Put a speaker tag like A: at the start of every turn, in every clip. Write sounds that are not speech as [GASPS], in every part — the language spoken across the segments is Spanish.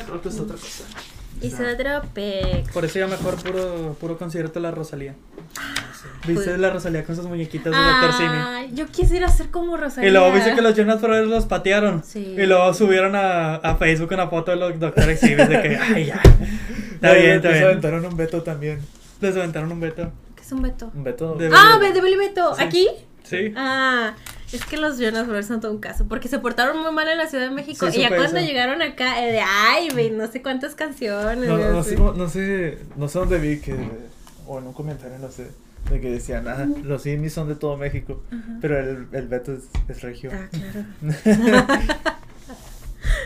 A: el rock es otra cosa.
B: Y se Pex.
C: Por eso ya mejor puro, puro concierto la Rosalía. Viste
A: Ah,
B: Pues-
C: la Rosalía con sus muñequitas de Doctor Simi.
B: Ah, yo quisiera ser como Rosalía.
C: Y luego viste que los Jonas Brothers los patearon.
B: Sí.
C: Y luego subieron a, a Facebook una foto de los Doctor Exhibit de
A: [LAUGHS]
C: que, ay, ya. Está
A: Oye,
C: bien, está
A: les
C: bien.
A: aventaron un veto también.
C: Les aventaron un veto.
B: ¿Qué es un Beto?
A: Un veto.
C: De-
B: Ah, Be- de Billy Beto. ¿Aquí?
C: Sí.
B: Ah, es que los Jonas Brothers son todo un caso. Porque se portaron muy mal en la Ciudad de México.
C: Sí,
B: y ya
C: supe
B: cuando
C: eso.
B: llegaron acá, eh, de, ay, güey, no sé cuántas canciones.
A: No,
B: güey,
A: no,
B: así.
A: sé, cómo- no sé, no sé dónde vi que, o en un comentario, no sé, de que decían, ah, los simis son de todo México, pero el, el Beto es, es regio.
B: Ah, claro.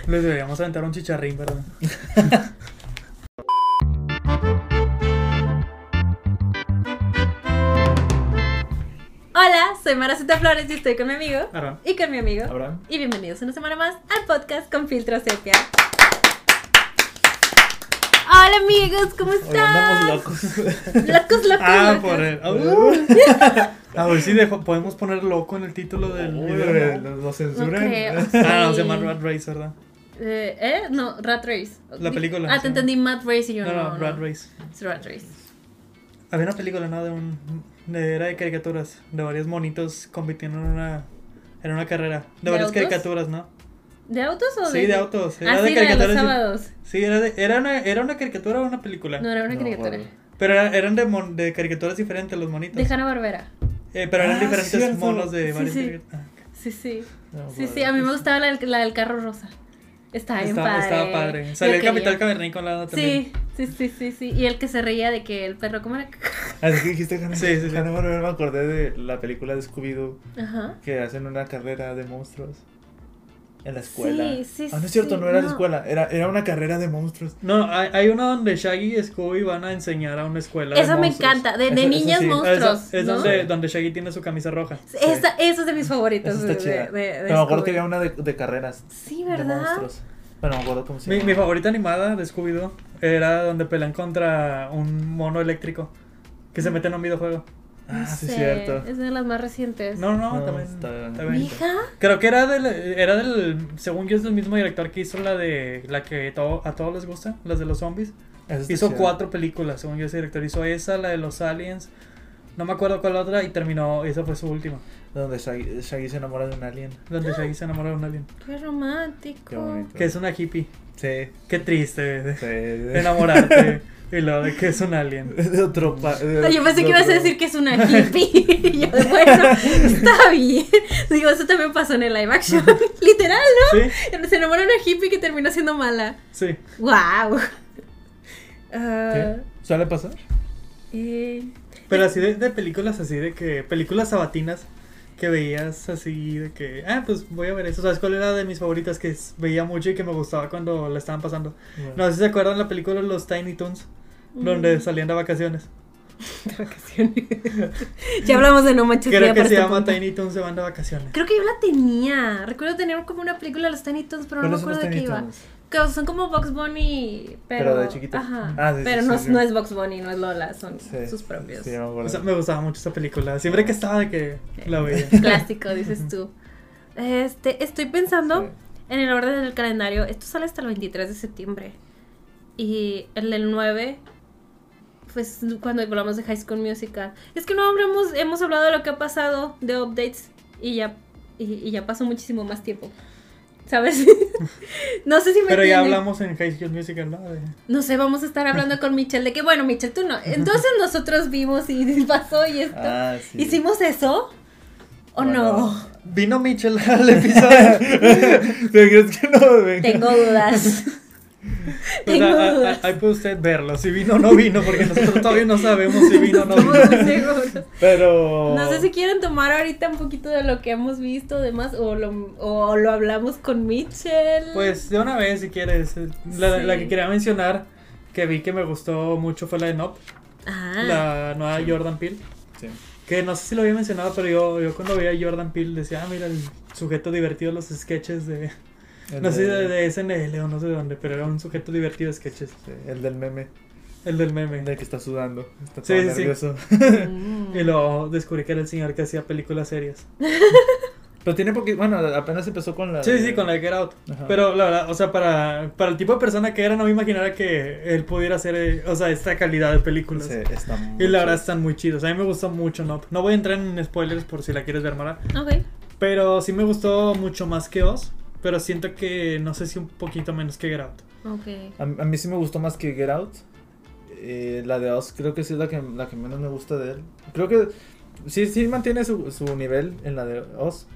C: Les deberíamos aventar un chicharrín, ¿verdad?
B: Hola, soy Maracita Flores y estoy con mi amigo.
C: Arran.
B: Y con mi amigo.
A: [LAUGHS] Abraham.
B: Y bienvenidos una semana más al podcast con Filtro Sepia. Hola amigos, ¿cómo
A: Hoy
B: están?
A: andamos locos.
B: Locos, locos,
C: Ah,
B: locos.
C: por
A: [LAUGHS]
C: el. Ah. A ver si dejo- podemos poner loco en el título del
A: Uy,
C: video.
A: bebé,
C: ¿no?
A: nos, nos
B: No
A: censuran. [LAUGHS]
B: creo.
C: Ah, no,
B: sí.
C: se llama Rat Race, ¿verdad?
B: Eh, ¿eh? No, Rat Race.
C: La película,
B: Ah,
C: sí.
B: te entendí Mad Race y yo
C: No,
B: no.
C: no, Rat Race.
B: Es Rat Race.
C: Había una película, ¿no? De un. de- era de caricaturas, de varios monitos compitiendo en una. en una carrera. De,
B: ¿De
C: varias
B: autos?
C: caricaturas, ¿no?
B: ¿De autos o
C: Sí, de autos.
B: Ah, sí, la de los
C: caricaturas.
B: sábados.
C: Sí, era, de- era, una, era una caricatura o una película.
B: No, era una
A: No,
B: caricatura.
A: bueno.
C: Pero era- eran de, mon- de caricaturas diferentes los monitos.
B: De Hanna Barbera.
C: Eh, pero eran
A: Ah,
C: diferentes
A: cierto.
C: monos de
B: Sí,
C: varias
B: sí.
C: caricaturas.
B: Sí, sí.
A: No, pues.
B: Sí,
A: bueno.
B: sí, a mí me gustaba la del, la del carro rosa. Estaba bien
C: Ah, Estaba,
B: padre.
C: estaba padre.
B: Yo
C: Salió el
B: quería.
C: Capital Cavernícola
B: Sí,
C: también.
B: sí, sí, sí, sí. Y el que se reía de que el perro, ¿cómo era? [LAUGHS]
A: Así Ah, que dijiste, Hannah,
C: Sí, sí, sí.
A: Hannah Barbera, me acordé de la película de Scooby-Doo,
B: Ajá.
A: que hacen una carrera de monstruos en la escuela.
B: Sí, sí,
A: Ah, no es cierto,
B: sí,
A: no era
B: no.
A: la escuela, era, era una carrera de monstruos.
C: No, hay, hay una donde Shaggy y Scooby van a enseñar a una escuela. de
B: Esa me
C: monstruos.
B: encanta, de, de
A: Eso- eso
B: niñas
A: sí.
B: monstruos.
C: Es, es
B: ¿no?
C: donde, donde Shaggy tiene su camisa roja.
B: Esa, esa es de mis favoritos.
A: Esa
B: de,
A: está chida.
B: de- de- de
A: Pero me acuerdo que
B: Scooby.
A: había una de, de carreras.
B: Sí,
A: De
B: ¿verdad?
A: monstruos. Bueno, me acuerdo cómo se
C: Mi, mi
A: llama.
C: favorita animada de Scooby-Doo era donde pelean contra un mono eléctrico que se mete en un videojuego.
A: Ah, sí,
B: sé,
A: es cierto.
B: Es de las más recientes.
C: No, no,
A: No,
C: también.
A: está-
C: también.
B: Mija,
C: Creo que era del, era del. Según yo, es del mismo director que hizo la de. La que todo, a todos les gusta, las de los zombies.
A: Esa está
C: Hizo
A: chida.
C: cuatro películas, según yo, ese director. Hizo esa, la de los aliens. No me acuerdo cuál otra y terminó. Esa fue su última.
A: Donde Shaggy, Shaggy se enamora de un alien.
C: Donde Shaggy se enamora de un alien.
B: qué romántico.
A: Qué bonito.
C: Que es una hippie.
A: Sí,
C: Qué triste, güey,
A: [LAUGHS] sí.
C: de enamorarte. y lo de que es un
A: [LAUGHS]
C: alien.
A: De otro pa- de-
B: Ay, yo pensé
A: de
B: que ibas a
A: otro-
B: decir que es una hippie. [LAUGHS] Y yo, bueno, está bien. Digo, eso también pasó en el live
A: [LAUGHS]
B: action. [LAUGHS] Literal, ¿no?
C: Sí,
B: Se enamoró de una hippie que terminó siendo mala.
C: sí.
B: ¡Wow!
A: [LAUGHS]
B: Ah,
A: ¿Qué? ¿Suele pasar?
B: [LAUGHS]
C: Pero así de, de películas así de que. Películas sabatinas que veías así de que. Ah, pues voy a ver eso. ¿Sabes cuál era de mis favoritas que s- veía mucho y que me gustaba cuando la estaban pasando? No sé si se acuerdan la película Los Tiny Toons,
B: Mm.
C: donde salían de vacaciones.
B: vacaciones. ya hablamos de No Manches
C: Creo
B: Frida
C: que
B: para
C: se
B: este
C: llama
B: punto.
C: Tiny Toons se van de vacaciones.
B: Creo que yo la tenía. Recuerdo tener como una película de los Tiny Toons, pero no me
A: ¿Cuáles
B: acuerdo
A: son los
B: de qué
A: Tiny
B: iba.
A: Toons?
B: Que son como Box Bunny, pero.
A: Pero de chiquitos.
B: Ajá.
A: Ah, sí, sí,
B: pero
A: sí,
B: no,
A: sí.
B: no es Box Bunny, no es Lola, son
A: Sí,
B: sus propios.
A: Sí, me acuerdo.
C: O sea, me gustaba mucho esa película. Siempre que estaba de que
B: [LAUGHS]
C: la [LAUGHS] veía.
B: Clásico, dices tú. Este, estoy pensando en el orden del calendario. Esto sale hasta el 23 de septiembre. Y el del 9, pues cuando hablamos de High School Musical. Es que no hablamos, hemos hablado de lo que ha pasado, de updates, y ya, y, y ya pasó muchísimo más tiempo. ¿Sabes? no sé si me
C: Pero ya
B: entienden.
C: hablamos en High School Musical, ¿no? De-
B: No sé, vamos a estar hablando con Michelle de que, bueno, Michelle, tú no. Entonces nosotros vimos y [LAUGHS] pasó y esto.
A: Ah, sí.
B: ¿Hicimos eso? ¿O no?
A: Bueno.
C: Vino Mitchell [LAUGHS] al
B: [LAUGHS]
C: episodio.
A: [LAUGHS] ¿Te crees que no? [LAUGHS] Venga.
B: Tengo
C: [LAUGHS]
B: dudas.
C: O sea,
B: Tengo
C: a- a-
B: dudas.
C: ahí puede usted verlo, si vino o no vino, porque nosotros todavía no sabemos si vino o no
B: Estamos [LAUGHS] muy
C: vino.
B: seguros.
A: Pero.
B: No sé si quieren tomar ahorita un poquito de lo que hemos visto, demás, o lo, o lo hablamos con Mitchell.
C: Pues de una vez, si quieres. eh, La, la
B: Sí.
C: que quería mencionar, que vi que me gustó mucho, fue la de Nop,
B: Ah,
C: la nueva Jordan Peele.
A: Sí.
C: Que no sé si lo había mencionado, pero yo, yo cuando veía a Jordan Peele decía, ah, mira, el sujeto divertido de los sketches de...
A: El
C: No sé, de,
A: del-
C: de SNL o no sé de dónde, pero era un sujeto divertido de sketches.
A: sí, El del meme.
C: El del meme.
A: El del que está sudando. Está todo
C: Sí, sí, sí.
A: nervioso. [LAUGHS]
B: mm.
C: [LAUGHS] Y luego descubrí que era el señor que hacía películas serias.
A: Pero tiene poquito. Bueno, apenas empezó con la.
C: Sí,
A: Ah, de-
C: sí, con la de Get Out.
A: Ajá.
C: Pero la verdad, o sea, para, para el tipo de persona que era, no me imaginara que él pudiera hacer, eh, o sea, esta calidad de películas.
A: Sí, está muy
C: Y la verdad
A: chido.
C: están muy chidos. A mí me gustó mucho, ¿no? No voy a entrar en spoilers por si la quieres ver, Mara.
B: Ok.
C: Pero sí me gustó mucho más que Oz. Pero siento que no sé si un poquito menos que Get Out.
B: Ok.
A: A, a mí sí me gustó más que Get Out. Eh, la de Oz creo que sí es la que, la que menos me gusta de él. Creo que sí, sí mantiene su, su nivel en la de Oz.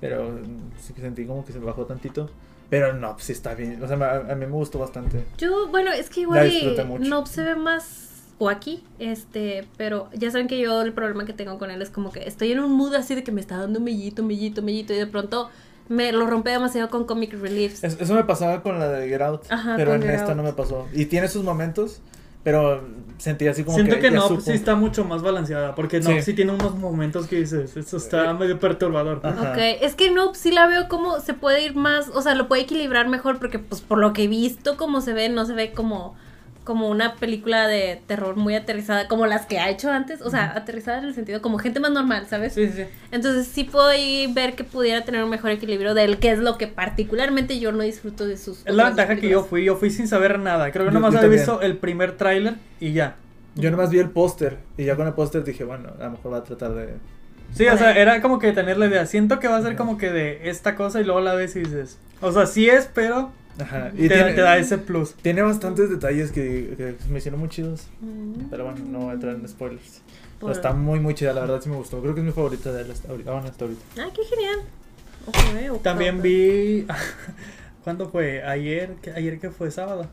A: Pero mm, sí que sentí como que se bajó tantito. Pero no, pues sí está bien. O sea, a, a mí me gustó bastante.
B: Yo, bueno, es que igual
A: disfruté
B: y
A: mucho.
B: no se ve más wacky, este, pero ya saben que yo el problema que tengo con él es como que estoy en un mood así de que me está dando mellito, mellito, mellito y de pronto me lo rompe demasiado con comic reliefs.
A: Es- eso me pasaba con la de Get Out.
B: Ajá,
A: pero
B: con
A: en
B: Get
A: esta
B: Out.
A: no me pasó. Y tiene sus momentos. Pero sentí así como
C: siento
A: que.
C: que,
A: ya
C: no,
A: supo.
C: sí está mucho más balanceada. Porque no,
A: Sí.
C: sí tiene unos momentos que dices, esto está medio perturbador.
A: Ah. ajá.
B: Ok, es que no, sí la veo como se puede ir más, o sea, lo puede equilibrar mejor porque pues por lo que he visto como se ve, no se ve como como una película de terror muy aterrizada como las que ha hecho antes, o sea, aterrizada en el sentido como gente más normal, ¿sabes?
C: Sí, sí, sí.
B: Entonces sí puedo ahí ver que pudiera tener un mejor equilibrio del que es lo que particularmente yo no disfruto de sus...
C: Es la
B: otras
C: ventaja que yo
B: películas.
C: fui. Yo fui sin saber nada. Creo que
A: Yo-
C: nomás
A: yo
C: había
A: también.
C: visto el primer tráiler y ya.
A: Yo nomás vi el póster. Y ya con el póster dije, bueno, a lo mejor va a tratar de.
C: Sí, o
B: Por
C: sea,
B: ahí.
C: era como que tener la idea. Siento que va a ser
A: Ajá.
C: como que de esta cosa y luego la ves y dices. O sea, sí es, pero
A: Ajá.
C: te,
A: Y tiene,
C: te da ese plus.
A: tiene bastantes detalles que, que me hicieron muy chidos.
B: Mm,
A: Pero bueno, no voy a entrar en spoilers. Pero
B: por-
A: está muy, muy chida, la verdad sí me gustó. Creo que es mi favorita de él hasta ahorita. Bueno, hasta ahorita.
B: Ah, qué genial. eh, Ok, ok.
C: También vi. [LAUGHS] ¿Cuándo fue? Ayer. que ayer que fue sábado.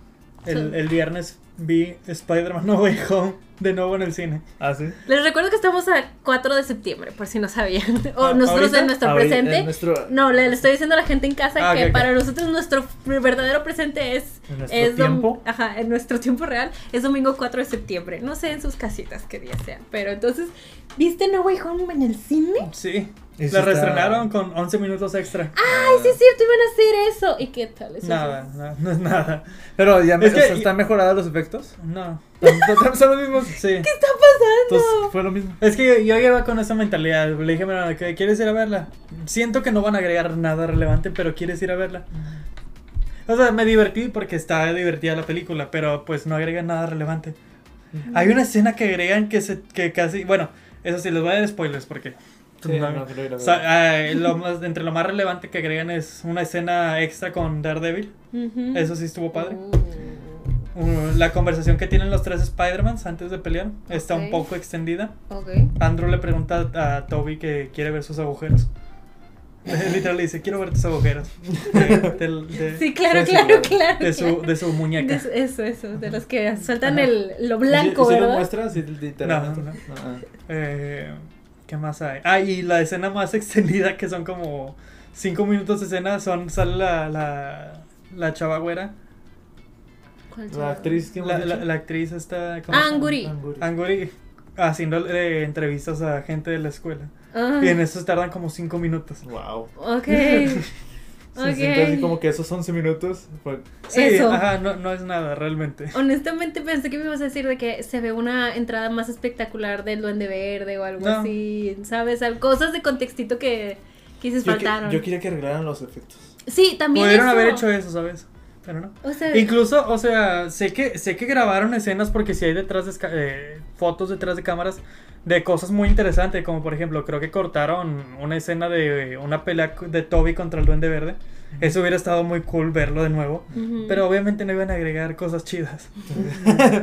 C: El,
B: Sí.
C: el viernes vi Spider-Man No Way Home de nuevo en el cine.
A: Ah, sí.
B: Les recuerdo que estamos a 4 de septiembre, por si no sabían. [LAUGHS] O
C: Ah,
B: nosotros
C: ¿ahorita?
B: en nuestro
A: Ahorita-
B: presente.
A: en nuestro-
B: No, le, le estoy diciendo a la gente en casa
C: Ah,
B: que
C: ok, ok.
B: para nosotros nuestro verdadero presente es...
A: En nuestro
B: es dom-
A: tiempo.
B: Ajá, en nuestro tiempo real es domingo 4 de septiembre. No sé en sus casitas qué día sea, pero entonces, ¿viste No Way Home en el cine?
C: Sí.
A: Y sí
C: la
A: está-
C: reestrenaron con 11 minutos extra.
B: Ay, sí es cierto, iban a hacer eso. ¿Y qué tal? Ah, Eso
C: nada,
B: es-
C: no, no es nada.
A: Pero ya me-
C: Es
A: o
C: que-
A: sea, están mejorados los efectos.
C: No.
A: Son son los mismos.
C: Sí.
B: ¿Qué está pasando?
A: Entonces fue lo mismo.
C: Es que yo, yo lleva con esa mentalidad. Le dije, mira, ¿qué- ¿quieres ir a verla? Siento que no van a agregar nada relevante, pero quieres ir a verla. O sea, me divertí porque está divertida la película, pero pues no agregan nada relevante. Hay una escena que agregan que, se, que casi. Bueno, eso sí, les voy a dar spoilers porque. pues,
A: Sí,
C: no-
A: no, creo que la
C: o sea, eh, lo más- entre lo más relevante que agregan es una escena extra con Daredevil.
B: Ujú.
C: Eso sí estuvo padre.
B: Uh,
C: Uh, La conversación que tienen los tres Spider-Mans antes de pelear está un
B: Ok.
C: poco extendida.
B: Uh, ok.
C: Andrew le pregunta a a Toby que quiere ver sus agujeros. [LAUGHS] Literal le dice, quiero ver tus agujeros. [LAUGHS] De, del- de-
B: Sí, claro,
A: sí,
B: claro,
A: sí,
B: claro.
C: de su, de su
B: claro.
C: muñeca.
B: De su- eso, eso, de los que sueltan
C: Ajá.
B: el, lo blanco,
A: ¿Sí, sí lo
B: ¿verdad?
A: muestras? ¿Sí, literalmente?
C: No, no,
A: Ah,
C: Eh, ¿Qué más hay? Ah, y la escena más [LAUGHS] extendida, que son como 5 minutos de escena, son, sale la, la, la chava güera.
B: ¿Cuál
A: ah.
B: será?
A: La actriz que hemos
C: La,
A: dicho?
C: la, la actriz está...
B: Ah,
C: se llama?
B: Anguri.
A: Anguri.
C: Anguri haciendo eh, entrevistas a gente de la escuela.
B: Ah,
C: Y en eso tardan como 5 minutos.
A: Wow.
B: Ok.
A: [LAUGHS] Se siente así
B: Ok.
A: como que esos 11 minutos. Fue...
C: Sí,
B: Eso.
C: ajá, no, no es nada realmente.
B: Honestamente pensé que me ibas a decir de que se ve una entrada más espectacular del Duende Verde o algo
C: No.
B: así, ¿sabes? Al- Cosas de contextito que, que dices
A: Yo, que-
B: faltaron.
A: yo quería que arreglaran los efectos.
B: Sí, también
C: Pudieron
B: eso.
C: haber hecho eso, ¿sabes? Pero no.
B: O sea,
C: Incluso, o sea, sé que, sé que grabaron escenas porque si hay detrás de esca- eh, fotos detrás de cámaras de cosas muy interesantes, como por ejemplo, creo que cortaron una escena de eh, una pelea cu- de Toby contra el Duende Verde. Eso hubiera estado muy cool verlo de nuevo.
B: ujú.
C: Pero obviamente no iban a agregar cosas chidas. Eh,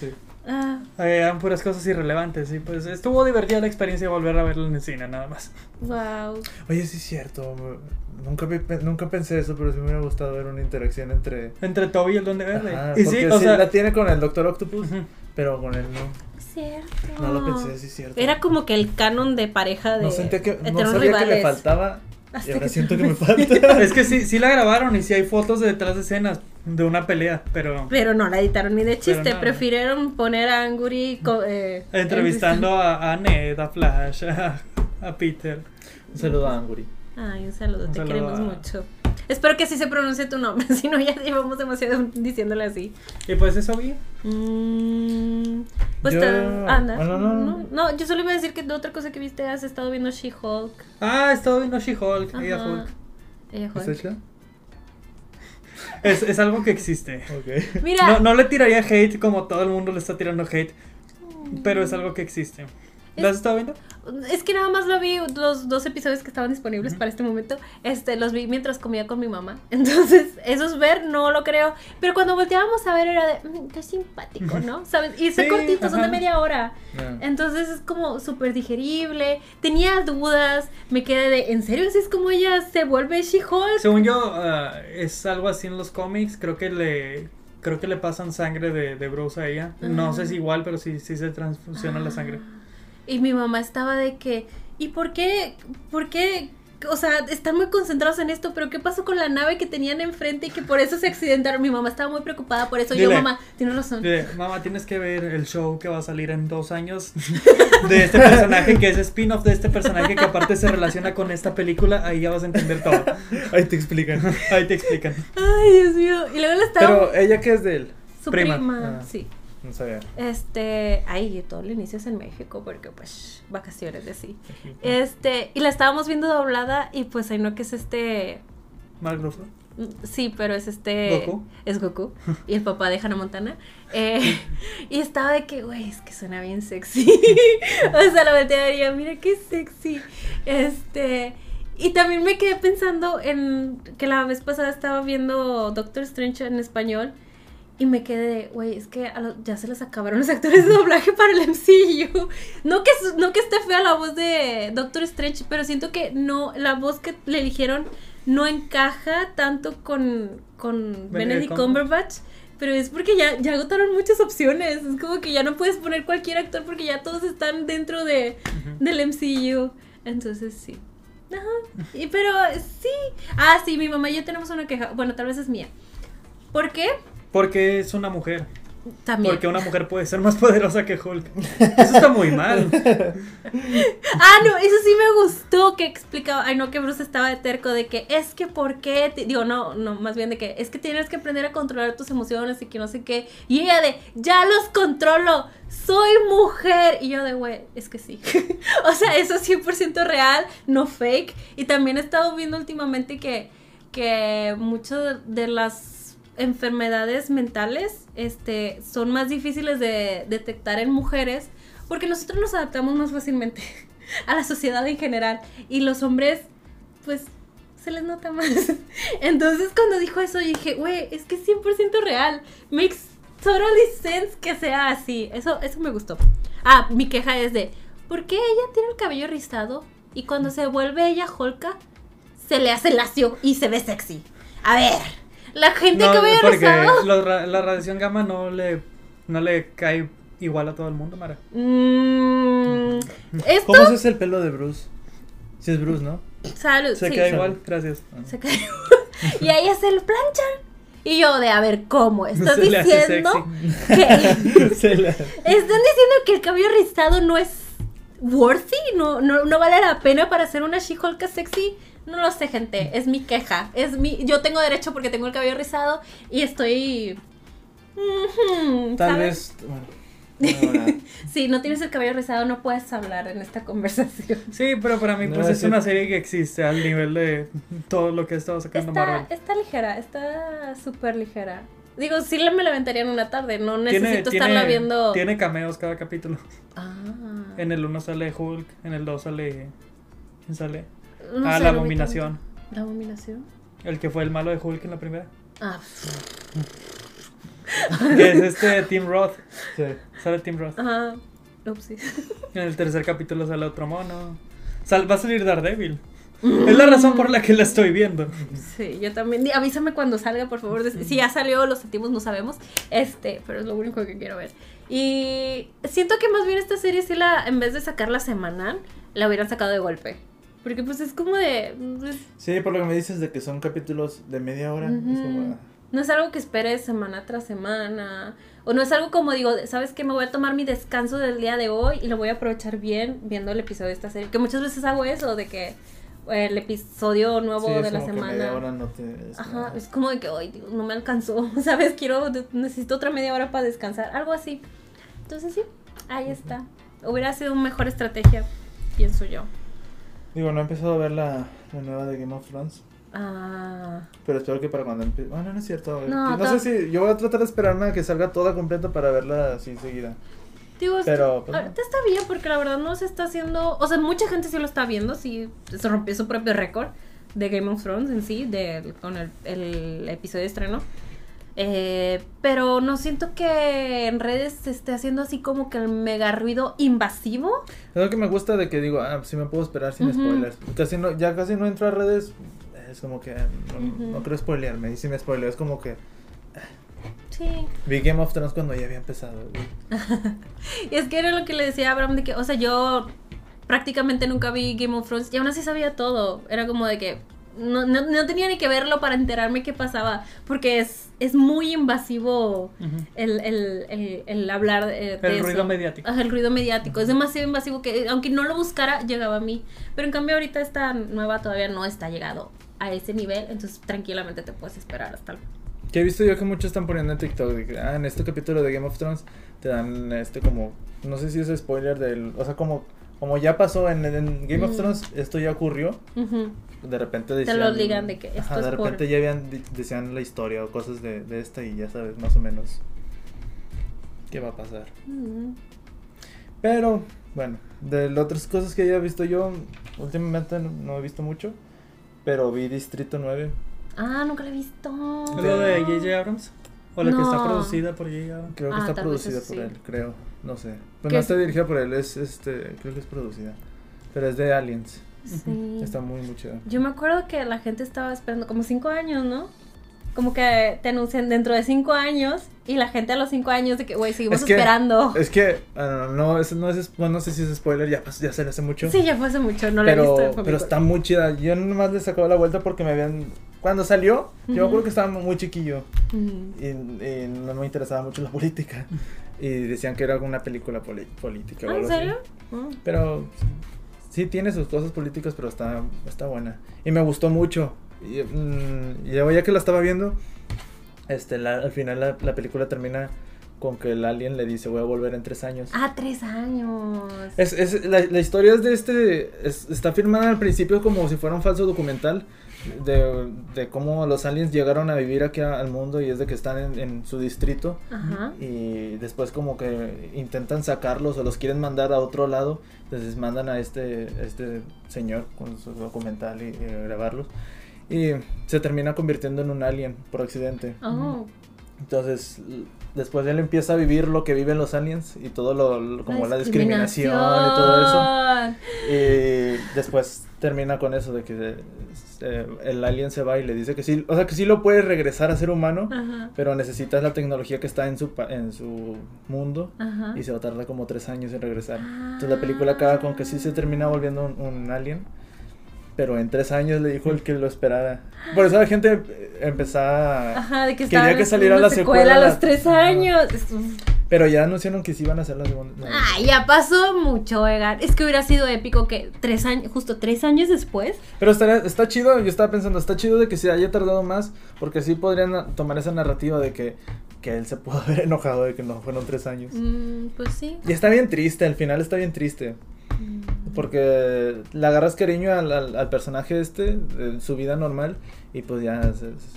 A: Sí.
B: Ah,
C: Eran puras cosas irrelevantes. Y pues estuvo divertida la experiencia de volver a verlo en el cine, nada más.
B: wow.
A: Oye, sí es cierto. me- Nunca, vi- pe- nunca pensé eso, pero sí me hubiera gustado ver una interacción entre.
C: Entre Toby y el Duende Verde.
A: Ajá,
C: y sí,
A: porque
C: o
A: sí
C: sea.
A: la tiene con el Doctor Octopus,
C: ujú.
A: pero con él no.
B: Cierto.
A: No lo pensé, sí es cierto.
B: Era como que el canon de pareja de
A: no sentía que, no
B: heteros
A: sabía que le
B: rivales.
A: faltaba. Y
B: Hasta
A: ahora
B: que- [LAUGHS]
A: siento que me falta.
C: Es que sí, sí la grabaron y sí hay fotos de detrás de escenas de una pelea, pero
B: Pero no la editaron ni de chiste,
C: Pero no.
B: prefirieron poner a Anguri co- eh,
C: entrevistando a, a Ned, a Flash, a, a Peter.
A: Un saludo a Anguri.
B: Ay, un saludo,
C: Un
B: te
C: saludo
B: queremos
C: a-
B: mucho. Espero que así se pronuncie tu nombre, [LAUGHS] si no ya llevamos demasiado diciéndole así.
C: Y pues eso vi.
B: Mm, pues
A: Yo-
B: te- anda.
C: Ah,
A: bueno, no,
B: no,
A: no.
B: yo solo iba a decir que de otra cosa que viste has estado viendo She-Hulk.
C: Ah, he estado viendo She-Hulk.
B: Ajá.
C: Ella Hulk. Pues
B: Ella
A: ¿Está
B: Hulk.
A: chida?
C: Es, es algo que existe.
A: Ok.
B: Mira,
C: No, no le tiraría hate como todo el mundo le está tirando hate, pero es algo que existe. ¿Las has estado viendo?
B: Es que nada más lo vi los dos episodios que estaban disponibles para este momento. Este, los vi mientras comía con mi mamá. [LAUGHS] Entonces, eso es ver, no lo creo. Pero cuando volteábamos a ver era de, "Mm, qué simpático, ¿no? ¿Sabes? Y son
C: Sí,
B: cortitos, son de
C: ajá.
B: media hora.
A: No.
B: Entonces es como súper digerible. Tenía dudas, me quedé de, ¿en serio así es como ella se vuelve She-Hulk?
C: Según yo, ah, es algo así en los cómics. Creo que le creo que le pasan sangre de, de Bruce a ella. No
B: Ah.
C: sé si igual, pero sí, sí se transfusiona la sangre.
B: Y mi mamá estaba de que, ¿y por qué? ¿Por qué? O sea, están muy concentrados en esto, pero ¿qué pasó con la nave que tenían enfrente y que por eso se accidentaron? Mi mamá estaba muy preocupada por eso. Yo,
C: Dile.
B: mamá, tienes razón.
C: Dile, [LAUGHS] Mamá, tienes que ver el show que va a salir en dos años de este personaje, que es spin-off de este personaje que aparte se relaciona con esta película. Ahí ya vas a entender todo.
A: Ahí te explican.
C: Ahí te explican.
B: Ay, Dios mío. Y luego le estaba
A: Pero ella que es de él.
B: su prima.
C: prima.
A: Ah.
B: Sí.
A: No sabía.
B: Este, ay, todo el inicio es en México porque pues vacaciones de sí. Este, y la estábamos viendo doblada y pues hay no que es este
C: Mark Ruffalo.
B: Mm, Sí, pero es este.
C: ¿Goku?
B: Es Goku. Y el papá de Hannah Montana. Eh, y estaba de que, güey, es que suena bien sexy. [LAUGHS] o sea, la volteaba y diría, mira qué sexy. Este. Y también me quedé pensando en que la vez pasada estaba viendo Doctor Strange en español. Y me quedé de, güey, es que a lo- ya se les acabaron los actores de doblaje para el MCU. No que, su- no que esté fea la voz de Doctor Strange, pero siento que no, la voz que le eligieron no encaja tanto con, con
C: Benedict
B: Benedict
C: Cumberbatch.
B: Cumberbatch. Pero es porque ya, ya agotaron muchas opciones. Es como que ya no puedes poner cualquier actor porque ya todos están dentro de,
C: Ujú.
B: del MCU. Entonces sí. Ajá. Y, pero sí. Ah, sí, mi mamá y yo tenemos una queja. Bueno, tal vez es mía. ¿Por qué?
C: Porque es una mujer.
B: También.
C: Porque una mujer puede ser más poderosa que Hulk. Eso está
B: [LAUGHS]
C: muy mal.
B: Ah, no, eso sí me gustó que explicaba. Ay, no, que Bruce estaba de terco de que es que por qué. te-" digo, no, no, más bien de que es que tienes que aprender a controlar tus emociones y que no sé qué. Y ella de, ya los controlo, soy mujer. Y yo de, güey, es que sí. [LAUGHS] o sea, eso es 100% real, no fake. Y también he estado viendo últimamente que, que muchas de las enfermedades mentales este, son más difíciles de detectar en mujeres porque nosotros nos adaptamos más fácilmente [LAUGHS] a la sociedad en general y los hombres pues se les nota más. [LAUGHS] Entonces cuando dijo eso yo dije, güey, es que es 100% real. Makes totally sense que sea así. Eso, eso me gustó. Ah, mi queja es de, ¿por qué ella tiene el cabello rizado y cuando se vuelve ella holca se le hace lacio y se ve sexy? A ver, la gente
C: No,
B: que ve
C: porque
B: rizado...
C: lo ra- la radiación gamma no le, no le cae igual a todo el mundo, Mara. [LAUGHS]
B: Mm, esto...
A: ¿Cómo se usa el pelo de Bruce? Si es Bruce, ¿no?
B: Salud.
C: Se
B: sí.
C: queda
A: Sí.
C: igual, gracias.
B: se cayó. [LAUGHS] y ahí se lo planchan. Y yo de, a ver, ¿cómo? ¿Estás
C: [LAUGHS] Se le hace
B: diciendo que [LAUGHS]
A: Se la-
B: están diciendo que el cabello rizado no es worthy? ¿No, no, no vale la pena para hacer una She-Hulk sexy? No lo sé, gente. Es mi queja. Es mi, yo tengo derecho porque tengo el cabello rizado y estoy... Ujú,
A: Tal
B: ¿sabes?
A: vez. Bueno. Bueno, bueno.
B: Si no tienes el cabello rizado no puedes hablar en esta [LAUGHS] conversación.
C: Sí, pero para mí
A: No,
C: pues es
A: sí.
C: una serie que existe al nivel de todo lo que ha estado sacando
B: Está,
C: Marvel.
B: está ligera, está súper ligera. Digo, sí la- me la aventaría en una tarde, no
C: Tiene-
B: necesito
C: tiene-
B: estarla viendo.
C: Tiene cameos cada capítulo.
B: Ah.
C: En el 1 sale Hulk, en el 2 sale... ¿Quién sale?
B: No
C: ah,
B: sé, no
C: la
B: vi
C: abominación.
B: tanto. ¿La abominación?
C: El que fue el malo de Hulk en la primera.
B: [LAUGHS] Ah,
C: Que es este Tim Roth.
A: Sí.
C: Sale Tim Roth.
B: ajá. Upsi.
C: En el tercer capítulo sale otro mono. Sal- va a salir Daredevil. Es la razón por la que la estoy viendo.
B: [LAUGHS] Sí, yo también. Di- Avísame cuando salga, por favor. Si ya salió, lo sentimos, no sabemos. Este, pero es lo único que quiero ver. Y siento que más bien esta serie, sí la, en vez de sacarla semanal, la hubieran sacado de golpe. Porque pues es como de... pues,
A: Sí, por lo que me dices de que son capítulos de media hora. ah,
B: Ujú.
A: eso va.
B: No es algo que esperes semana tras semana. O no es algo como digo, de, ¿sabes qué? Me voy a tomar mi descanso del día de hoy y lo voy a aprovechar bien viendo el episodio de esta serie. Que muchas veces hago eso, de que el episodio nuevo
A: Sí, es
B: de la
A: como que media
B: semana.
A: hora no te- es
B: Ajá,
A: nada.
B: es como de que hoy no me alcanzó, [LAUGHS] ¿sabes? Quiero, necesito otra media hora para descansar, algo así. Entonces sí, ahí está. Hubiera sido una mejor estrategia, pienso yo.
A: Digo, no he empezado a ver la, la nueva de Game of Thrones.
B: Ah,
A: Pero espero que para cuando empiece. Bueno, no es cierto.
B: No,
A: No,
B: to-
A: sé si. Yo voy a tratar de esperarme a que salga toda completa para verla así seguida.
B: digo, esto-
A: Pero, pues,
B: ahorita está bien porque la verdad no se está haciendo, o sea, mucha gente sí lo está viendo, sí, se rompió su propio récord de Game of Thrones en sí, del- con el, el episodio de estreno. Eh, pero no siento que en redes se esté haciendo así como que el mega ruido invasivo.
A: Es lo que me gusta de que digo, ah, sí me puedo esperar sin
B: Ujú.
A: spoilers. Casi no, ya casi no entro a redes. Es como que. ah, No,
B: Ujú.
A: no quiero spoilearme. Y si me spoileo, es como que.
B: Sí.
A: Vi Game of Thrones cuando ya había empezado. güey.
B: Y es que era lo que le decía a Abraham de que, o sea, yo prácticamente nunca vi Game of Thrones y aún así sabía todo. Era como de que no, no, no tenía ni que verlo para enterarme qué pasaba, porque es, es muy invasivo
C: Ujú.
B: el, el, el, el hablar eh, de
C: El
B: eso.
C: ruido mediático.
B: Ajá, el ruido mediático. Es demasiado invasivo que eh, aunque no lo buscara, llegaba a mí. Pero en cambio ahorita esta nueva todavía no está llegado a ese nivel, entonces tranquilamente te puedes esperar hasta el...
A: Que he visto yo que muchos están poniendo en TikTok de que, ah, en este capítulo de Game of Thrones te dan este como, no sé si es spoiler del, o sea, como como ya pasó en, en Game
B: Mm.
A: of Thrones, esto ya ocurrió,
B: Ujú.
A: de repente
B: Te
A: decían
B: lo ligan de que esto
A: ajá, de
B: es por-
A: repente ya habían di- decían la historia o cosas de, de esta y ya sabes más o menos qué va a pasar.
B: Mm.
A: Pero bueno, de las otras cosas que haya visto yo últimamente no, no he visto mucho, pero vi Distrito 9.
B: Ah, nunca la he visto.
C: ¿Es lo de J.J. Abrams? ¿O la que
B: No.
C: está producida por J.J. Abrams?
A: Creo que
B: Ah,
A: está
B: tal vez
A: producida
B: eso
A: por
B: sí.
A: él, creo. No sé. Pues
B: ¿Qué
A: no
B: es?
A: está dirigida por él, es este, creo que es producida. Pero es de Aliens.
B: Sí.
A: Está muy, muy chida.
B: Mm. Yo me acuerdo que la gente estaba esperando como cinco años, ¿no? Como que te anuncian dentro de cinco años y la gente a los cinco años de que, güey, seguimos
A: Es que-
B: esperando.
A: Es que, ah, no, es, no, es, bueno, no sé si es spoiler, ya, pas- ya se le hace mucho.
B: Sí, ya fue hace mucho, no la he
A: pero,
B: visto. fue
A: pero
B: muy
A: está muy chida. Yo nomás le sacaba la vuelta porque me habían... Cuando salió,
B: Ujú.
A: yo me acuerdo que estaba muy chiquillo
B: cool. Mm.
A: y, y no me interesaba mucho la [LAUGHS] política. Y decían que era alguna película poli- política. o
B: Ah, ¿En
A: algo así.
B: serio? Ah.
A: Pero sí tiene sus cosas políticas, pero está, está buena. Y me gustó mucho. Y, mm, y luego ya que la estaba viendo, este, la- al final la, la película termina con que el alien le dice voy a volver en tres años.
B: Ah, tres años.
A: Es, es- la, la historia es de este, es- está firmada al principio como si fuera un falso documental de, de cómo los aliens llegaron a vivir aquí a- al mundo y es de que están en, en su distrito
B: Ajá.
A: y después como que intentan sacarlos o los quieren mandar a otro lado, entonces mandan a este, este señor con su documental y, eh, grabarlos y se termina convirtiendo en un alien por accidente.
B: Oh,
A: Entonces l- después él empieza a vivir lo que viven los aliens y todo lo, lo- como la discriminación. y todo eso. Y después termina con eso de que eh, el alien se va y le dice que sí, o sea que sí lo puede regresar a ser humano,
B: Ajá.
A: pero necesitas la tecnología que está en su, pa- en su mundo
B: Ajá. Ah.
A: y se va a tardar como tres años en regresar. Entonces la película acaba con que sí se termina volviendo un, un alien, pero en tres años le dijo el que lo esperara. Por eso la gente eh, empezaba...
B: Ajá, de que
A: Quería
B: estaban
A: que saliera
B: haciendo
A: la secuela.
B: a los tres
A: Ajá.
B: años. Es- uf.
A: Pero ya anunciaron que sí iban a hacer la segunda. no.
B: Ay, ya pasó mucho, Egan. Es que hubiera sido épico que tres años, justo tres años después.
A: Pero estaría- está chido, yo estaba pensando, está chido de que se haya tardado más, porque sí podrían na- tomar esa narrativa de que, que él se pudo haber [LAUGHS] enojado de que no fueron tres años.
B: Mm, pues sí. Mm.
A: Y está bien triste, al final está bien triste. Porque le agarras cariño al, al- al personaje este, de su vida normal, y pues ya... es- es-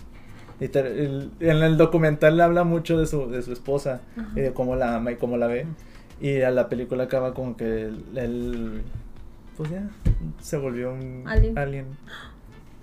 A: y te- el- en el documental habla mucho de su, de su esposa,
B: Ajá.
A: y de cómo la ama y cómo la ve. Y a la película acaba con que él, él, pues ya, se volvió un
B: Alien.
A: alien.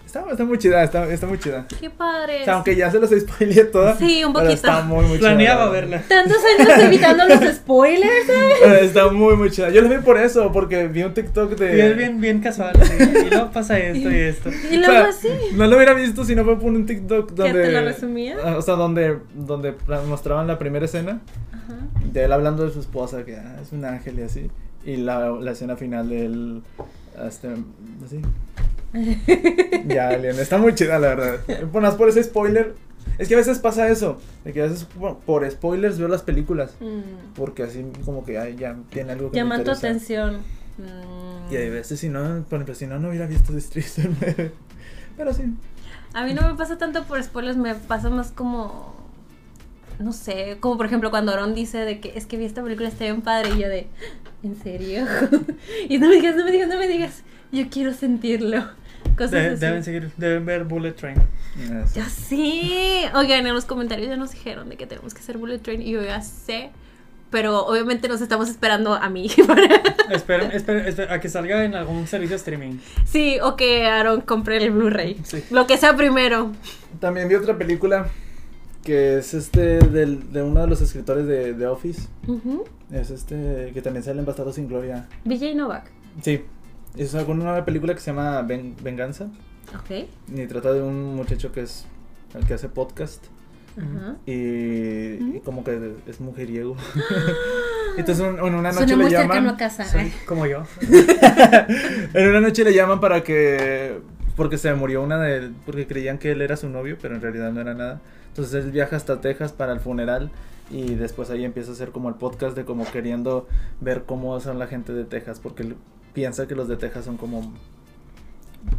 A: Está, está muy chida, está, está muy chida.
B: Qué padre.
A: O sea, aunque ya se los spoileé toda.
B: Sí, un
A: pero
B: poquito.
A: está muy, muy chida,
C: Planeaba
A: la verdad.
C: verla.
B: Tantos años evitando los spoilers. ¿eh?
A: [LAUGHS] Pero Está muy, muy chida. Yo la vi por eso, porque vi un TikTok de.
C: Y es bien, bien casual. así, Y luego pasa esto
B: [LAUGHS]
C: y esto.
B: Y
A: O
B: luego
A: sea,
B: así.
A: No lo hubiera visto si no fue por un TikTok donde.
B: te lo resumía?
A: Ah, O sea, donde, donde pla- mostraban la primera escena
B: Ajá. [LAUGHS]
A: de él hablando de su esposa, que ah, es un ángel y así. Y la, la escena final de él. Este, así. ya, Alien. Está muy chida, la verdad. Ponas por ese spoiler. Es que a veces pasa eso. De que a veces por- por spoilers veo las películas.
B: Mm.
A: Porque así como que ay, ya tiene algo que me
B: Llaman tu
A: interesa.
B: atención. Mm.
A: Y hay veces, si no, por ejemplo, si no, no hubiera visto Distrito 9. Pero sí.
B: Mm. A mí no me pasa tanto por spoilers, me pasa más como. No sé, como por ejemplo cuando Aaron dice de que es que vi esta película, está bien padre, y yo de. ¿En serio? [LAUGHS] y no me digas, no me digas, no me digas. Yo quiero sentirlo. Cosas
C: De-
B: así.
C: deben seguir, deben ver Bullet Train.
A: Eso.
B: Ya sé. Oigan, en los comentarios ya nos dijeron de que tenemos que hacer Bullet Train y yo ya sé. Pero obviamente nos estamos esperando a mí. [LAUGHS] para-
C: Esperen, esperen, esperen, a que salga en algún servicio de streaming.
B: sí, o que Aaron compre el Blu-ray.
C: Sí.
B: Lo que sea primero.
A: También vi otra película que es este del, de uno de los escritores de, de Office.
B: Ujú.
A: Es este que también sale en Bastardos sin Gloria.
B: BJ Novak.
A: Sí. Es alguna nueva película que se llama Ven- Venganza.
B: Ok.
A: Y trata de un muchacho que es el que hace podcast.
B: Ajá.
A: Y, y
B: ¿Mm?
A: como que es mujeriego. [LAUGHS] Entonces un- en una
B: Suena
A: noche le
B: muy cercano a
A: llaman.
B: casa.
C: Soy como
A: [LAUGHS]
C: yo.
A: En una noche le llaman para que. Porque se murió una de él. Porque creían que él era su novio, pero en realidad no era nada. Entonces él viaja hasta Texas para el funeral. Y después ahí empieza a hacer como el podcast de como queriendo ver cómo son la gente de Texas. Porque él piensa que los de Texas son como.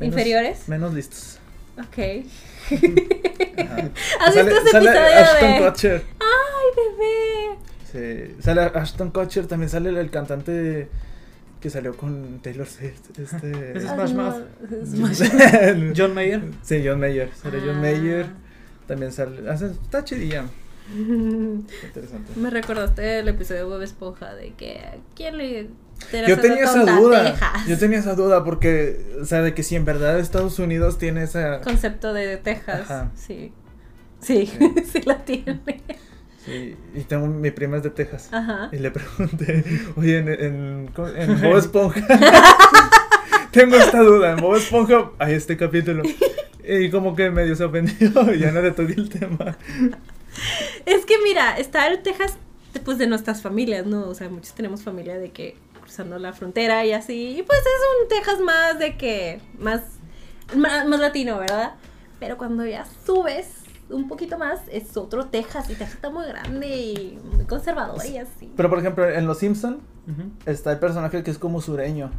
B: ¿Inferiores?
A: Menos listos.
B: [LAUGHS] Ok. [LAUGHS]
A: Ajá.
B: ¿Has
A: Sale-
B: visto ese
A: sale Ashton
B: episodio de.?
A: Kutcher.
B: ¡Ay, bebé!
A: Sí, Sale Ashton Kutcher, también sale el, el cantante que salió con Taylor Swift. Este...
C: Ese [LAUGHS] es Smash
B: Ah, no,
C: Mouth.
B: Smash- [LAUGHS]
C: John Mayer.
A: Sí, John Mayer. Sale John
B: Ah.
A: Mayer. También sale. hace- Está chidilla. Interesante.
B: [LAUGHS] Me recordaste el episodio de Bob Esponja de que. ¿Quién le.? te la
A: Yo
B: hace
A: tenía esa
B: tonta?
A: duda.
B: Texas.
A: Yo tenía esa duda porque, o sea, de que si en verdad Estados Unidos tiene esa.
B: Concepto de Texas.
A: Ajá.
B: Sí. Sí, [LAUGHS] sí,
A: Sí.
B: la tiene.
A: Sí, y tengo mi prima es de Texas.
B: Ajá.
A: Y le pregunté, oye, en, en, ¿cómo- en [LAUGHS] Bob Esponja. Tengo esta duda, en Bob Esponja hay este capítulo. Y como que medio se ofendió [LAUGHS] y ya no le toqué el tema.
B: Es que mira, está el Texas pues de nuestras familias, ¿no? O sea, muchos tenemos familia de que cruzando la frontera y así. Y pues es un Texas más de que. más. más, más latino, ¿verdad? Pero cuando ya subes un poquito más, es otro Texas. Y Texas está muy grande y muy conservador y así.
A: Pero por ejemplo, en Los Simpson
C: Ujú,
A: está el personaje que es como sureño.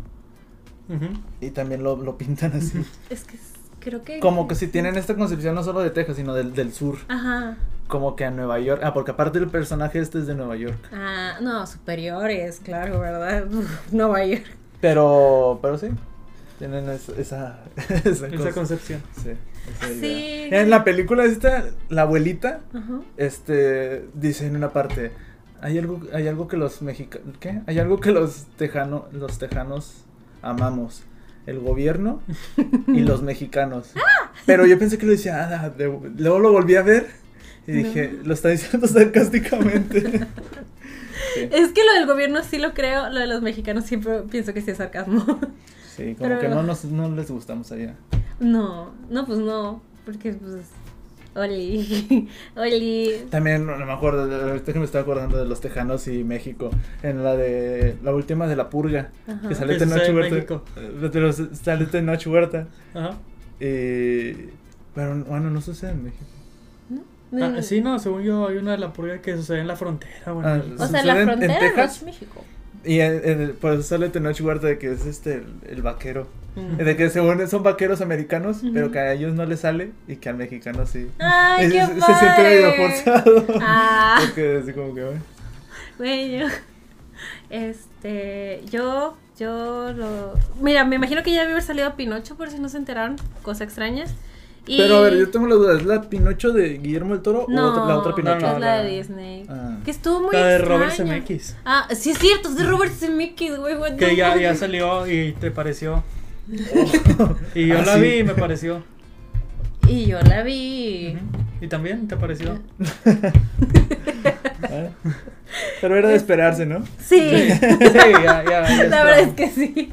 C: ujú.
A: Y también lo, lo pintan así.
B: Es que es- creo que.
A: Como que si tienen esta concepción no solo de Texas, sino del, del sur.
B: Ajá.
A: Como que a Nueva York. Ah, porque aparte el personaje este es de Nueva York.
B: Ah, no, superiores, claro, ¿verdad? [LAUGHS] Nueva York.
A: Pero, pero sí. Tienen es- esa, [LAUGHS] esa,
C: Esa
A: cosa.
C: concepción.
A: Sí, esa idea.
B: Sí.
A: En la película esta, la abuelita,
B: Ajá.
A: este, dice en una parte, hay algo, hay algo que los mexicanos, ¿qué? Hay algo que los tejanos, los tejanos amamos, el gobierno
B: [LAUGHS]
A: y los mexicanos.
B: ¡Ah!
A: Pero yo pensé que lo decía, "Ah, de- luego lo volví a ver y dije, lo está diciendo [LAUGHS] sarcásticamente. sí,
B: Es que lo del gobierno sí lo creo, lo de los mexicanos siempre pienso que sí es sarcasmo. [LAUGHS]
A: sí, como
B: Pero-
A: que no, nos, no les gustamos allá.
B: No, no, pues no, porque pues... Oli, [LAUGHS] Oli.
A: También no me acuerdo, ahorita que me estaba acordando de los tejanos y México, en la de la última de la purga,
B: Ajá.
A: que sale
C: Que sucede
A: Tenoch
C: en
A: Huerta.
C: México.
A: eh, pero s- Sale Tenoch Huerta.
C: Ajá.
A: Y, Eh, pero bueno, no sucede en México.
B: No, no.
C: Ah, sí, no, según yo hay una de la purga que sucede en la frontera. Bueno,
A: Ah,
C: el-
B: O sea, la
A: ¿Sucede en- en
B: frontera no
A: Texas?
B: es México.
A: Y en- en el- por eso sale Tenoch Huerta de que es este el, el vaquero.
B: Mm.
A: De que según son vaqueros americanos,
B: Ujú.
A: pero que a ellos no les sale y que al mexicano sí.
B: Ay,
A: Y
B: qué
A: se,
B: padre.
A: se siente medio forzado. [LAUGHS]
B: Ah.
A: Porque así como que, bueno.
B: Bueno, este, yo, yo lo... Mira, me imagino que ya había salido Pinocho por si no se enteraron, cosas extrañas. Y...
A: Pero a ver, yo tengo la duda, ¿es la Pinocho de Guillermo el Toro
B: No,
A: o otra- la otra
B: no,
A: Pinocho?
B: es la de
C: la-
B: Disney.
A: Ah.
B: Que estuvo muy
C: la de
B: extraña.
C: Robert Zemeckis.
B: Ah, sí es cierto, es de Robert Zemeckis, güey. what the
C: Que ya,
B: fuck.
C: ya salió y te
B: [LAUGHS]
C: pareció. Y yo
A: Ah,
C: la
A: sí.
C: vi y me pareció.
B: Y yo la vi.
C: Ujú. ¿Y también te pareció?
A: Ah. Pero era de esperarse, ¿no?
B: Sí.
C: [LAUGHS] Sí, ya, ya. ya
B: la verdad es
C: está.
B: que sí.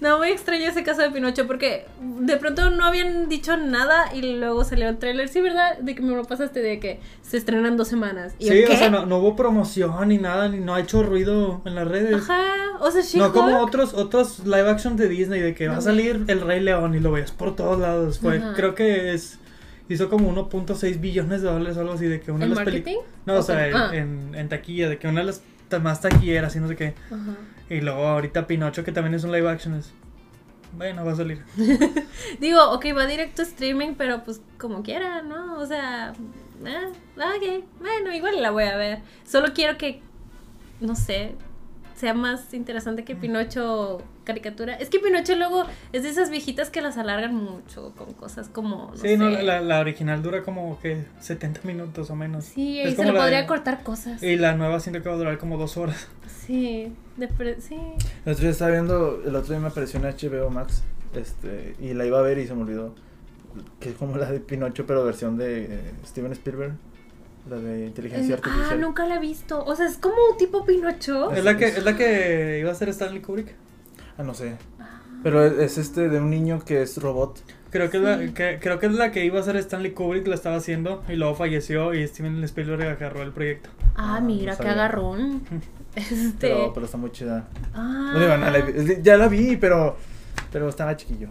B: No, muy extraño ese caso de Pinocho porque de pronto no habían dicho nada y luego salió el tráiler. Sí, ¿verdad? De que me lo pasaste de que se estrenan dos semanas. Y yo,
C: Sí,
B: ¿qué?
C: o sea, no, no hubo promoción ni nada, ni no ha hecho ruido en las redes.
B: Ajá. O sea, she
C: No como otros otros live action de Disney de que va
B: No.
C: a salir El Rey León y lo veías por todos lados. Fue,
B: Ajá.
C: creo que es hizo como 1.6 billones de dólares o algo así de que una
B: ¿En
C: de las peli-
B: marketing?
C: No, o
B: Ok.
C: sea, en-
B: Ah.
C: en, en taquilla de que una de las ta- más taquillera, así no sé qué.
B: Ajá.
C: Y luego ahorita Pinocho, que también es un live action, es. Bueno, va a salir.
B: Digo, ok, va directo a streaming, pero pues como quiera, ¿no? O sea, ah, ok, bueno, igual la voy a ver. Solo quiero que, no sé, sea más interesante que Pinocho caricatura. Es que Pinocho luego es de esas viejitas que las alargan mucho con cosas como, no
C: sí,
B: sé.
C: no, la, la original dura como que 70 minutos o menos.
B: Sí,
C: Es
B: ahí se
C: como
B: le
C: la
B: podría
C: de-
B: cortar cosas.
C: Y la nueva siento que va a durar como dos horas.
B: Sí, de pre- sí.
A: El otro día estaba viendo, el otro día me apareció en HBO Max, este, y la iba a ver y se me olvidó. Que es como la de Pinocho, pero versión de eh, Steven Spielberg, la de inteligencia
B: Eh, ah,
A: artificial.
B: nunca la he visto. O sea, es como un tipo Pinocho.
C: Es la que, es la que iba a ser Stanley Kubrick.
A: Ah, no sé. Pero es, es este de un niño que es robot.
C: Creo que, es la,
B: Sí.
C: que- creo que es la que iba a ser Stanley Kubrick, la estaba haciendo y luego falleció y Steven Spielberg agarró el proyecto.
B: Ah,
A: Ah,
B: mira,
A: no
B: qué
A: sabía.
B: agarrón. Este.
A: Pero, pero está muy chida.
B: ah.
A: No digo, no la vi- ya la vi, pero, pero estaba chiquillo.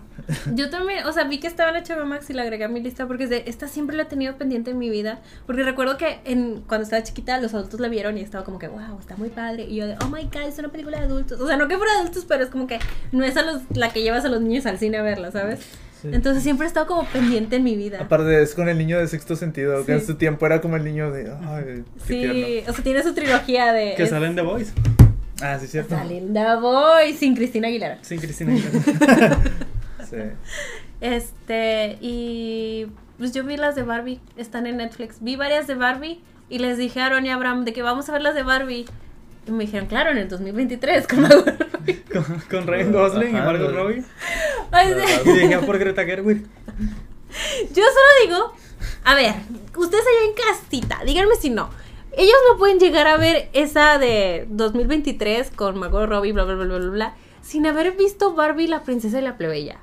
B: Yo también, o sea, vi que estaba en HBO Max y la agregué a mi lista porque es de, esta siempre la he tenido pendiente en mi vida. Porque recuerdo que en, cuando estaba chiquita los adultos la vieron y estaba como que, wow, está muy padre. Y yo de, oh my god, es una película de adultos. O sea, no que fuera de adultos, pero es como que no es a los, la que llevas a los niños al cine a verla, ¿sabes?
A: Sí.
B: Entonces siempre he estado como pendiente en mi vida.
A: Aparte, es con el niño de sexto sentido, que en
B: Sí.
A: su tiempo era como el niño de. Ay, qué
B: Sí,
A: tierno.
B: o sea, tiene su trilogía de...
C: Que
B: es-
C: sale en The Voice.
A: Ah, sí, cierto.
B: Hasta Linda Boy sin Cristina Aguilera.
C: Sí, Cristina. Aguilera. [LAUGHS]
A: Sí.
B: Este, y pues yo vi las de Barbie, están en Netflix. Vi varias de Barbie y les dije a Aaron y a Abraham de que vamos a ver las de Barbie. Y me dijeron, claro, en el 2023, con Margot
C: [LAUGHS]
B: Robbie.
C: con, con Ryan Gosling y
A: Ajá,
C: Margot
A: güey.
C: Robbie.
B: Ay,
A: La
B: sí.
A: de
C: Y dirigida por Greta Gerwig.
B: Yo solo digo, a ver, ustedes allá en casita, díganme si no. Ellos no pueden llegar a ver esa de 2023 con Margot Robbie, bla, bla, bla, bla, bla, bla, sin haber visto Barbie, la princesa y la plebeya.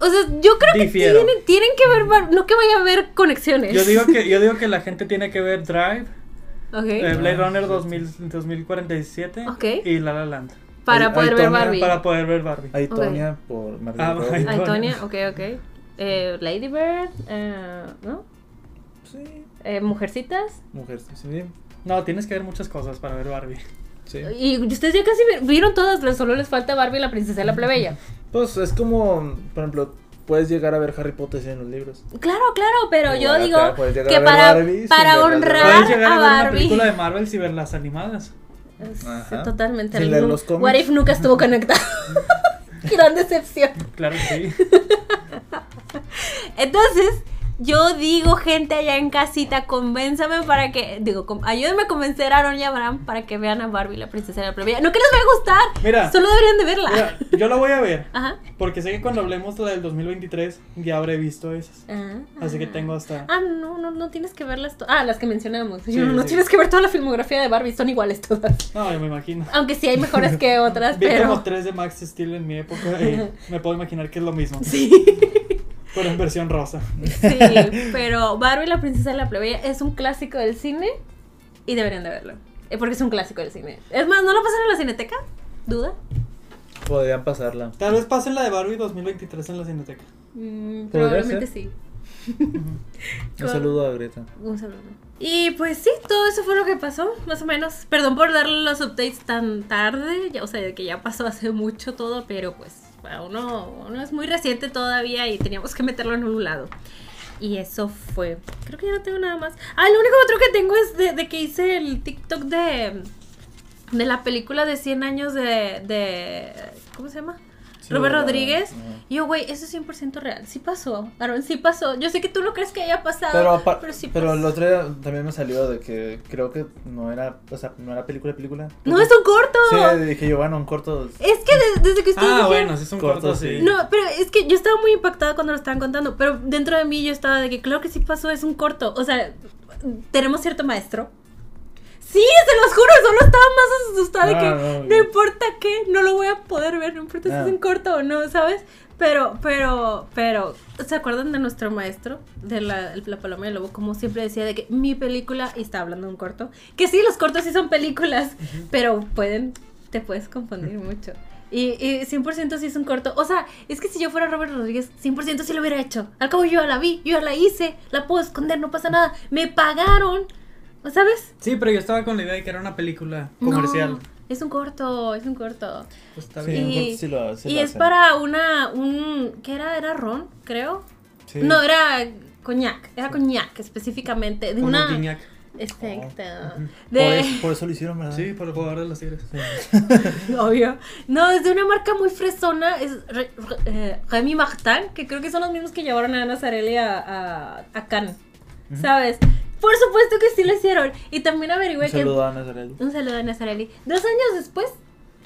B: O sea, yo creo
C: Difiero.
B: que tienen, tienen que ver, Bar- no que vaya a haber conexiones.
C: Yo digo que yo digo que la gente tiene que ver Drive,
B: [LAUGHS] Ok.
C: eh, Blade
A: Ah,
C: Runner 2000 2047
B: Ok.
C: y La La Land
B: Para
A: Ay-
B: poder
A: ay,
B: ver
A: Tonya,
B: Barbie.
C: para poder ver Barbie.
A: Hay
B: Ok.
A: Tonya por Margot
C: Ah,
A: Robbie.
C: ay.
B: Ay, Tonya, ok, ok. Eh, Lady Bird, eh, ¿no?
A: Sí,
B: Eh, Mujercitas.
A: mujer, sí, sí.
C: No, tienes que ver muchas cosas para ver Barbie.
A: sí.
B: Y ustedes ya casi vi- vieron todas, les- solo les falta Barbie, la princesa y la plebeya.
A: Pues es como, por ejemplo, puedes llegar a ver Harry Potter en los libros.
B: Claro, claro, pero
A: Igual
B: yo
A: acá
B: digo
A: puedes llegar a
B: que
A: ver
B: para,
A: Barbie sin
B: para
A: verlas.
C: Puedes
B: honrar
C: llegar
B: Ah, a
C: a ver una
B: Barbie.
C: película de Marvel si ver las animadas.
B: Es-
A: Ajá.
B: Totalmente.
A: Sin
B: el
A: leer
B: nu-
A: los cómics.
B: What if nunca estuvo
A: [LAUGHS]
B: conectado? Gran decepción.
C: Claro que sí.
B: [LAUGHS] Entonces, yo digo, gente allá en casita, convénzame para que. Digo, con- ayúdenme a convencer a Aaron y a Abraham para que vean a Barbie, la princesa de la plebeya. No que les vaya a gustar,
C: Mira.
B: solo deberían de verla.
C: Mira, yo la voy a ver
B: [LAUGHS] Ajá.
C: porque sé que cuando hablemos de la del 2023 ya habré visto esas. Así que tengo hasta
B: Ah, no, no, no tienes que verlas todas. Ah, las que mencionamos.
C: Sí,
B: no, no
C: sí.
B: tienes que ver toda la filmografía de Barbie, son iguales todas.
C: No, yo me imagino.
B: Aunque sí hay mejores que otras,
C: Vi
B: pero.
C: como tres de Max Steel en mi época y me puedo imaginar que es lo mismo,
B: [LAUGHS] Sí,
C: pero en versión rosa.
B: sí, pero Barbie la princesa de la plebeya es un clásico del cine y deberían de verlo. Eh, Porque es un clásico del cine. Es más, ¿no lo pasan en la cineteca? ¿Duda?
A: Podrían pasarla.
C: Tal vez pasen la de Barbie 2023 en la Cineteca.
B: Mm,
A: Podría
B: probablemente
A: ser.
B: sí.
A: Un saludo a Greta.
B: Un saludo. Y pues sí, todo eso fue lo que pasó, más o menos. Perdón por darle los updates tan tarde, ya, o sea, de que ya pasó hace mucho todo, pero pues para uno, uno es muy reciente todavía y teníamos que meterlo en un lado. Y eso fue. Creo que ya no tengo nada más. Ah, lo único otro que tengo es de, de que hice el TikTok de, de la película de 100 años de. de ¿Cómo se llama?
A: Sí,
B: Robert
A: la-
B: Rodríguez.
A: ajá.
B: Y Yo, güey, eso es 100% real. Sí pasó. Aaron, sí pasó. Yo sé que tú no crees que haya pasado.
A: Pero, apar-
B: Ah, pero sí
A: pero
B: pasó.
A: el otro día también me salió de que creo que no era, o sea, no era película, película.
B: No, es Eh, un corto.
A: Sí, dije yo, bueno, un corto.
B: Es que de- desde que ustedes
C: Ah,
B: dijeron-
C: bueno, sí es un corto,
A: Corto,
C: sí.
A: sí.
B: No, pero es que yo estaba muy impactada cuando lo estaban contando, pero dentro de mí yo estaba de que claro que sí pasó, es un corto. O sea, tenemos cierto maestro. Sí, se los juro, solo estaba más asustada de
A: Ah,
B: que
A: no,
B: no,
A: no.
B: importa qué, no lo voy a poder ver, no importa si
A: Ah.
B: es un corto o no, ¿sabes? Pero, pero, pero, ¿se acuerdan de nuestro maestro? De la, el- la Paloma y el Lobo, como siempre decía, de que mi película, y está hablando de un corto, que sí, los cortos sí son películas, pero pueden, te puedes confundir mucho. Y, y 100% sí es un corto. O sea, es que si yo fuera Robert Rodríguez, 100% sí lo hubiera hecho. Al cabo yo ya la vi, yo ya la hice, la puedo esconder, no pasa nada. Me pagaron ¿Sabes?
C: Sí, pero yo estaba con la idea de que era una película comercial.
B: No, es un corto, es un corto.
C: Pues está
A: Sí,
C: bien.
A: un
B: Y-
A: corto sí lo- sí
B: y
A: lo
B: es
A: hacen.
B: para una, un, ¿qué era? Era ron, creo.
A: Sí.
B: No, era coñac, era coñac específicamente. De
C: Como
B: una...
C: Guiñac.
A: Oh.
B: Exacto.
C: Ujú.
A: Por,
B: De...
A: eso, por eso lo hicieron, ¿verdad?
C: Sí, por el jugador de los tigres.
B: [LAUGHS] Obvio. No, es de una marca muy fresona. Es Re- Re- eh, Remy Martin, que creo que son los mismos que llevaron a Ana Zarelli a, a, a Cannes. ¿Sabes? Por supuesto que sí lo hicieron. Y también
A: Un
B: averigüé que.
A: saludo a Ana Zarelli.
B: Un saludo a Ana Zarelli. Dos años después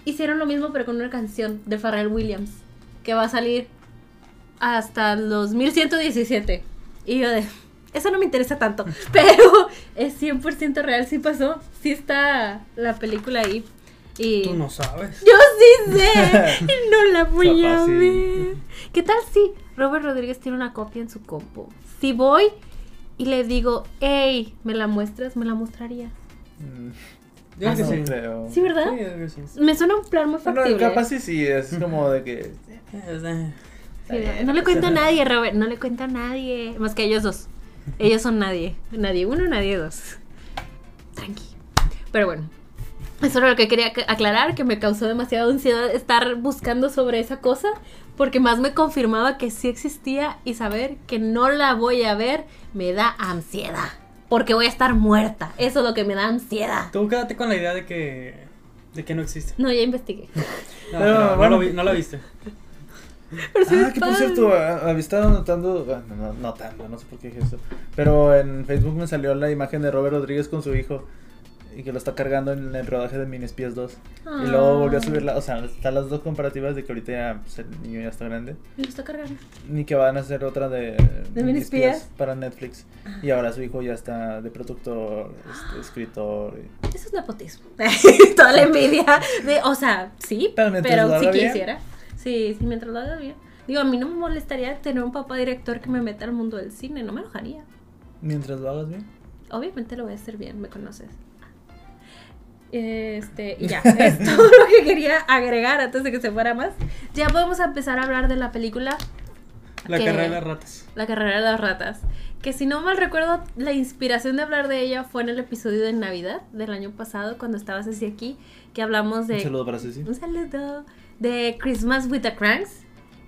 B: hicieron lo mismo, pero con una canción de Pharrell Williams. Que va a salir hasta el 2117. Y yo de. Eso no me interesa
C: [LAUGHS]
B: tanto. Pero es 100% real. Sí pasó. Sí está la película ahí. Y...
C: Tú no sabes.
B: Yo sí
C: [LAUGHS]
B: sé. y no la voy
A: Capaz
B: a
A: sí.
B: ver. ¿Qué tal si Robert Rodríguez tiene una copia en su compu? Si voy y le digo, hey, ¿me la muestras? Me la mostraría.
A: Mm,
C: Yo creo que
A: no
C: sí.
A: creo.
B: ¿Sí, verdad?
C: Sí, yo creo que sí.
B: Me suena un plan muy
A: Bueno,
B: factible.
A: capaz sí, sí, es como
C: [LAUGHS]
A: de que.
B: Sí, no, no le cuento a nadie, Robert. No le cuento a nadie. Más que a ellos dos. Ellos son nadie. Nadie uno, nadie dos. Tranqui. Pero bueno. Eso era lo que quería ac- aclarar, que me causó demasiada ansiedad estar buscando sobre esa cosa, porque más me confirmaba que sí existía y saber que no la voy a ver me da ansiedad, porque voy a estar muerta. Eso es lo que me da ansiedad.
C: Tú quédate con la idea de que, de que no existe.
B: No, ya investigué.
C: No,
A: No,
C: pero no,
A: bueno.
C: lo vi- no la viste.
B: Pero sí
A: ah,
B: me
A: que por
B: pasa.
A: cierto, a- había estado notando. ah, No, no, notando, no sé por qué dije eso. Pero en Facebook me salió la imagen de Robert Rodríguez con su hijo. Y que lo está cargando en el rodaje de Mini Espías 2. Y luego volvió
B: Ah.
A: a subirla. O sea, están las dos comparativas de que ahorita ya, pues, el niño ya está grande.
B: Me lo está cargando.
A: Ni que van a hacer otra de,
B: ¿De
A: Mini
B: Minispías?
A: Espías para Netflix. Y ahora su hijo ya está de productor, este, escritor. y-
B: Eso es nepotismo. [LAUGHS] Toda la envidia. De, o sea, sí,
A: Pero
B: pero,
A: mientras lo
B: si
A: haga bien.
B: quisiera. Sí, sí, mientras lo haga bien. Digo, a mí no me molestaría tener un papá director que me meta al mundo del cine. No me enojaría.
A: Mientras lo hagas bien.
B: Obviamente lo voy a hacer bien, me conoces. Este, y ya,
A: [LAUGHS]
B: es todo lo que quería agregar antes de que se fuera más. Ya podemos empezar a hablar de la película
C: La
B: ¿Qué?
C: carrera de las ratas.
B: La carrera de las ratas. Que si no mal recuerdo, la inspiración de hablar de ella fue en el episodio de Navidad del año pasado, cuando estabas así aquí, que hablamos de...
A: Un saludo para Ceci.
B: Un saludo. De Christmas with the Cranks.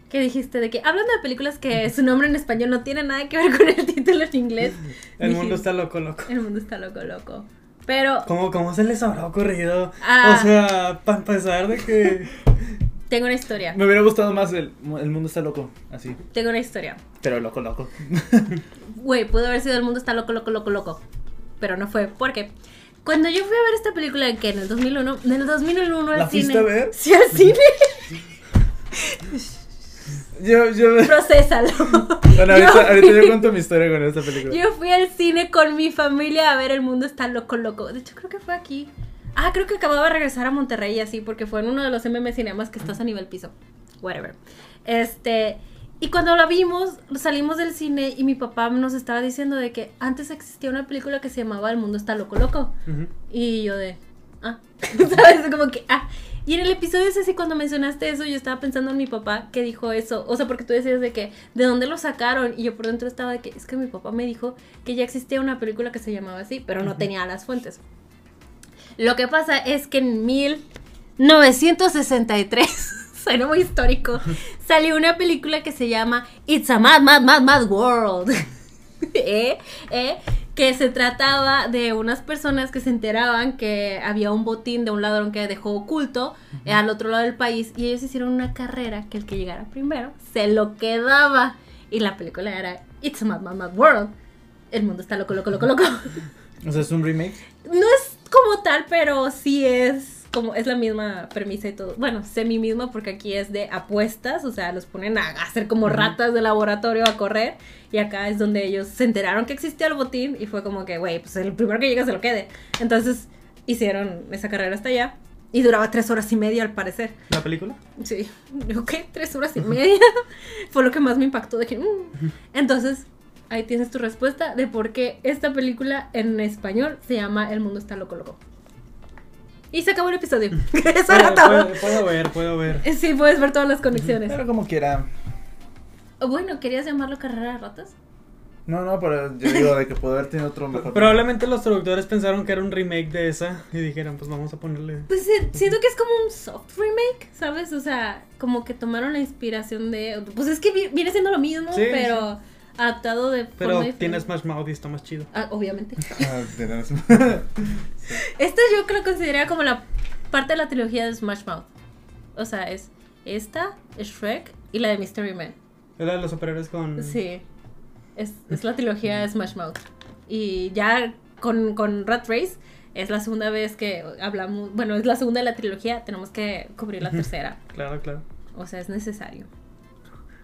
B: Que dijiste de que hablando de películas que su nombre en español no tiene nada que ver con el título en inglés.
C: El
B: Dije,
C: mundo está loco, loco.
B: El mundo está loco, loco. Pero
C: ¿Cómo, cómo se les habrá ocurrido?
B: Ah.
C: O sea, para empezar de que...
B: tengo una historia.
A: Me hubiera gustado más el, el mundo está loco, así.
B: Tengo una historia.
A: Pero loco, loco.
B: Güey, pudo haber sido El mundo está loco, loco, loco, loco. Pero no fue, porque cuando yo fui a ver esta película en que en el 2001, en el 2001 al
A: ¿La
B: cine.
A: fuiste a ver?
B: Sí, al cine. [LAUGHS]
A: Yo, yo.
B: Procésalo.
A: [LAUGHS] Bueno,
B: yo,
A: ahorita, ahorita [LAUGHS] yo
B: fui-
A: cuento mi historia con esta película.
B: yo fui al cine con mi familia a ver El mundo está loco, loco. De hecho, creo que fue aquí. Ah, creo que acababa de regresar a Monterrey así, porque fue en uno de los MM Cinemas que estás a nivel piso. Whatever. Este. Y cuando la vimos, salimos del cine y mi papá nos estaba diciendo de que antes existía una película que se llamaba El mundo está loco, loco.
C: Ujú.
B: Y yo de, ah, [LAUGHS] ¿sabes? Como que, ah. Y en el episodio ese, sí, cuando mencionaste eso, yo estaba pensando en mi papá que dijo eso. O sea, porque tú decías de que, ¿de dónde lo sacaron? Y yo por dentro estaba de que, es que mi papá me dijo que ya existía una película que se llamaba así, pero no tenía las fuentes. Lo que pasa es que en 1963, [LAUGHS] suena muy histórico, salió una película que se llama It's a Mad, Mad, Mad, Mad World. [LAUGHS] ¿Eh? ¿Eh? Que se trataba de unas personas que se enteraban que había un botín de un ladrón que dejó oculto eh, al otro lado del país y ellos hicieron una carrera que el que llegara primero se lo quedaba. Y la película era It's a Mad, Mad, Mad World. El mundo está loco, loco, loco, loco.
A: O sea, es un remake.
B: No es como tal, pero sí es como es la misma premisa y todo. Bueno, semi misma porque aquí es de apuestas, o sea, los ponen a hacer como ratas de laboratorio a correr y acá es donde ellos se enteraron que existía el botín y fue como que, güey, pues el primero que llega se lo quede. Entonces hicieron esa carrera hasta allá y duraba tres horas y media al parecer.
C: ¿La película?
B: Sí, [LAUGHS] creo que tres horas y media [LAUGHS] fue lo que más me impactó. Dije, "Mm". entonces ahí tienes tu respuesta de por qué esta película en español se llama El mundo está loco, loco. Y se acabó el
C: [LAUGHS]
B: episodio. [LAUGHS] Eso era
C: Puedo,
B: todo.
C: puedo- puedo ver, puedo ver.
B: Eh, Sí, puedes ver todas las conexiones.
A: Pero como quiera.
B: Bueno, ¿querías llamarlo carrera de ratas?
A: No, no, pero yo digo de que puede haber tenido otro mejor.
C: Probablemente los productores pensaron que era un remake de esa y dijeron, pues vamos a ponerle.
B: Pues eh, siento que es como un soft remake, ¿sabes? O sea, como que tomaron la inspiración de. Pues es que vi- viene siendo lo mismo,
C: Sí,
B: pero adaptado de
C: Pero
B: forma
C: tiene
B: diferente.
C: Smash Mouth y está más chido.
B: Ah, obviamente.
A: Ah, de las-
B: Esta yo creo que consideraría como la parte de la trilogía de Smash Mouth. O sea, es esta, es Shrek y la de Mystery Man.
C: Era de los superhéroes con.
B: Sí. Es, es la trilogía de Smash Mouth. Y ya con, con Rat Race es la segunda vez que hablamos. Bueno, es la segunda de la trilogía. Tenemos que cubrir la tercera.
C: Claro, claro.
B: O sea, es necesario.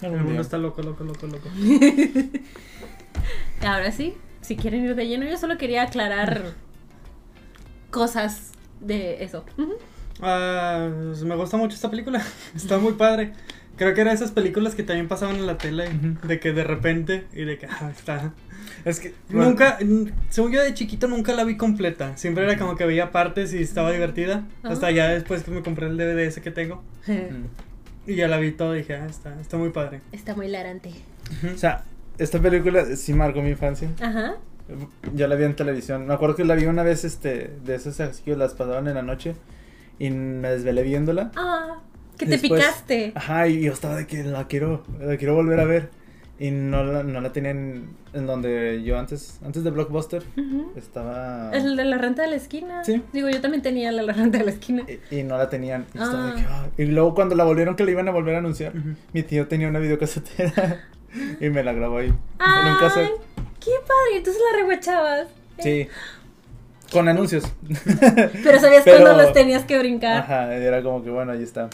A: Algún
C: El mundo
A: día.
C: está loco, loco, loco, loco.
B: Ahora sí, si quieren ir de lleno, yo solo quería aclarar cosas de eso. Ujú.
C: Ah, pues, me gusta mucho esta película. [LAUGHS] Está muy padre. Creo que era esas películas que también pasaban en la tele. De que de repente. Y de que. Ah, está.
A: [LAUGHS] Es que.
C: Nunca. n- Según yo de chiquito nunca la vi completa. Siempre era como que veía partes y estaba divertida. Hasta
B: Ajá.
C: ya después que me compré el DVD ese que tengo.
A: Mm.
C: Y ya la vi toda. y Dije, ah, está, está muy padre.
B: Está muy larante.
A: O sea, esta película sí marcó mi infancia.
B: Ajá.
A: Yo la vi en televisión. Me acuerdo que la vi una vez, este, de esas así que las pasaban en la noche. Y me desvelé viéndola.
B: Ah, que te
A: Después-
B: picaste.
A: Ajá, y yo estaba de que la quiero, la quiero volver a ver. Y no la, no la tenían en donde yo antes, antes de Blockbuster,
B: Ujú.
A: estaba...
B: El de la renta de la esquina.
A: Ah. Sí. Eh,
B: Digo, yo también tenía la, la renta de la esquina.
A: Y, y no la tenían. Y, yo estaba de
B: Ah.
A: que, "Ah". Y luego cuando la volvieron que la iban a volver a anunciar,
C: Ujú.
A: mi tío tenía una videocasetera [LAUGHS] y me la grabó ahí. En
B: ¡Ay!
A: un cassette.
B: ¡Qué padre! Entonces la reguachabas.
A: Sí. Con anuncios.
B: Pero sabías
A: [LAUGHS] Pero-
B: cuándo los tenías que brincar.
A: [LAUGHS] Ajá, era como que bueno, ahí está.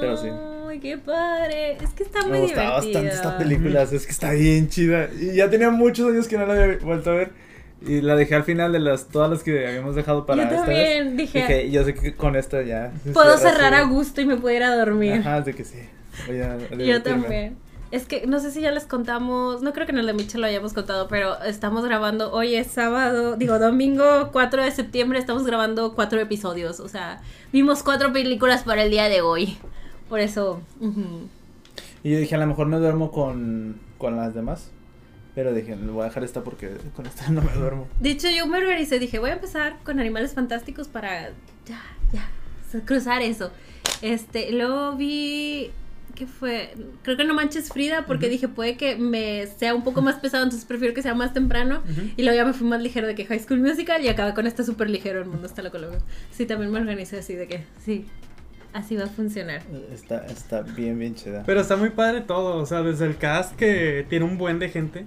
A: pero sí.
B: ¡Ay, qué padre! Es que está
A: Me
B: muy
A: gustaba
B: divertida.
A: bastante esta película, o sea, es que está bien chida. Y ya tenía muchos años que no la había vuelto a ver. Y la dejé al final de las todas las que habíamos dejado para
B: yo
A: esta vez.
B: también dije,
A: Dije, yo sé que con esta ya. se
B: puedo
A: cierra
B: cerrar
A: su-
B: a gusto y me puedo ir a dormir.
A: Ajá, de que sí. Voy a
B: Yo
A: divertirme.
B: también. Es que no sé si ya les contamos, no creo que en el de Micha lo hayamos contado, pero estamos grabando, hoy es sábado, digo domingo 4 de septiembre, estamos grabando cuatro episodios, o sea, vimos cuatro películas para el día de hoy. Por eso, ujú.
A: Y yo dije, a lo mejor me duermo con, con las demás. Pero dije, "No, voy a dejar esta porque con esta no me duermo.
B: de hecho yo me organicé, dije, voy a empezar con Animales Fantásticos para, ya, ya, s- cruzar eso. Este, luego vi, ¿qué fue? Creo que No Manches Frida, porque dije, puede que me sea un poco más pesado, entonces prefiero que sea más temprano.
C: Ujú.
B: Y luego ya me fui más ligero de que High School Musical y acabé con este súper ligero, el mundo está loco loco. Sí, también me organizé así de que, sí, así va a funcionar.
A: Está, está bien, bien chida.
C: Pero está muy padre todo. O sea, desde el cast que tiene un buen de gente.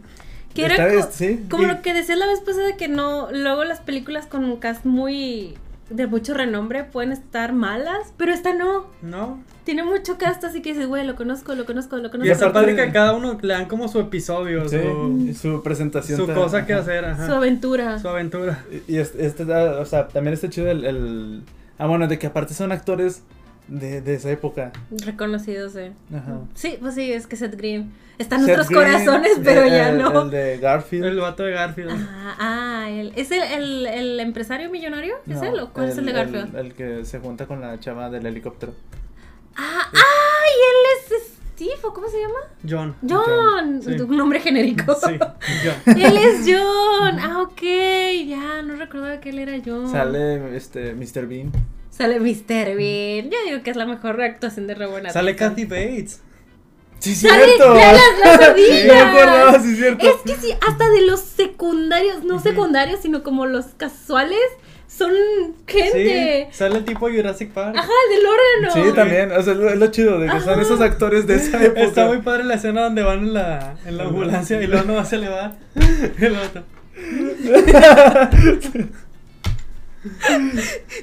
B: Que
A: Esta
B: era
A: vez,
B: co-
A: sí.
B: como
A: Y-
B: lo que decías la vez pasada de que no, luego las películas con un cast muy de mucho renombre pueden estar malas, pero esta no.
C: ¿No?
B: Tiene mucho cast, así que dices, güey, lo conozco, lo conozco, lo
C: Y
B: conozco.
C: está
A: aparte-
C: padre que a cada uno le dan como su episodio,
A: Sí,
C: su,
A: y su presentación.
C: su
A: tan-
C: cosa que
A: ajá.
C: hacer, ajá.
B: Su aventura.
C: Su aventura.
A: Y y es- este, da- o sea, también está chido el, el- Ah, bueno, de que aparte son actores de, de esa época.
B: Reconocidos, eh.
A: Ajá.
B: Sí, pues sí, es que Seth Green está en
A: Seth
B: nuestros
A: Green, eh,
B: corazones, pero
A: el-
B: ya
A: el-
B: no.
A: El de Garfield.
C: El vato de Garfield.
B: Ah, ah, el- ¿es el, el- el empresario millonario? ¿Es
A: No,
B: él o cuál es el de Garfield?
A: El, que se junta con la chava del helicóptero.
B: Ah, ¡ay! él es Steve, ¿o cómo se llama?
C: John.
B: John,
C: Sí.
B: un nombre genérico.
C: Sí, [LAUGHS] John.
A: [LAUGHS]
B: Él es John. Ah, ok. Ya, no recordaba que él era John.
A: Sale este Mr. Bean.
B: Sale Mr. Bean. Yo digo que es la mejor actuación de Rebona.
C: Sale Kathy Bates.
A: Sí,
B: ¡Sale
A: cierto.
B: de las
A: [LAUGHS] Sí, me acordaba,
B: ladrillas!
A: sí, cierto.
B: Es que sí, hasta de los secundarios, no secundarios, sino como los casuales, son gente.
C: Sí, sale el tipo de Jurassic Park.
B: Ajá, del órgano.
A: Sí, también. O sea, es lo, es lo chido de que son
B: Ajá.
A: esos actores de esa época.
C: Está
A: [LAUGHS]
C: muy padre la escena donde van en la, en la ambulancia y luego no va a se le va el otro.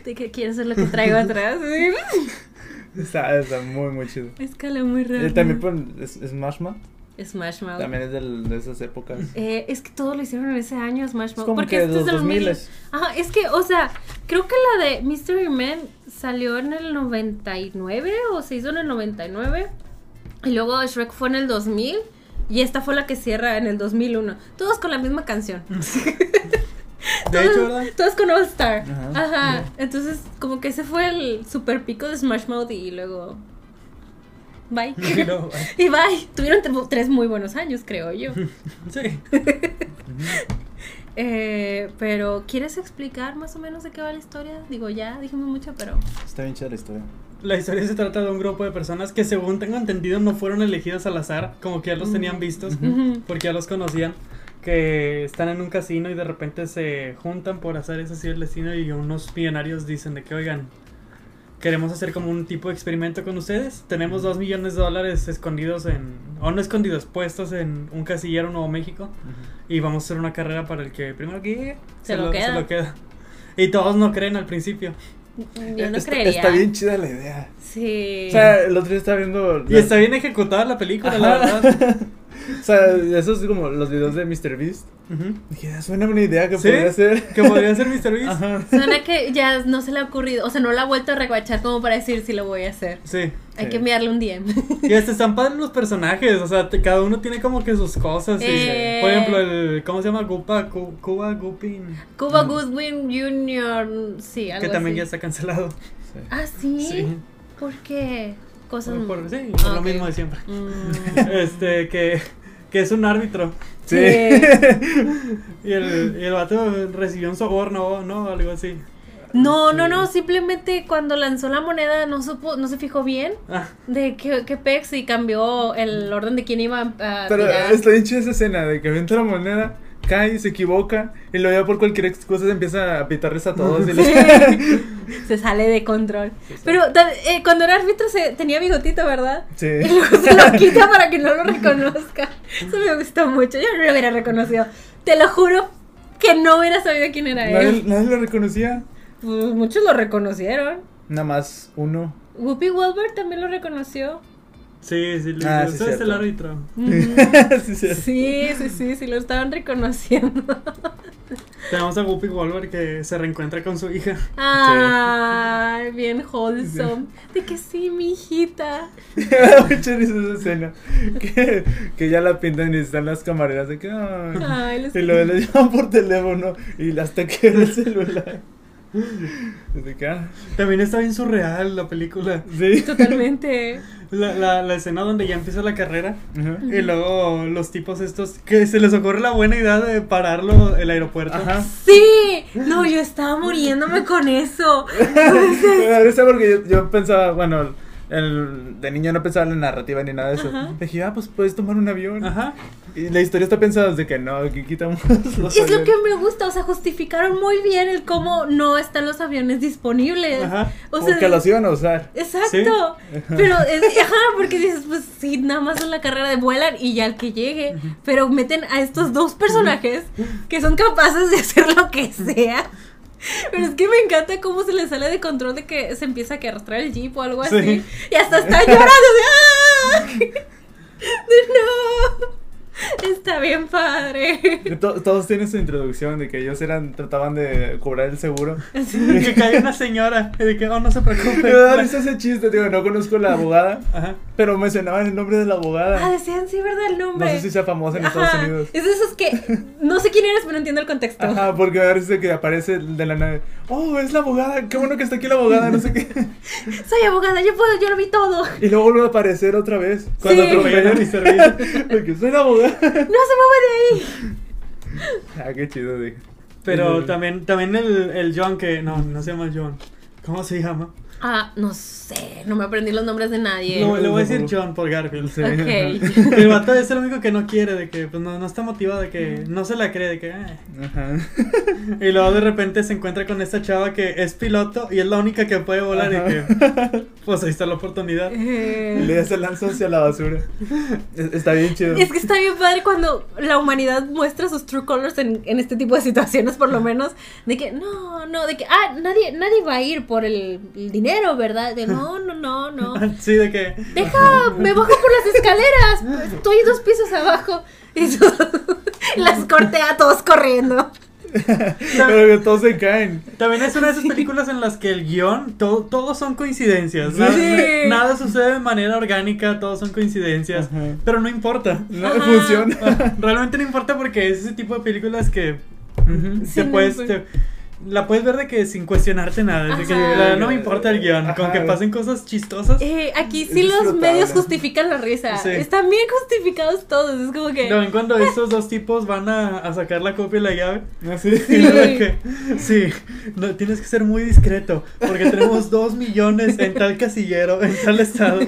B: De que quieres ver lo que traigo
A: [LAUGHS]
B: atrás.
A: Está, está muy, muy chido.
B: Escala muy rara.
A: Eh, también pon- es, es Smash Mouth.
B: Smash Mouth.
A: También es del- de esas épocas.
B: Eh, es que todo lo hicieron en ese año, Smash Mouth.
A: Es como
B: porque
A: que
B: este es
A: los
B: del
A: 2000.
B: 2000. Ajá, es que, o sea, creo que la de Mystery Man salió en el 99 o se hizo en el 99. Y luego Shrek fue en el 2000. Y esta fue la que cierra en el 2001. Todos con la misma canción. [LAUGHS]
C: De
B: Todos-
C: hecho, ¿verdad?
B: Todos con All Star.
A: Ajá.
B: Ajá. Entonces, como que ese fue el super pico de Smash Mouth y luego. Bye.
C: No,
B: [LAUGHS] y bye. Tuvieron tre- tres muy buenos años, creo yo.
C: sí.
B: Eh, pero, ¿quieres explicar más o menos de qué va la historia? Digo, ya dijimos mucho, pero.
A: Está bien chida la historia.
C: La historia se trata de un grupo de personas que según tengo entendido no fueron elegidas al azar, como que ya los tenían vistos,
B: Mm. Ujú.
C: porque ya los conocían, que están en un casino y de repente se juntan por azar, es así el destino, y unos millonarios dicen de que, oigan, queremos hacer como un tipo de experimento con ustedes, tenemos dos millones de dólares escondidos en, o no escondidos, puestos en un casillero en Nuevo México, y vamos a hacer una carrera para el que primero que llegue
B: Se lo queda.
C: queda. Y todos no creen al principio.
B: Yo no
A: está,
B: creería.
A: Está bien chida la idea.
B: Sí.
A: O sea, el otro día estaba viendo.
C: Y está bien ejecutada la película, la
A: Ajá.
C: verdad.
A: O sea, eso es como los videos de MrBeast.
C: Ujú.
A: Dije, "Ah, suena buena idea que
C: ¿Sí?
A: podría ser.
C: Que podría ser Mr. Beast.
A: Ajá.
B: Suena que ya no se le ha ocurrido, o sea, no la ha vuelto a reguachar como para decir si lo voy a hacer.
C: Sí.
B: Hay
A: Sí.
B: que enviarle un DM.
C: Y hasta están padres los personajes. O sea, te- cada uno tiene como que sus cosas. y-
B: Eh.
C: Por ejemplo, el. ¿Cómo se llama? Gupa, Cu- Cuba Gupin.
B: [LAUGHS] Cuba
A: Mm.
B: Goodwin Jr., sí, algo
C: Que también
B: así.
C: ya está cancelado.
A: Sí.
B: Ah, ¿sí? ¿Por qué? Cosas...
C: Por, por- sí,
B: Ah,
C: por lo
B: ok.
C: mismo de siempre.
B: Mm.
C: [LAUGHS] Este, que, que es un árbitro. Y el, y el vato recibió un soborno, ¿no? Algo así.
B: No, no, no, simplemente cuando lanzó la moneda no supo, no se fijó bien
C: Ah,
B: de qué, qué pex y cambió el orden de quién iba a
A: Pero
B: tirar.
A: está bien chida esa escena de que avienta la moneda, cae, se equivoca y luego ya por cualquier excusa se empieza a pitarles
B: [LAUGHS]
A: a todos. Y les... [LAUGHS]
B: Se sale de control. Pero ta- eh, cuando era árbitro se tenía bigotito, ¿verdad?
A: Sí.
B: Y [LAUGHS] luego se
A: [LAUGHS]
B: lo quita para que no lo reconozca. Eso me gustó mucho. Yo no lo hubiera reconocido. Te lo juro que no hubiera sabido quién era
A: Nadie,
B: él.
A: nadie lo reconocía.
B: Pues, muchos lo reconocieron.
A: Nada más uno. [LAUGHS]
B: Whoopi Goldberg también lo reconoció.
C: sí, sí, le
A: Ah,
C: digo,
A: sí,
C: "Tú eres el
A: cierto.
C: árbitro.
B: Mm,
A: Sí, [LAUGHS] sí.
B: Sí, sí, sí, sí, lo estaban reconociendo.
C: Tenemos a Guppy Wolver que se reencuentra con su hija.
B: Ay, bien wholesome. De que sí, mi hijita.
A: [LAUGHS] Me da mucha risa esa escena. Que, que ya la pintan y están las camareras de que. "Ay".
B: Ay, los-
A: Y luego le llaman por teléfono y hasta que el celular. Desde que, ah,
C: También está bien surreal la película.
A: sí.
B: Totalmente.
C: La, la, la escena donde ya empieza la carrera
A: Ajá.
C: y luego los tipos estos que se les ocurre la buena idea de pararlo el aeropuerto.
A: Ajá.
B: Sí, no, yo estaba muriéndome con eso.
A: [LAUGHS] Me da risa porque yo, yo pensaba, bueno, el- de niño no pensaba en la narrativa ni nada de eso.
B: Ajá.
A: Dije, ah, pues puedes tomar un avión.
C: Ajá.
A: Y la historia está pensada desde que no, que quitamos los
B: Es lo que
A: aviones.
B: me gusta, o sea, justificaron muy bien el cómo no están los aviones disponibles.
C: Ajá.
B: O sea,
A: Porque los iban a usar.
B: Exacto. Pero, es- [LAUGHS] ajá, porque dices, pues sí, nada más en la carrera de vuelan y ya el que llegue. Pero meten a estos dos personajes que son capaces de hacer lo que sea. Pero es que me encanta cómo se les sale de control de que se empieza a que arrastrar el jeep o algo así.
C: Sí.
B: Y hasta están llorando.
A: [LAUGHS]
B: De, ¡Ah! De, no. Está bien padre.
A: Y to- todos tienen su introducción de que ellos eran, trataban de cobrar el seguro.
C: Y que cae una señora y de que, oh, no se
A: Me da
C: preocupe.
A: risa ese chiste, digo, no conozco la abogada,
C: Ajá.
A: pero mencionaban el nombre de la
B: Ah,
A: abogada.
B: decían, sí, ¿verdad? El
A: No
B: nombre.
A: sé si sea famosa en Estados
B: Ajá.
A: Unidos.
B: Es de esos que no sé quién eres, pero entiendo el contexto.
A: Ajá, porque me da risa que aparece de la nave. Oh, es la abogada, qué bueno que está aquí la abogada, no sé qué.
B: Soy abogada, yo puedo, yo lo vi todo. [LAUGHS] No
A: Y luego vuelve a aparecer otra vez. Cuando
B: Sí.
A: atropellan a mi servicio. Porque soy la abogada.
B: se mueve de ahí.
A: Ah, qué chido, dije.
C: Pero también, también el, el John que, no, no se llama John. ¿Cómo se llama?
B: Ah, no sé, no me aprendí los nombres de nadie.
C: Lo, le voy a decir John por Garfield.
A: Sí.
B: Ok.
C: El vato es el único que no quiere, de que pues, no, no está motivado, de que no se la cree, de que... "Ah".
A: Ajá.
C: Y luego de repente se encuentra con esta chava que es piloto y es la única que puede volar
A: Ajá.
C: y que pues ahí está la oportunidad.
A: Y
B: Eh,
A: [LAUGHS] le se lanza hacia la basura. Es- está bien chido.
B: Es que está bien padre cuando la humanidad muestra sus true colors en, en este tipo de situaciones, por lo menos. De que, no, no, de que, ah, nadie, nadie va a ir por el, el dinero, ¿verdad? De no, no, no, no.
C: [LAUGHS] Sí, de que
B: Deja, me bajo por las escaleras. Estoy dos pisos abajo. Y [LAUGHS] todos- las cortea a todos corriendo.
A: Pero que todos se caen.
C: también es una de esas películas en las que el guión, todo, todos son coincidencias.
A: Sí.
C: Nada, nada sucede de manera orgánica, todos son coincidencias.
A: Ajá.
C: Pero no importa.
A: No
B: Ajá.
A: funciona. [LAUGHS]
C: Realmente no importa porque es ese tipo de películas que
A: Ujú.
B: Sí,
C: te
B: no
C: puedes...
B: sé.
C: te- la puedes ver de que sin cuestionarte nada. de que
B: Ajá.
C: la- no me importa el guión. Con
A: Ajá.
C: que pasen cosas chistosas.
B: Eh, aquí
A: Es
B: sí los
A: disfrutable.
B: medios justifican la risa.
C: Sí.
B: Están bien justificados todos. Es como que.
C: No, en cuando esos dos tipos van a, a sacar la copia y la llave.
A: Así.
C: [LAUGHS] y luego de que, Sí, no, tienes que ser muy discreto porque tenemos dos millones en tal casillero, en tal estado.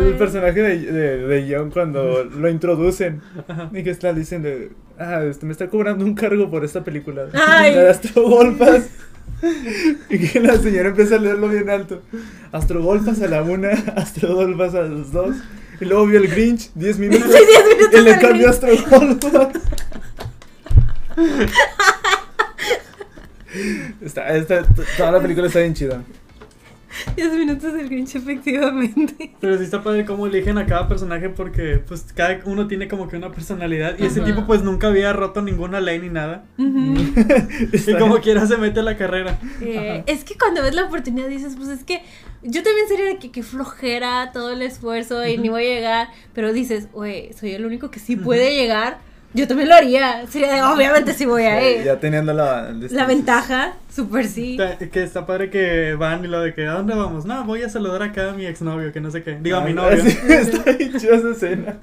A: El personaje de, de, de
B: [LAUGHS]
A: John cuando lo introducen y que está, le dicen de, ah, este, me está cobrando un cargo por esta película
B: Ay.
A: la [LAUGHS] de Astrogolfas [LAUGHS] y que la señora empieza a leerlo bien alto Astrogolfas a la una, [LAUGHS] Astrogolfas a las dos y luego vio el Grinch 10 minutos,
B: Sí, 10 minutos
A: y le
B: del
A: cambió
B: Grinch. [LAUGHS]
A: Astrogolfas Está, está, toda la película está bien chida.
B: 10 minutos del Grinch, efectivamente. [LAUGHS]
C: Pero sí está padre cómo eligen a cada personaje porque pues cada uno tiene como que una personalidad y ese
B: Ajá.
C: tipo pues nunca había roto ninguna ley ni nada.
B: Ujú.
C: Y
A: Está-
C: como quiera se mete a la carrera.
B: Eh,
A: Mm. Ajá.
B: es que cuando ves la oportunidad dices, pues es que yo también sería de que, que flojera todo el esfuerzo y ni voy a llegar, pero dices, güey, soy el único que sí puede llegar, yo también lo haría, sería de, obviamente sí voy a
A: Ya
B: ir.
A: teniendo la,
B: eh. La ventaja, súper sí.
C: Ta- Que está padre que van y lo de que ¿a dónde vamos? No, voy a saludar acá a mi exnovio, que no sé qué. Digo, a mi novio.
A: [LAUGHS] Sí, está bien chida esa escena.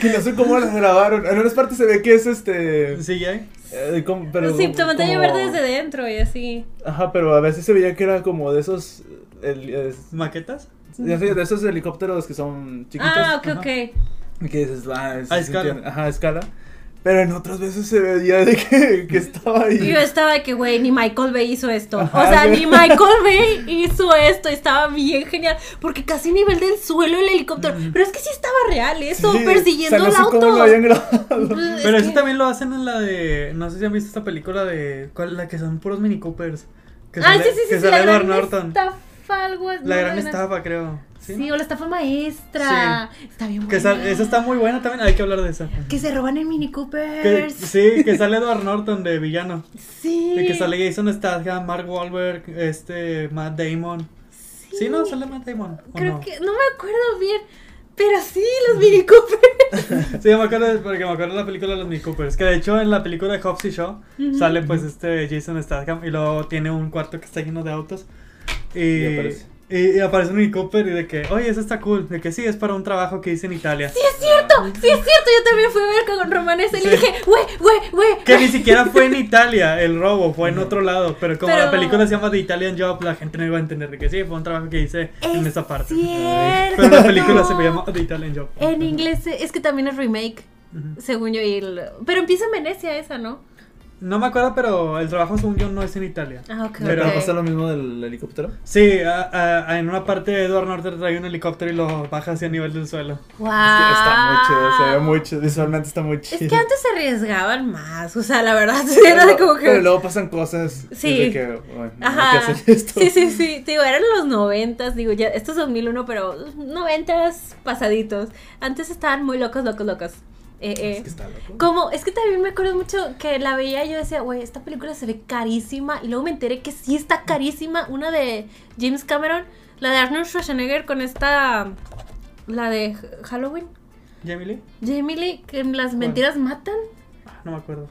A: Que no sé cómo las grabaron. En unas partes se ve que es este.
C: Sí, ya.
A: eh, como- pero
B: sí,
A: como-
B: tu pantalla
A: como-
B: verde desde dentro y así.
A: Ajá, pero a veces se veía que era como de esos. eh, el- es-
C: ¿Maquetas?
A: ya sé, de esos helicópteros que son chiquitos.
B: Ah, ok,
C: ajá.
B: ok.
A: Y Que dices, ah, es-
C: A
A: se
C: escala.
A: entiende. Ajá, a escala. Pero en otras veces se veía de que, [LAUGHS] que estaba
B: Y
A: ahí.
B: yo estaba de que, güey, ni Michael Bay hizo esto. O
A: Ajá,
B: sea,
A: sí.
B: ni Michael Bay hizo esto. Estaba bien genial. Porque casi a nivel del suelo el helicóptero. Pero es que sí estaba real eso,
A: Mm. Sí,
B: persiguiendo
A: o sea, no
B: el
A: sé
B: auto.
A: cómo lo habían grabado.
B: Pues, es
C: Pero eso
B: que-
C: también lo hacen en la de. No sé si han visto esta película de. ¿Cuál? La que son puros Mini Coopers. Que
B: Ah,
C: sale-
B: sí, sí, sí,
C: Que
B: sí,
C: sale
B: la
C: Edward
B: gran
C: Norton.
B: estafa, algo así.
C: La
B: no,
C: gran estafa, creo. Sí.
B: Sí, o la estafa maestra. Está bien buena.
C: Que sal- esa está muy buena también, hay que hablar de esa.
B: Que se roban el Mini
C: Que-
B: Cooper.
C: sí, que sale Edward Norton de villano.
B: Sí.
C: Y que sale Jason Statham, Mark Wahlberg, este, Matt Damon. Sí, no, sale Matt Damon. ¿o
B: Creo
C: no?
B: que. No me acuerdo bien. Pero sí, los Mini Cooper.
C: Sí, me acuerdo, de- porque me acuerdo de la película de los Mini Coopers. Que de hecho en la película de Hobbs y Shaw sale pues este Jason Statham y luego tiene un cuarto que está lleno de autos. Y,
A: Y aparece.
C: y- y aparece un Mini Cooper y de que, oye, eso está cool. De que sí, es para un trabajo que hice en Italia.
B: Sí, es cierto,
A: Ah,
B: sí es cierto. Yo también fui a ver con Román ese y le
C: Sí.
B: dije, güey, güey, güey.
C: Que ni siquiera
B: [LAUGHS]
C: fue en Italia el robo, fue en otro lado. Pero como la
B: Pero-
C: película se llama The Italian Job, la gente no iba a entender de que sí, fue un trabajo que hice en
B: Es
C: esa parte.
B: cierto.
C: Pero la película se llama The Italian Job.
B: En inglés, eh, es que también es remake,
C: Ujú.
B: según yo. y el- Pero empieza en Venecia esa, ¿no?
C: No me acuerdo, pero el trabajo según yo no es en Italia.
B: Ah, ok.
A: Pero
B: ok.
A: pasa lo mismo del helicóptero.
C: Sí, a- a- a- en una parte Edward Norton trae un helicóptero y lo baja hacia el nivel del suelo.
B: Wow.
A: Está muy chido, se ve muy chido. Visualmente está muy chido.
B: Ah. Es que antes se arriesgaban más, o sea, la
A: [LAUGHS]
B: verdad, sí, era de como
A: Pero
B: que...
A: luego pasan cosas.
B: Sí.
A: Sí. Que, bueno, Ajá.
B: Ajá.
A: Que hacer esto.
B: Sí, sí, sí. Te Digo, eran los noventas, digo, ya, esto es 2001, pero noventas pasaditos. Antes estaban muy locos, locos, locos. Eh, eh.
A: Es que está loco.
B: Como, es que también me acuerdo mucho que la veía y yo decía, güey, esta película se ve carísima. Y luego me enteré que sí está carísima. Una de James Cameron, la de Arnold Schwarzenegger con esta. La de H- Halloween.
C: ¿Jamie Lee?
B: Jamie Lee, que las
C: ¿Cuál?
B: mentiras matan.
C: Ah, No me acuerdo.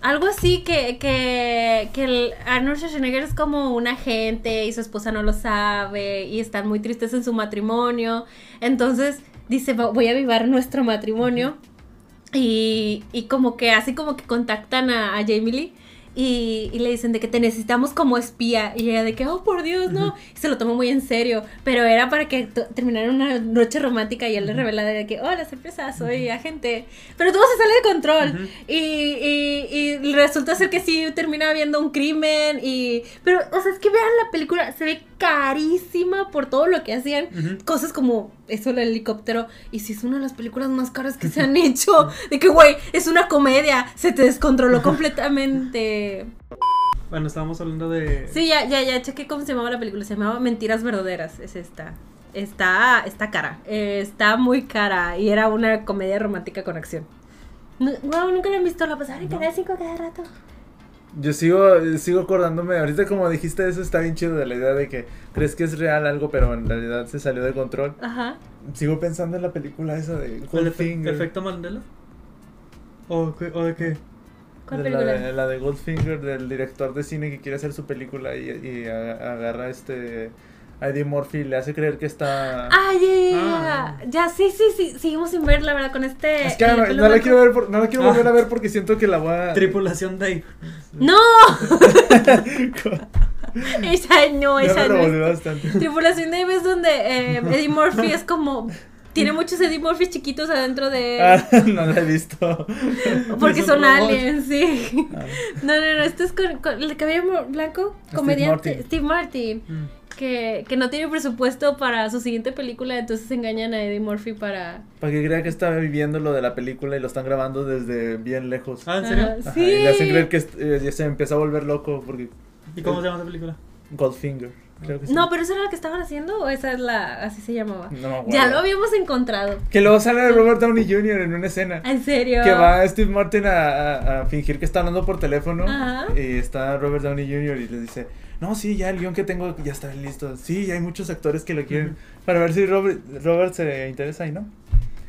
B: Algo así que, que, que el Arnold Schwarzenegger es como un agente y su esposa no lo sabe y están muy tristes en su matrimonio. Entonces dice, "Va- voy a avivar nuestro matrimonio. Y, y como que así como que contactan a, a Jamie Lee y, y le dicen de que te necesitamos como espía. Y ella de que, oh, por Dios, no. Y se lo tomó muy en serio. Pero era para que to- terminara una noche romántica y él le revela de que, hola, sorpresa, soy agente. Pero todo se sale de control.
C: Ujú.
B: Y, y- y resulta ser que sí termina habiendo un crimen y... Pero, o sea, es que vean la película, se ve carísima por todo lo que hacían.
C: Ujú.
B: Cosas como eso, el helicóptero. Y si es una de las películas más caras que se han hecho. De que, güey, es una comedia. Se te descontroló completamente.
C: Bueno, estábamos hablando de...
B: Sí, ya, ya, ya chequé cómo se llamaba la película. Se llamaba Mentiras Verdaderas. Es esta. Está, está cara. Eh, está muy cara. Y era una comedia romántica con acción. No- Guau, nunca la han visto. La pasaban en
C: No.
B: Canal 5 cada rato.
A: Yo sigo, sigo acordándome, ahorita como dijiste eso está bien chido de la idea de que crees que es real algo, pero en realidad se salió de control.
B: Ajá.
A: Sigo pensando en la película esa de
C: ¿El
A: Goldfinger.
C: efe- efecto Mandela? ¿O, qué- o de qué?
B: ¿Cuál
A: de la,
B: película?
A: de, la de Goldfinger, del director de cine que quiere hacer su película y, y a- agarra este a Eddie Murphy y le hace creer que está...
B: Ah, ya, ya, ya.
C: Ah.
B: Ya, sí, sí, sí. Seguimos sin verla, ¿verdad? Con este.
A: es que
B: el
A: no,
B: pelo
A: no la
B: blanco.
A: quiero ver por- no la quiero
C: Ah.
A: volver a ver porque siento que la voy a...
C: Tripulación Dave.
A: [LAUGHS]
B: ¡No! esa no,
A: Ya
B: esa
A: me
B: no.
A: revolvió
B: es.
A: bastante.
B: Tripulación Dave es donde
A: [LAUGHS]
B: eh, Eddie Murphy es como. Tiene muchos Eddie Murphy chiquitos adentro de.
A: Ah, [LAUGHS] no la he visto.
B: Porque
C: Es un
B: son
C: robot.
B: aliens, sí.
A: Ah.
B: No, no, no, este es con, con el cabello blanco, comediante
A: Martin.
B: Steve Martin,
C: Mm.
B: que, que no tiene presupuesto para su siguiente película, entonces engañan a Eddie Murphy para...
A: Para que crea que está viviendo lo de la película y lo están grabando desde bien lejos.
C: Ah, ¿en serio?
B: Ajá,
A: Ajá,
B: sí.
A: Y le hacen creer que est- eh, ya se empieza a volver loco porque
C: ¿Y cómo se llama esa película?
A: Goldfinger. Creo que sí.
B: No, pero ¿esa era la que estaban haciendo o esa es la... así se llamaba?
A: No me acuerdo.
B: Ya lo habíamos encontrado.
A: Que luego sale Robert Downey Jr. en una escena.
B: En serio.
A: Que va Steve Martin a, a- a fingir que está hablando por teléfono.
B: Ajá.
A: Y está Robert Downey Jr. y le dice: No, sí, ya el guión que tengo ya está listo. Sí, ya hay muchos actores que lo quieren. Para ver si Robert, Robert se interesa y no.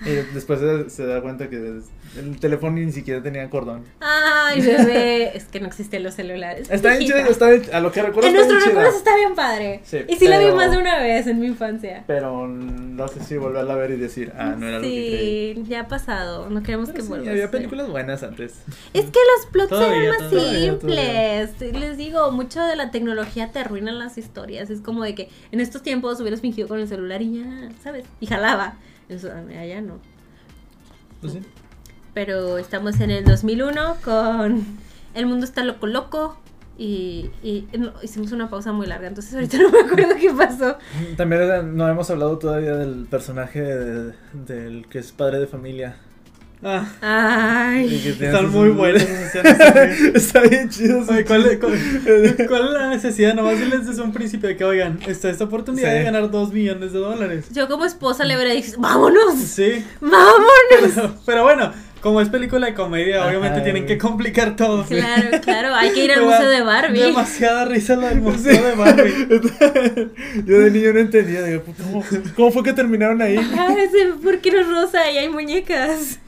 A: Y después se, se da cuenta que es- el teléfono ni siquiera tenía cordón.
B: Ay, bebé, [LAUGHS] es que no existían los celulares.
A: Está bien
B: Hijita.
A: chido, está bien- a lo que recuerdo.
B: En
A: está bien
B: nuestros
A: chida.
B: recuerdos está bien padre.
A: Sí,
B: y sí la vi
A: pero-
B: más de una vez en mi infancia.
A: Pero no sé si volverla a ver y decir: Ah, no era lo que creí.
B: sí, ya ha pasado. No queremos
A: Pero
B: que
A: sí,
B: vuelva. a
A: había
B: suceder.
A: películas buenas antes.
B: Es que los plots
C: Todavía,
B: eran más
A: todavía,
B: simples. Les digo, mucho de la tecnología te arruinan las historias. Es como de que en estos tiempos hubieras fingido con el celular y ya, ¿sabes? Y jalaba. Eso, allá no.
A: Pues sí.
B: Pero estamos en el 2001 con El mundo está loco loco. Y, y no, hicimos una pausa muy larga, entonces ahorita [LAUGHS] no me acuerdo qué pasó.
A: [LAUGHS] También era- no hemos hablado todavía del personaje de- del que es padre de familia.
C: Ah,
A: Y que
B: Ay.
A: tiene
C: están
A: sus-
C: muy buenas esas escenas también.
A: Está bien chido. sí.
C: Oye, ¿cuál, es- cuál, cuál es la necesidad? Nomás diles desde un principio de que, oigan, está esta oportunidad
A: Sí.
C: de ganar 2 millones
B: [LAUGHS]
C: de dólares.
B: Yo como esposa le hubiera dicho, vámonos,
C: Sí,
B: vámonos.
C: pero, pero bueno, como es película de comedia,
A: Ajá,
C: obviamente tienen
A: güey.
C: que complicar todo.
B: Claro, claro, hay que ir al
C: Me da
B: museo de Barbie.
C: Demasiada risa la del museo de
A: [LAUGHS]
C: Barbie.
A: [LAUGHS] Yo de niño no entendía. digo, ¿cómo, cómo fue que terminaron ahí?
B: Ajá, ese, ¿Por qué no es rosa y hay muñecas?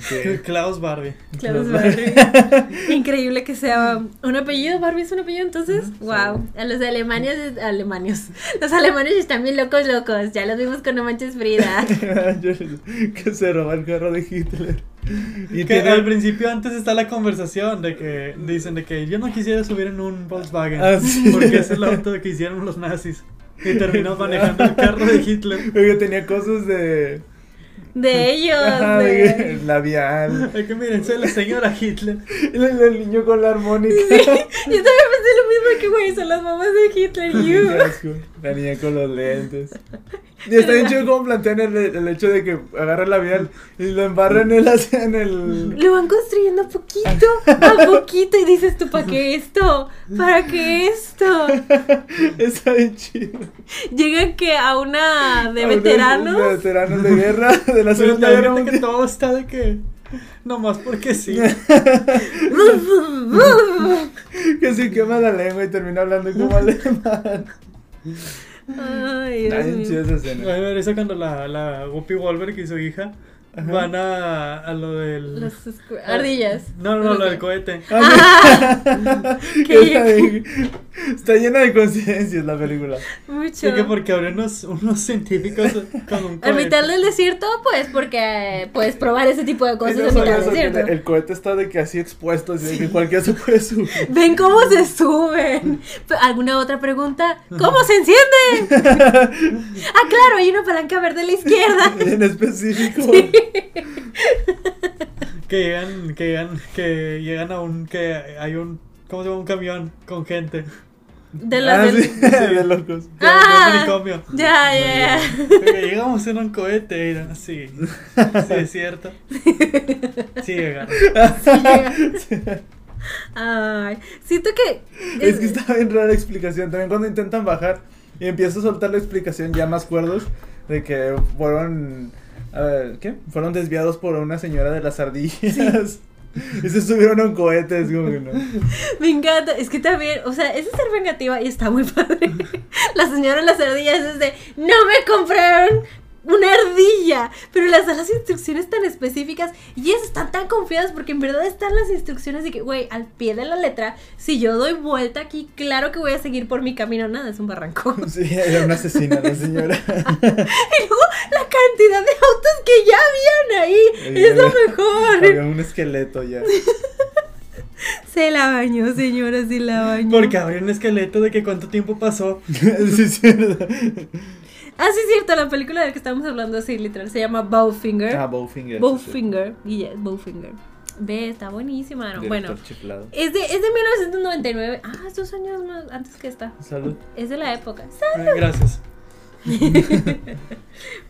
A: Sí.
C: Klaus Barbie.
B: Claro, es
A: Los-
B: Barbie. Increíble que sea un apellido. Barbie es un apellido, entonces. wow. A los alemanes, alemanes. Los alemanes están bien locos, locos. Ya los vimos con No Manches Frida.
A: [LAUGHS] Yo- que se robó el carro de Hitler. Y
C: que
A: tiene-
C: al principio antes está la conversación de que dicen de que yo no quisiera subir en un Volkswagen
A: Ah, sí.
C: porque es el auto que hicieron los nazis y terminó manejando el carro de Hitler.
A: Oye, tenía cosas de.
B: De ellos.
A: Ajá,
B: de-
A: de- labial.
C: Es que miren, soy la señora Hitler.
A: [LAUGHS] El, el niño con la armónica. [LAUGHS]
B: Yo también pensé lo mismo que, güey, son las mamás de Hitler. you.
A: Qué asco. La niña con los lentes. Y está bien chido cómo plantean el, el hecho de que agarra el labial y lo embarra en el, [LAUGHS] en el...
B: Lo van construyendo a poquito, a poquito. Y dices tú, ¿para qué esto? ¿Para qué esto?
A: Está bien chido.
B: Llegan que a una de
A: A unos-
B: veteranos. [LAUGHS]
A: De veteranos de guerra, de la
C: Pero
A: Segunda
C: la
A: Guerra
C: verdad que
A: Mundial.
C: todo está de que nomás porque
A: [LAUGHS]
C: sí.
A: Que se quema la lengua y termina hablando
B: [LAUGHS]
A: como alemán.
B: Ay, Dios
A: Está bien
B: mío.
A: chida esa
C: A
A: escena.
C: ver, eso cuando la, la Whoopi Goldberg y su hija
A: Ajá.
C: van a, a lo del...
B: Los escu- ardillas.
C: No, no, lo del cohete.
A: Ah,
B: que-
A: está, bien- está llena de coincidencias la película.
B: Mucho.
C: Sí, que porque habría unos, unos científicos
B: [LAUGHS]
C: con un
B: Al
C: cohete.
B: mitad del desierto, pues, porque eh, puedes probar ese tipo de cosas
A: Es
B: en
A: eso,
B: mitad del
A: eso, que
B: desierto.
A: El cohete está de que así expuesto, así de que cualquiera se puede subir.
B: Ven cómo se suben. P- ¿Alguna otra pregunta? ¿Cómo se enciende? ah, claro, hay una palanca verde a la izquierda.
A: En específico.
C: Que llegan, que llegan, que llegan a un, que hay un, ¿cómo se llama? Un camión con gente.
B: De las
A: Ah,
B: del- [LAUGHS]
A: sí, [LAUGHS] de locos.
C: Que
B: Ah.
C: hay un manicomio.
B: Ya, ya, ya.
C: Que llegamos en un cohete, y eran así. Sí, es cierto. Sí, llegaron.
B: [LAUGHS] Ay, siento que.
A: Es que está bien rara la explicación. También cuando intentan bajar y empiezo a soltar la explicación ya más cuerdos de que fueron a ver, ¿qué? Fueron desviados por una señora de las ardillas. [LAUGHS] Y se subieron a un cohete, es como que no.
B: [LAUGHS] Me encanta, es que también, o sea, es de ser
A: [LAUGHS]
B: vengativa y está muy padre. La señora en las ardillas es de, no me compraron una ardilla, pero las da las instrucciones tan específicas y ellas están tan confiadas porque en verdad están las instrucciones de que, güey, al pie de la letra, si yo doy vuelta aquí, claro que voy a seguir por mi camino, nada, es un
A: [LAUGHS]
B: barranco. [LAUGHS]
A: Sí, era una asesina la señora.
B: y luego la cantidad de autos que ya habían ahí,
A: Había-
B: es lo mejor.
A: Había un esqueleto ya. [LAUGHS]
B: Se la bañó, señora, se la bañó.
C: Porque habría un esqueleto de que cuánto tiempo pasó.
A: sí, es cierto.
B: Ah, sí, es cierto, la película de la que estábamos hablando, sí, literal, se llama Bowfinger.
A: Ah, Bowfinger. sí,
B: ¿Eh? Bowfinger, y ya es Bowfinger. Ve, está buenísima.
A: sí.
B: ¿no?
A: Director
B: Bueno,
A: chiflado.
B: es de, es de 1999. Ah, es dos años más antes que esta.
A: Salud.
B: Es de la época.
C: Ah, Gracias.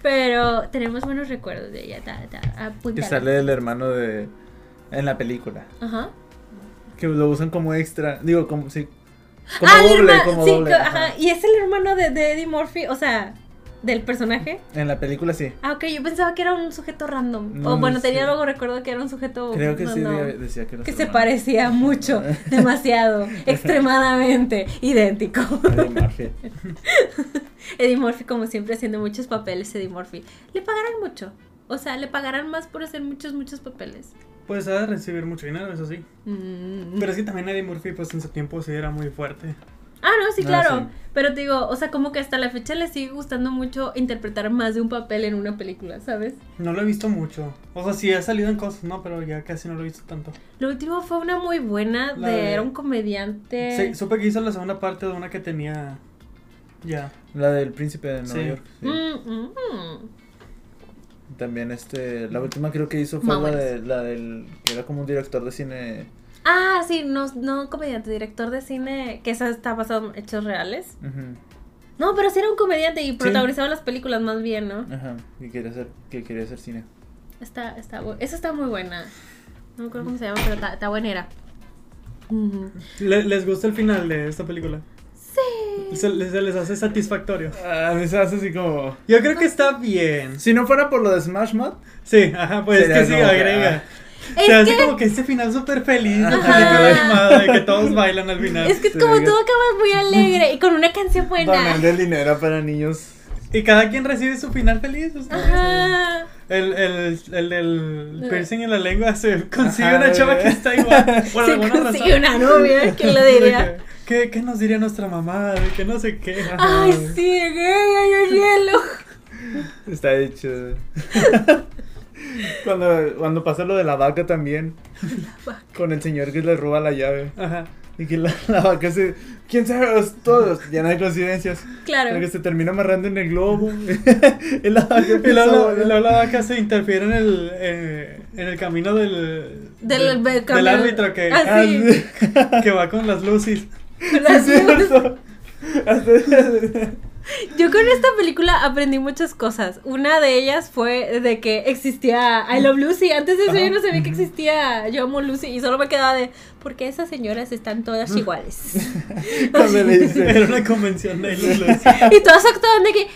B: Pero tenemos buenos recuerdos de ella. Ta, ta,
A: Que
B: apúntala.
A: sale el hermano de. En la película.
B: Ajá.
A: Que lo usan como extra. Digo, como sí. Como
B: Ah, el
A: doble,
B: hermano-
A: como
B: sí,
A: doble.
B: co-
A: ajá.
B: ajá. Y es el hermano de, de Eddie Murphy, o sea, del personaje.
A: En la película sí.
B: Ah, ok, yo pensaba que era un sujeto random.
A: No,
B: o
A: no
B: bueno, tenía
A: sé.
B: luego recuerdo que era un sujeto.
A: Creo que
B: Oh, no,
A: sí
B: no.
A: de- decía que era
B: Que
A: su
B: se
A: hermano.
B: parecía mucho, demasiado,
C: [LAUGHS]
B: extremadamente idéntico.
A: Eddie Murphy.
B: Eddie Murphy, como siempre, haciendo muchos papeles, Eddie Murphy. Le pagarán mucho. O sea, le pagarán más por hacer muchos, muchos papeles.
C: Pues ha de recibir mucho dinero, eso sí.
B: Mm.
C: Pero es que también Eddie Murphy, pues en su tiempo sí era muy fuerte.
B: Ah, no, sí,
A: Ah,
B: claro.
A: sí.
B: Pero te digo, o sea, como que hasta la fecha le sigue gustando mucho interpretar más de un papel en una película, ¿sabes?
C: No lo he visto mucho. O sea, sí ha salido en cosas, ¿no? Pero ya casi no lo he visto tanto.
B: Lo último fue una muy buena de,
C: La de-
B: era un comediante.
C: Sí, supe que hizo la segunda parte de una que tenía. Ya.
A: La del príncipe de Nueva
C: Sí.
A: York. sí.
B: Mm, mm, mm.
A: También este. La última creo que hizo fue la,
B: Mamones.
A: de, la del. Que era como un director de cine.
B: Ah, sí, no, no comediante, director de cine, que esa está basado en hechos reales.
A: Ujú,
B: No, pero sí era un comediante y protagonizaba las películas más bien, ¿no?
A: Ajá. Que quería hacer, que quería hacer cine.
B: Está, está, bu- esa está muy buena. No me acuerdo cómo se llama, pero está, está buena era. Ujú.
C: Le- ¿Les gusta el final de esta película? Sí. Se, les- se les hace satisfactorio.
A: A mí Ah, se hace así como.
C: Yo creo que está bien.
A: Si no fuera por lo de Smash Mouth,
C: Sí, ajá, pues
A: Sería
C: es que sí,
A: como que,
C: agrega.
B: Es
C: Se hace
B: que-
C: como que este final súper feliz, de
B: Ajá.
C: película animada, de que todos bailan al final.
B: Es que
A: Sí,
B: como
A: oiga.
B: todo acaba muy alegre y con una canción buena.
A: el dinero para niños.
C: Y cada quien recibe su final feliz. o sea,
B: Ajá.
C: El, el, el del
B: Eh.
C: piercing en la lengua se consigue
A: Ajá,
C: una chava
A: güey.
C: que está
B: [LAUGHS]
C: igual. Por
B: Se
C: alguna
B: consigue
C: razón.
B: una novia, ¿quién lo
C: [LAUGHS]
B: diría?
C: ¿Qué, ¿Qué nos diría nuestra mamá? De que no sé qué.
B: Ay, sí, gay, ay, ay, hielo.
A: Está hecho.
C: [LAUGHS]
A: cuando, cuando pasa lo de la vaca también. Con el señor que le roba la llave.
C: Ajá.
A: Y que la, la vaca se. ¿Quién sabe? Os- Todos. Ya no hay coincidencias.
B: Claro.
A: Porque se termina amarrando en el globo. [LAUGHS] y la vaca
C: Y
A: empieza a
C: luego la-
A: volar.
C: y luego la vaca se interfiere en el, eh, en el camino del,
B: Del- del
C: del
B: camión.
C: árbitro que,
B: Ah,
A: Ah, sí.
B: sí.
C: [LAUGHS] que va con las luces.
B: [LAUGHS] Las
A: Sí, es cierto. Hasta-
B: Yo con esta película aprendí muchas cosas. Una de ellas fue de que existía I Love Lucy. Antes de eso
C: Ajá.
B: yo no sabía que existía Yo Amo Lucy y solo me quedaba de, ¿por qué esas señoras están todas iguales?
A: Mm. [LAUGHS] Cuando le dice.
C: Era una convención de luces.
B: [LAUGHS] y todas actuaban de que,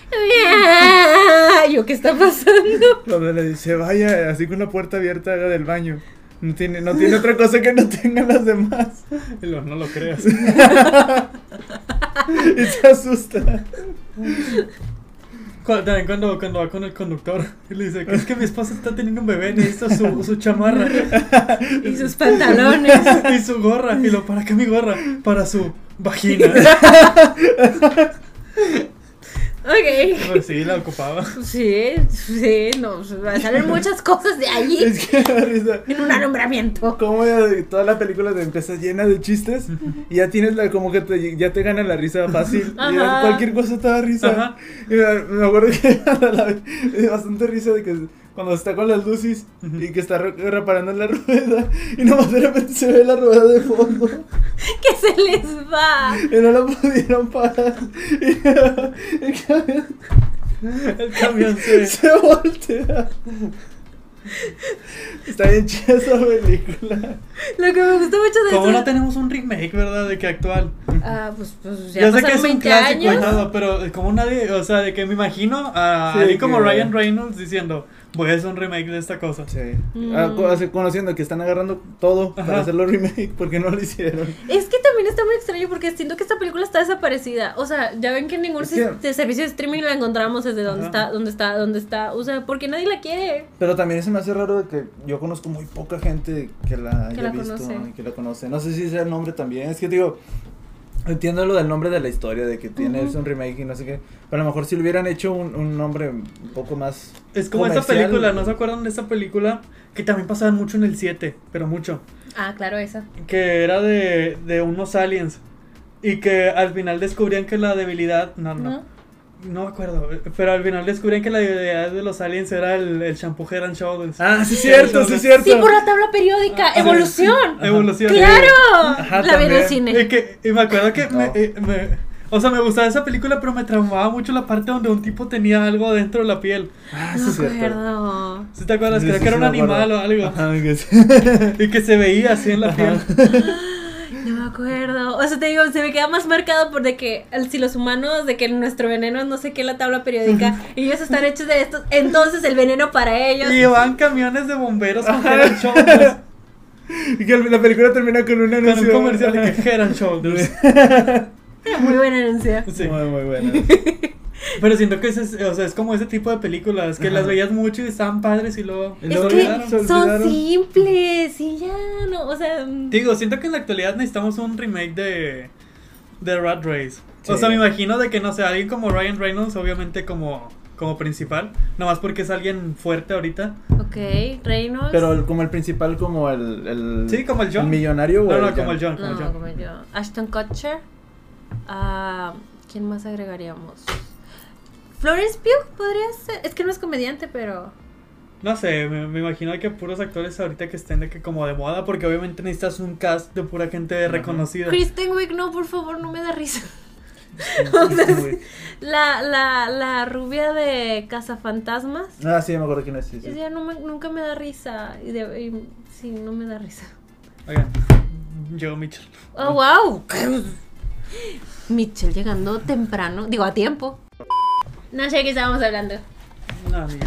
B: "Ah, yo, ¿qué está pasando?
A: Cuando le dice, vaya, así con la puerta abierta haga del baño. No tiene, no tiene otra cosa que no tengan las demás. [LAUGHS]
C: Y luego, no lo creas.
A: Y se asusta.
C: Cu- También cuando, cuando va con el conductor y le dice, es que mi esposa está teniendo un bebé, necesita su, su chamarra
B: y sus pantalones.
C: [LAUGHS] y su gorra. Y lo, ¿para qué mi gorra? Para su
B: [LAUGHS]
C: vagina.
B: Ok.
C: Pues sí, la ocupaba.
B: Sí, sí, no, salen muchas cosas de allí
A: Es que me da risa.
B: en un alumbramiento.
A: Como ya de- toda la película te empieza llena de chistes y ya tienes la, como que te- ya te gana la risa fácil. Y ya
B: Ajá.
A: cualquier cosa te da risa.
C: Ajá.
A: Y me, me acuerdo que [LAUGHS] a la vez, eh, bastante risa de que cuando está con las luces y que está re- reparando la [LAUGHS] rueda y nomás de repente se ve la rueda de
B: [LAUGHS]
A: fondo
B: Que se les va.
A: y no la pudieron parar. [LAUGHS] Y el camión
C: El camión se...
A: se voltea. Está bien chida esa película.
B: Lo que me gustó mucho de
C: Como
B: eso-
C: no tenemos un remake, ¿verdad? De que actual.
B: Ah, pues, pues ya,
C: Ya sé que
B: pasaron
C: es un
B: 20
C: clásico y
B: años.
C: todo, pero como nadie, o sea, de que me imagino a
A: Sí,
C: alguien como
A: que-
C: Ryan Reynolds diciendo, voy a hacer un remake de esta cosa.
A: Sí.
B: Mm.
A: Ah, co- así, conociendo que están agarrando todo para
C: Ajá.
A: hacerlo remake porque no lo hicieron.
B: Es que también está muy extraño porque siento que esta película está desaparecida. O sea, ya ven que en ningún
A: Es que-
B: sis- de servicio de streaming la encontramos desde donde
C: Ajá.
B: está, donde está, donde está. O sea, porque nadie la quiere.
A: Pero también se me hace raro de que yo conozco muy poca gente que la
B: Que
A: haya
B: la
A: visto
B: conoce.
A: y que la conoce. No sé si sea el nombre también. Es que digo, entiendo lo del nombre de la historia, de que tiene
B: Ujú.
A: un remake y no sé qué. Pero a lo mejor si le hubieran hecho un, un nombre un poco más.
C: Es como esta
A: comercial.
C: película, ¿no se acuerdan de esta película? Que también pasaba mucho en el 7, pero mucho.
B: Ah, claro, esa.
C: que era de, de unos aliens y que al final descubrían que la debilidad, no, no,
B: ¿No?
C: no, me acuerdo, pero al final descubrían que la debilidad de los aliens era el, el shampoo Head and Shoulders.
A: Ah, sí, cierto, sí, cierto.
B: Sí, por la tabla periódica.
C: Ah,
B: evolución.
C: [LAUGHS]
A: Ajá.
C: Evolución. eh.
B: ¡Claro!
A: Ajá,
B: la vi en el
A: también.
B: cine.
C: Y, que, y me acuerdo que
A: No.
C: me, eh, me- o sea, me gustaba esa película, pero me traumaba mucho la parte donde un tipo tenía algo dentro de la piel.
A: Ah, sí,
B: No me
A: cierto.
B: acuerdo.
C: ¿Sí te acuerdas?
A: Sí,
C: Creo
A: sí,
C: que era
A: sí,
C: un
A: me acuerdo.
C: animal o algo.
A: Ajá, que sí.
C: [LAUGHS] Y que se veía así en la piel.
B: [LAUGHS] No me acuerdo. O sea, te digo, se me queda más marcado por de que el- si los humanos, de que nuestro veneno es no sé qué, la tabla periódica, y ellos están hechos de estos, entonces el veneno para ellos.
C: Y van camiones de bomberos con
A: Ajá.
C: Head and
A: [LAUGHS]
C: Shoulders.
A: Y que la película termina con un
C: Con un
A: anuncio.
C: comercial de
A: [LAUGHS]
C: que Head and Shoulders.
B: Muy buena anuncio.
C: Sí.
A: Muy, muy bueno.
C: Pero siento que ese es, o sea, es como ese tipo de películas que
A: Ajá.
C: las veías mucho y estaban padres y luego.
A: Y
B: Es
A: luego ya se
B: que son
A: olvidaron.
B: simples y ya no, o sea, mm,
C: Digo, siento que en la actualidad necesitamos un remake de. de Rat Race. O
A: Sí.
C: sea, me imagino de que no sé, alguien como Ryan Reynolds, obviamente como, como principal, nomás porque es alguien fuerte ahorita.
B: ok, Reynolds.
A: Pero el- como el principal, como el. el
C: Sí, como el John.
A: millonario, o
C: No,
A: el
C: no, como el John. como el
B: no,
C: John.
B: como yo. Ashton Kutcher. Ah, ¿Quién más agregaríamos? Florence Pugh podría ser, es que no es comediante, pero
C: No sé, me, me imagino que puros actores ahorita que estén de que como de moda, porque obviamente necesitas un cast de pura gente
A: Ajá.
C: reconocida.
B: Kristen Wiig no, por favor, no me da risa.
C: Uy.
B: La, la, la rubia de Cazafantasmas.
A: Ah, sí, me acuerdo quién es. Sí, sí.
B: Ella no me- nunca me da risa. Y de- y- sí, no me da risa.
C: Oigan, llegó Mitchell.
B: ¡Oh, wow! Mitchell llegando temprano, digo a tiempo. No sé de qué estábamos hablando.
C: No, amiga,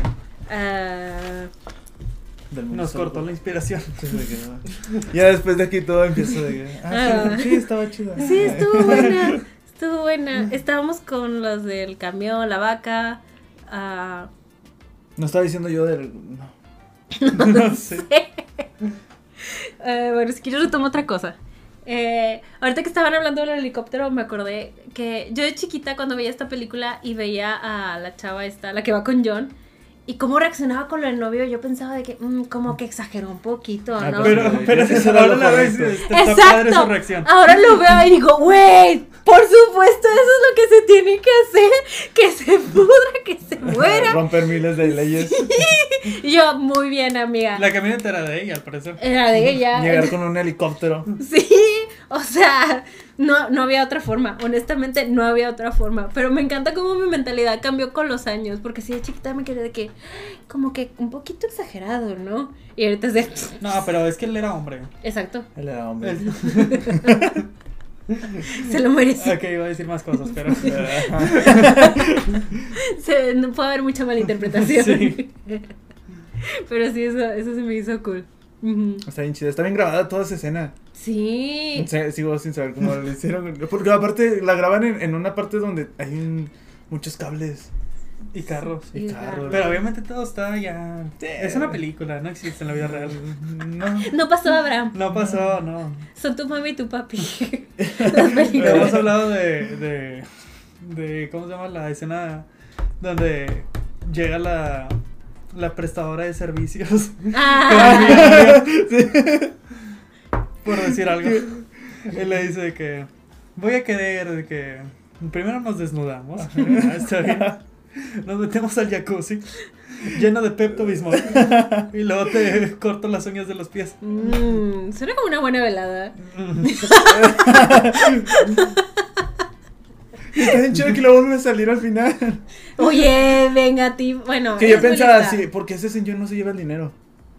B: Ah,
A: Del mundo
C: nos
A: solo.
C: cortó la inspiración.
A: Sí, de que no. Ya después de aquí todo empieza de que. Ah, sí, sí, estaba chida.
B: sí, estuvo buena. Estuvo buena. Estábamos con los del camión, la vaca. ah,
A: No estaba diciendo yo del.
C: [LAUGHS]
A: No.
C: No sé.
B: Eh, bueno, si quieres retomo otra cosa. Eh, ahorita que estaban hablando del helicóptero, me acordé que yo de chiquita cuando veía esta película y veía a la chava esta, la que va con John, y cómo reaccionaba con lo del novio, yo pensaba de que mm, como que exageró un poquito,
A: Ah,
B: ¿no?
C: Pero,
A: Ay,
C: [LAUGHS] pero
A: ese
C: si
A: era
C: ahora
A: lo
C: la ves,
A: correcto.
C: este, está está padre su reacción.
B: Ahora lo veo y digo, wey, por supuesto, eso es lo que se tiene que hacer, que se pudra, que
C: [LAUGHS]
B: se muera.
A: [LAUGHS] Romper miles de leyes.
B: Y yo, muy bien, amiga.
C: La camioneta era de ella, al parecer.
B: Era de
C: [LAUGHS]
B: ella.
A: Llegar con un helicóptero.
B: [LAUGHS] Sí, o sea, no, no había otra forma, honestamente no había otra forma, pero me encanta cómo mi mentalidad cambió con los años, porque si de chiquita me quedé de que, como que un poquito exagerado, ¿no? Y ahorita es de, [LAUGHS]
C: No, pero es que él era hombre.
B: exacto,
A: Él era hombre. [LAUGHS]
C: Él-
B: se lo merece,
C: ok, iba a decir más cosas, pero.
B: Se- no puede haber mucha malinterpretación,
C: Sí.
B: [LAUGHS] pero sí, eso, eso se me hizo cool. Ujú.
A: Está bien chida. Está bien grabada toda esa escena.
B: Sí,
A: Se- Sigo sin saber cómo lo hicieron. Porque aparte la graban en, en una parte donde hay un- muchos cables
C: [LAUGHS] y carros.
A: y
B: Y
A: carros.
B: carros.
C: Pero obviamente todo está ya.
A: Sí.
C: Es una película, no existe en la vida real.
A: No.
B: no pasó Abraham,
C: No pasó, no.
B: son tu mami y tu papi, [LAUGHS] las
C: Pero
B: películas.
C: hemos hablado de, de. de. ¿Cómo se llama? La escena donde llega la. la prestadora de servicios.
B: Ah,
C: por decir
A: [LAUGHS]
C: algo. [LAUGHS] Él le dice de que voy a querer de que primero nos desnudamos. [LAUGHS] Ah, Está bien. Nos metemos al jacuzzi lleno de Pepto Bismol
A: [LAUGHS]
C: y luego te corto las uñas de los pies.
B: mm, suena como una buena velada.
A: Y está bien chido que lo vuelve a salir al final.
B: Oye, venga, ti. Bueno,
A: Que yo
B: eres muy
A: pensaba
B: lista.
A: así, ¿por qué ese señor no se lleva el dinero?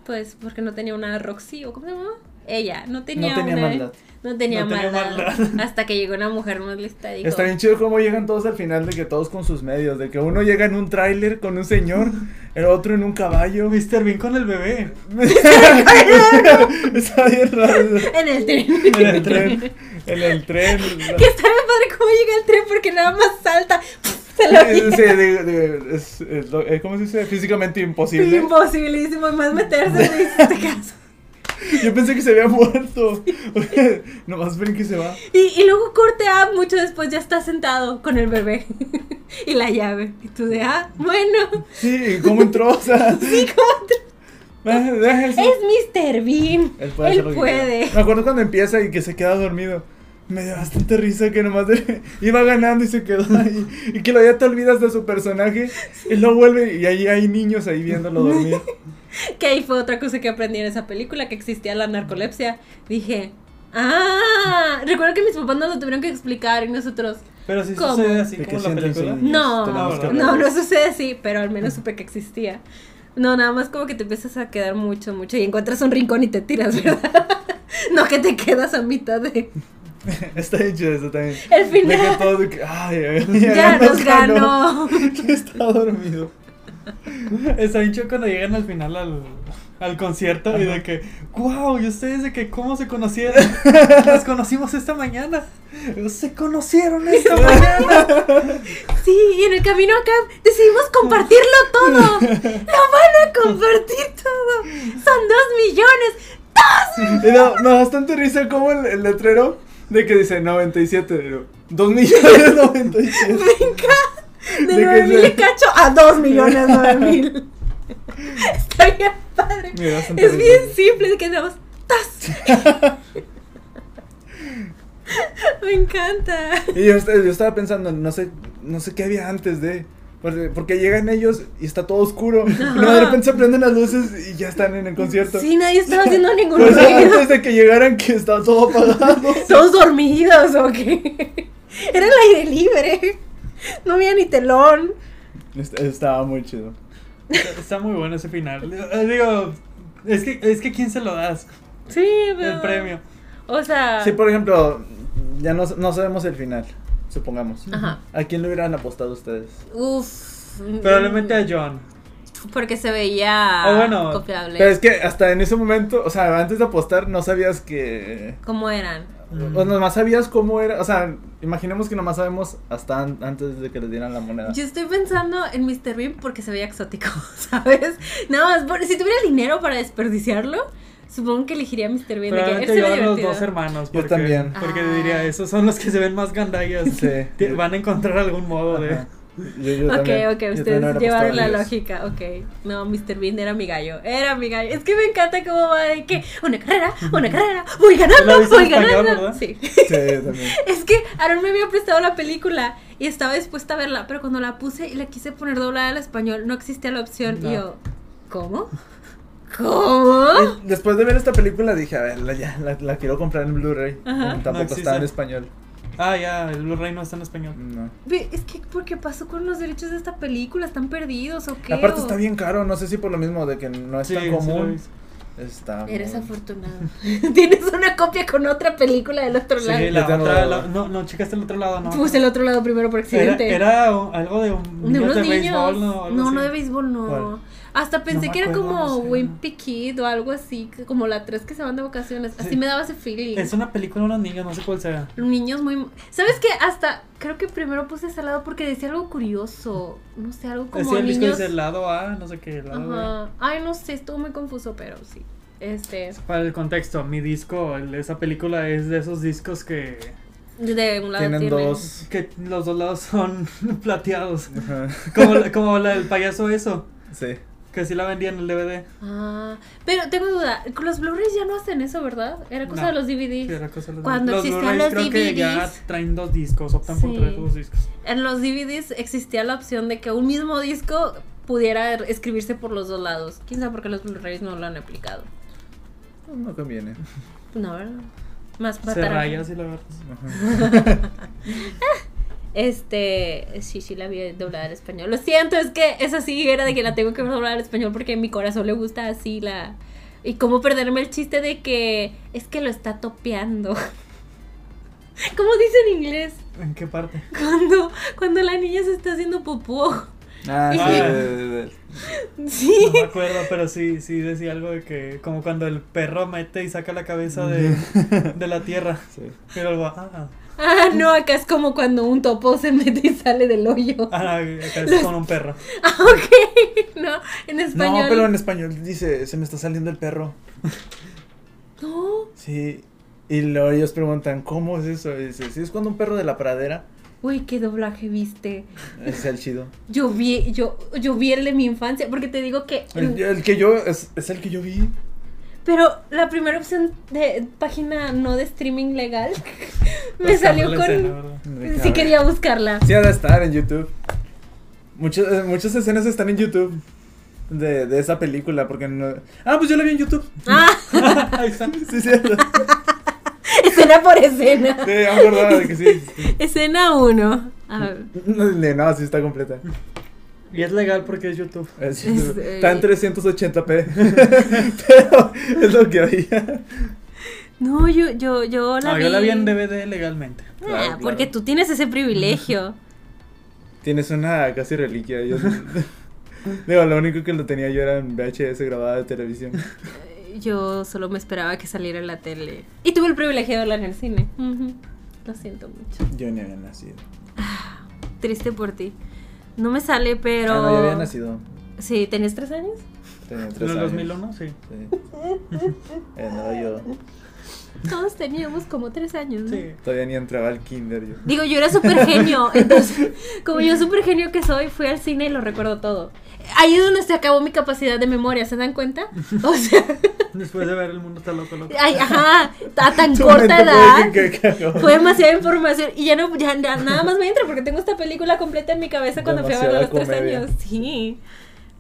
B: Pues porque no tenía una Roxy o cómo se llama. Ella no tenía,
A: No tenía
B: una- ¿eh?
A: maldad.
B: No tenía,
C: No tenía
B: maldad,
C: maldad.
B: Hasta que llegó una mujer más lista y dijo,
A: Está bien chido cómo llegan todos al final de que todos con sus medios, de que uno llega en un tráiler con un
B: [LAUGHS]
A: señor, el otro en un caballo.
C: Mr. Bean con el bebé.
A: [LAUGHS] Está
B: [LAUGHS]
A: bien raro.
B: en el tren.
A: [LAUGHS] En el tren. En el tren.
B: [LAUGHS] que está bien padre cómo llega el tren porque nada más salta. Se lo
A: Sí, de- de- es- es lo- eh, ¿Cómo se dice? Físicamente imposible.
B: Imposibilísimo, y más meterse en este caso.
A: Yo pensé que se había muerto. [LAUGHS] Nomás ven que se va.
B: Y, y luego corte a mucho después ya está sentado con el bebé [LAUGHS] y la llave. Y tú de, ah, bueno,
A: Sí, ¿y ¿cómo entró? O sea,
B: sí, ¿cómo
A: [LAUGHS]
B: te-
A: eh, deja eso.
B: es Mr. Bean. Él puede.
A: hacer lo que quiera. Me acuerdo cuando empieza y que se queda dormido. Me dio bastante risa que nomás de- [LAUGHS] iba ganando y se quedó ahí. Y que lo ya te olvidas de su personaje. Y lo vuelve y ahí hay niños ahí
B: [LAUGHS]
A: viéndolo dormir.
B: Que ahí fue otra cosa que aprendí en esa película, que existía la narcolepsia. Dije, ah, recuerdo que mis papás nos lo tuvieron que explicar y nosotros,
C: Pero si
B: ¿Cómo?
C: sucede así
A: ¿De qué
C: como la
A: sienten
C: película.
A: sueño?
B: no,
A: Tenemos
C: que
B: no,
A: hablar.
B: no sucede así, pero al menos supe que existía. No, nada más como que te empiezas a quedar mucho, mucho y encuentras un rincón y te tiras, ¿verdad? [LAUGHS] No que te quedas a mitad de...
A: [LAUGHS] Está bien chido
B: [LAUGHS]
A: eso también.
B: El
A: De que
B: final.
A: todo de que, ay, ay,
C: [LAUGHS]
A: [LAUGHS]
B: Ya nos
A: ganó.
B: ganó.
A: Que está dormido.
C: Está bien chido cuando llegan al final al, al concierto y de que, wow, y ustedes de que cómo se
A: [LAUGHS]
C: conocieron. Nos conocimos esta mañana. Se conocieron
A: [LAUGHS]
C: esta mañana.
B: Sí, y en el camino acá decidimos compartirlo todo. Lo van a compartir todo. Son dos millones.
A: Y no, me da bastante risa como el, el letrero de que dice 97, pero 2 millones 97.
B: Brinca
A: ¿De
B: de
A: qué
B: nueve mil
A: se-
B: y cacho a dos millones
A: [LAUGHS]
B: nueve mil. Está bien padre.
A: Me da bastante
B: Es
A: risa.
B: bien simple, es que andamos. ¡Tas!
A: [LAUGHS]
B: Me encanta.
A: Y yo, est- yo estaba pensando, no sé, no sé qué había antes de. Porque, porque llegan ellos y está todo oscuro. Y luego de repente se prenden las luces y ya están en el concierto.
B: Sí, nadie
A: [LAUGHS]
B: estaba haciendo ningún
A: Pues [LAUGHS]
B: ruido. [LAUGHS]
A: antes de que llegaran que está todo apagado. [LAUGHS]
B: Todos dormidos, ¿o qué? [LAUGHS] Era el aire libre. No había ni telón.
A: Est- Estaba muy chido.
C: Está- Está muy bueno ese final. Eh, Digo, es que, es que ¿quién se lo das?
B: Sí, pero...
C: El premio.
B: O sea...
A: Sí, por ejemplo, ya no, no sabemos el final, supongamos.
B: Ajá.
A: ¿A quién le hubieran apostado ustedes?
B: Uf. mm,
C: Probablemente a John.
B: Porque se veía
C: Ah, bueno.
B: confiable.
A: Pero es que hasta en ese momento, o sea, antes de apostar no sabías que...
B: ¿Cómo eran?
A: O nomás sabías cómo era, o sea, imaginemos que nomás sabemos hasta an- antes de que les dieran la moneda.
B: Yo estoy pensando en Mr. Bean porque se veía exótico, [LAUGHS] ¿sabes? Nada más, por- si tuviera dinero para desperdiciarlo, supongo que elegiría a Mr. Bean. De que él
C: Probablemente
B: se ve
C: llevan los
B: divertido.
C: dos hermanos.
A: Yo
C: Porque,
A: también.
C: Porque
B: Ah.
C: diría, esos son los que se ven más gandallas.
A: Sí.
C: [LAUGHS] Te- Van a encontrar algún modo de.
A: Ajá. Yo- yo
B: Ok, ok,
A: también. Yo también
B: ustedes
A: hubiera
B: llevaron
A: apostado
B: la
A: a ellos.
B: lógica, ok. No, Mr. Bean era mi gallo, era mi gallo. Es que me encanta cómo va de que una carrera, una carrera, voy
C: Lo
B: ganando,
C: dice en
B: voy
C: español,
B: ganando.
C: ¿verdad?
B: Sí.
A: Sí, yo
B: [LAUGHS]
A: también.
B: Es que Aaron me había prestado la película y estaba dispuesta a verla, pero cuando la puse y la quise poner doblada al español, no existía la opción.
C: No.
B: Y yo, ¿cómo? ¿Cómo?
A: Y Después de ver esta película dije, a ver, la, ya, la, la quiero comprar en Blu-ray.
B: Ajá.
A: Mm, Tampoco
C: No existe.
A: está en español.
C: Ah, ya, el Blu-ray no está en español.
A: No.
B: Ve, Es que, ¿por qué pasó con los derechos de esta película? ¿Están perdidos o qué?
A: Aparte
B: ¿O-
A: está bien caro, no sé si por lo mismo de que no es
C: Sí, sí
A: tan
C: lo
A: común.
C: hice.
A: está
B: Eres
A: muy-
B: afortunado. [LAUGHS] Tienes una copia con otra película del otro lado.
C: Sí, la
A: Yo tengo-
C: otra, la- no, no, checaste el otro lado, no.
B: Puse Pues el otro lado primero por
C: Era,
B: accidente.
C: era un- algo de un
B: de
C: niños
B: unos
C: de
B: niños.
C: béisbol, ¿no?
B: no,
C: Algo
B: no,
C: así.
B: de béisbol no.
A: ¿Cuál?
B: Hasta pensé
C: me
B: que era
C: acuerdo,
B: como
C: no sé.
B: Wimpy Kid o algo así, que- como la 3 que se van de vacaciones. Así
C: Sí.
B: me daba ese feeling.
C: Es una película de unos niños, no sé cuál sea.
B: Niños muy... ¿Sabes qué? Hasta creo que primero puse ese lado porque decía algo curioso. No sé, algo como
C: Es el disco
B: niños...
C: dice lado A, no sé qué, lado B.
B: Ajá. Ay, no sé, estuvo muy confuso, pero sí. Este...
C: Para el contexto, mi disco, el- esa película es de esos discos que,
B: De un lado
A: Tienen
B: tiene-
A: dos.
C: que los dos lados son [LAUGHS] plateados.
A: Ajá,
C: Como, la- como la del payaso eso,
A: Sí.
C: que sí la vendía en el DVD.
B: Ah, pero tengo duda. Con los Blu-rays ya no hacen eso, ¿verdad? Era cosa
C: No.
B: de los
C: Sí,
B: DVDs.
C: era cosa de los-
B: Cuando
C: los
B: existían
C: Blu-rays
B: los
C: creo que ya
B: DVDs.
C: traen dos discos, optan por
B: Sí.
C: traer dos discos.
B: En los DVDs existía la opción de que un mismo disco pudiera er- escribirse por los dos lados. Quién sabe por qué los Blu-rays no lo han aplicado.
A: No conviene.
B: No, ¿verdad? Más
C: Se
B: matar a-
C: raya si la agarras.
A: Ajá.
B: Este, sí, sí, la vi doblada al español. Lo siento, es que esa sí era de que la tengo que ver doblada al español porque a mi corazón le gusta así la Y cómo perderme el chiste de que es que lo está topeando. [LAUGHS] ¿Cómo dice en inglés?
C: ¿En
B: [LAUGHS]
C: qué parte?
B: Cuando, cuando la niña se está haciendo popó.
A: [LAUGHS]
B: [LAUGHS]
A: Ah, sí.
C: Ah.
A: de- de- de-
B: Sí.
C: No me acuerdo, pero sí, sí decía algo de que como cuando el perro mete y saca la cabeza
A: [LAUGHS]
C: de, de la tierra.
A: sí.
C: Pero el va- ah,
B: Ah, no, acá es como cuando un topo se mete y sale del hoyo. [LAUGHS]
C: ah, acá es con un perro.
B: Ah, ok. No, en español.
A: No, pero en español dice, se me está saliendo el perro.
B: No.
A: Sí. Y luego ellos preguntan, ¿cómo es eso? Y dice, sí, es cuando un perro de la pradera
B: Uy, qué doblaje viste.
A: es el chido.
B: Yo vi, yo, yo vi el de mi infancia, porque te digo que...
A: El, el que yo, es, es el que yo vi.
B: Pero la primera opción de página no de streaming legal [LAUGHS] [LAUGHS] me
C: Pues,
B: salió
C: la
B: con...
C: escena, ¿verdad?
B: sí quería buscarla.
A: Sí, ha de estar en YouTube. Muchas, eh, muchas escenas están en YouTube de, de esa película, porque no... Ah, pues yo la vi en YouTube. [LAUGHS]
B: Ah, [LAUGHS]
C: Ahí está.
A: Sí, cierto.
B: escena por escena.
A: Sí, ya me acordaba de que sí. sí.
B: Escena 1.
A: [LAUGHS]
B: A ver.
A: No, no, sí está completa.
C: Y es legal porque es YouTube.
A: Es-
B: Es, eh,
A: está en
B: [LAUGHS]
A: 380p. Pero es lo que había.
B: No, yo, yo, yo la
C: No,
B: vi...
C: Ah, yo la vi en DVD legalmente.
B: Ah,
A: Claro,
B: porque
A: claro.
B: tú tienes ese privilegio.
A: Tienes una casi reliquia. yo-
B: [LAUGHS]
A: Digo, lo único que lo tenía yo era en VHS grabada de televisión.
B: Yo solo me esperaba que saliera en la tele. Y tuve el privilegio de verla en el cine. Ujú. Lo siento mucho.
A: Yo ni había nacido.
B: Triste por ti. No me sale, pero...
A: Ah, no, yo había nacido.
B: Sí, ¿tenías tres años?
A: Tenía tres
C: En el
A: años.
C: 2001, sí.
A: Sí. [LAUGHS] Eh, no, yo
B: Todos teníamos como tres años. ¿no?
C: Sí.
A: todavía ni entraba al kinder. Yo.
B: Digo, yo era súper genio. [LAUGHS] Entonces, como yo súper genio que soy, fui al cine y lo recuerdo todo. Ahí es donde se acabó mi capacidad de memoria, ¿se dan
A: [LAUGHS]
B: cuenta? O sea,
C: Después de ver El Mundo Está Loco, loco.
B: ay, ajá, a tan
A: Tu
B: corta
A: mente
B: edad.
A: puede que- que cagó.
B: Fue demasiada información y ya no, ya na- nada más me entra porque tengo esta película completa en mi cabeza cuando fui a verla a los
A: Demasiada
B: tres
A: comedia.
B: años. Sí.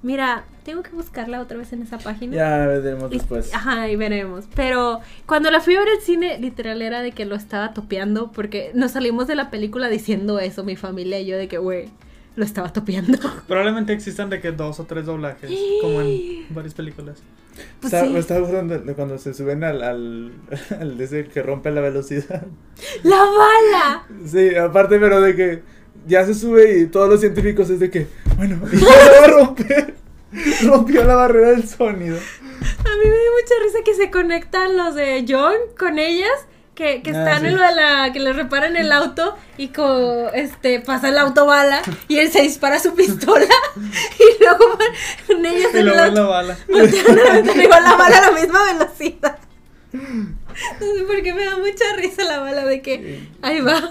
B: Mira, tengo que buscarla otra vez en esa página.
A: [LAUGHS] Ya veremos
B: Y-
A: después.
B: Ajá, y veremos. Pero cuando la fui a ver al cine, literal era de que lo estaba topeando porque nos salimos de la película diciendo eso, mi familia y yo, de que, güey, lo estaba topeando. [LAUGHS]
C: Probablemente existan de que dos o tres doblajes,
B: [GASPS]
C: como en varias películas.
B: Pues
A: Estaba-
B: sí.
A: Me estaba acordando de cuando se suben al, al, [LAUGHS] al de ese que rompe la velocidad.
B: ¡La bala!
A: Sí, aparte, pero de que ya se sube y todos los científicos es de que, bueno, [LAUGHS] y ya la va a romper. [LAUGHS] Rompió la barrera del sonido.
B: A mí me dio mucha risa que se conectan los de John con ellas. Que, que
A: Ah,
B: están
A: sí.
B: en lo de la. que les reparan el auto y co- este pasa el auto bala y él se dispara su pistola [LAUGHS] y luego van ellas
C: [LAUGHS] Y
B: en el
C: luego es
B: auto.
C: la bala.
B: Voltearon a la ventana y va la bala a la misma velocidad. No sé por qué me da mucha risa la bala de que
A: Sí,
B: ahí va.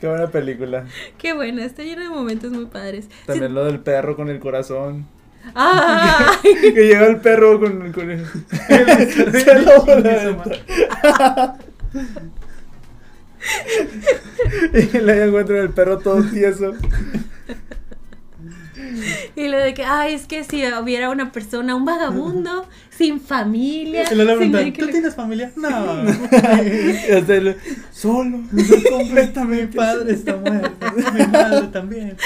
A: Qué buena película.
B: Qué buena, está llena de momentos muy padres.
A: También lo del perro con el corazón. [LAUGHS]
B: ¡Ay!
A: Que llega el perro con el con el- [LAUGHS] Se lo volea. [LAUGHS] Y le encuentran el perro todo tieso.
B: Y lo de que, ay, es que si hubiera una persona, un vagabundo, sin familia.
C: Y luego le
B: sin
C: preguntan,
B: que
C: ¿tú
B: le- [LAUGHS]
C: tienes familia? No,
A: Y hasta el-
C: [LAUGHS]
A: solo,
C: mi
A: completamente.
C: padre está muerto, [LAUGHS] mi madre también.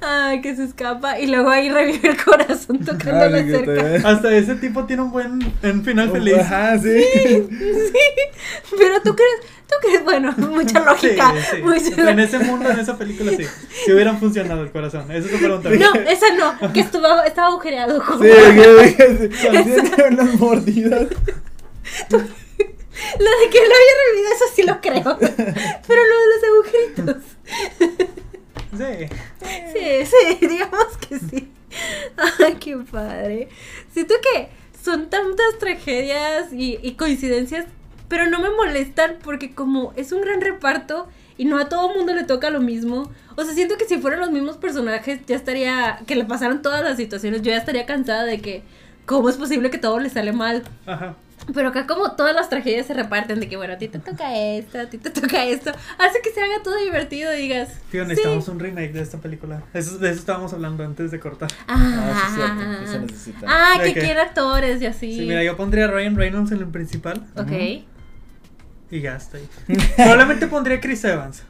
B: Ay, que se escapa. Y luego ahí revive el corazón
A: Ah,
B: tocándole
A: sí, que
B: cerca.
A: te-
C: Hasta ese tipo tiene un buen un final feliz.
A: Ajá, Ah, sí.
B: [LAUGHS] Sí, pero tú crees, tú crees, bueno, mucha lógica.
C: Sí, sí.
B: mucha-
C: En ese mundo, en esa película, sí. Si hubieran funcionado el corazón. Esa es tu pregunta.
B: No, esa no, que estuvo, estaba agujereado. como-
A: Sí, [LAUGHS] que- que- que- tiene unas mordidas.
B: Lo de que lo haya revivido, eso sí lo creo. Pero lo de los agujeritos. eh.
C: Sí.
B: Sí, sí, [LAUGHS] digamos que sí. Ay, qué padre. Siento que son tantas tragedias y, y coincidencias, pero no me molestan porque como es un gran reparto y no a todo mundo le toca lo mismo. O sea, siento que si fueran los mismos personajes, ya estaría, que le pasaran todas las situaciones, yo ya estaría cansada de que, ¿cómo es posible que todo le sale mal?
C: Ajá.
B: Pero acá como todas las tragedias se reparten de que bueno, a ti te toca esto, a ti te toca esto, hace que se haga todo divertido y digas.
C: Tío, necesitamos un remake de esta película. Eso, de eso estábamos hablando antes de cortar.
A: Ah, sí, es cierto, eso
B: Ah,
A: necesita.
B: ah que
C: Ok.
B: quiera actores y así.
C: Sí, mira, yo pondría a Ryan Reynolds en el principal
B: Ok.
C: y ya está [LAUGHS] ahí. Probablemente pondría a Chris Evans.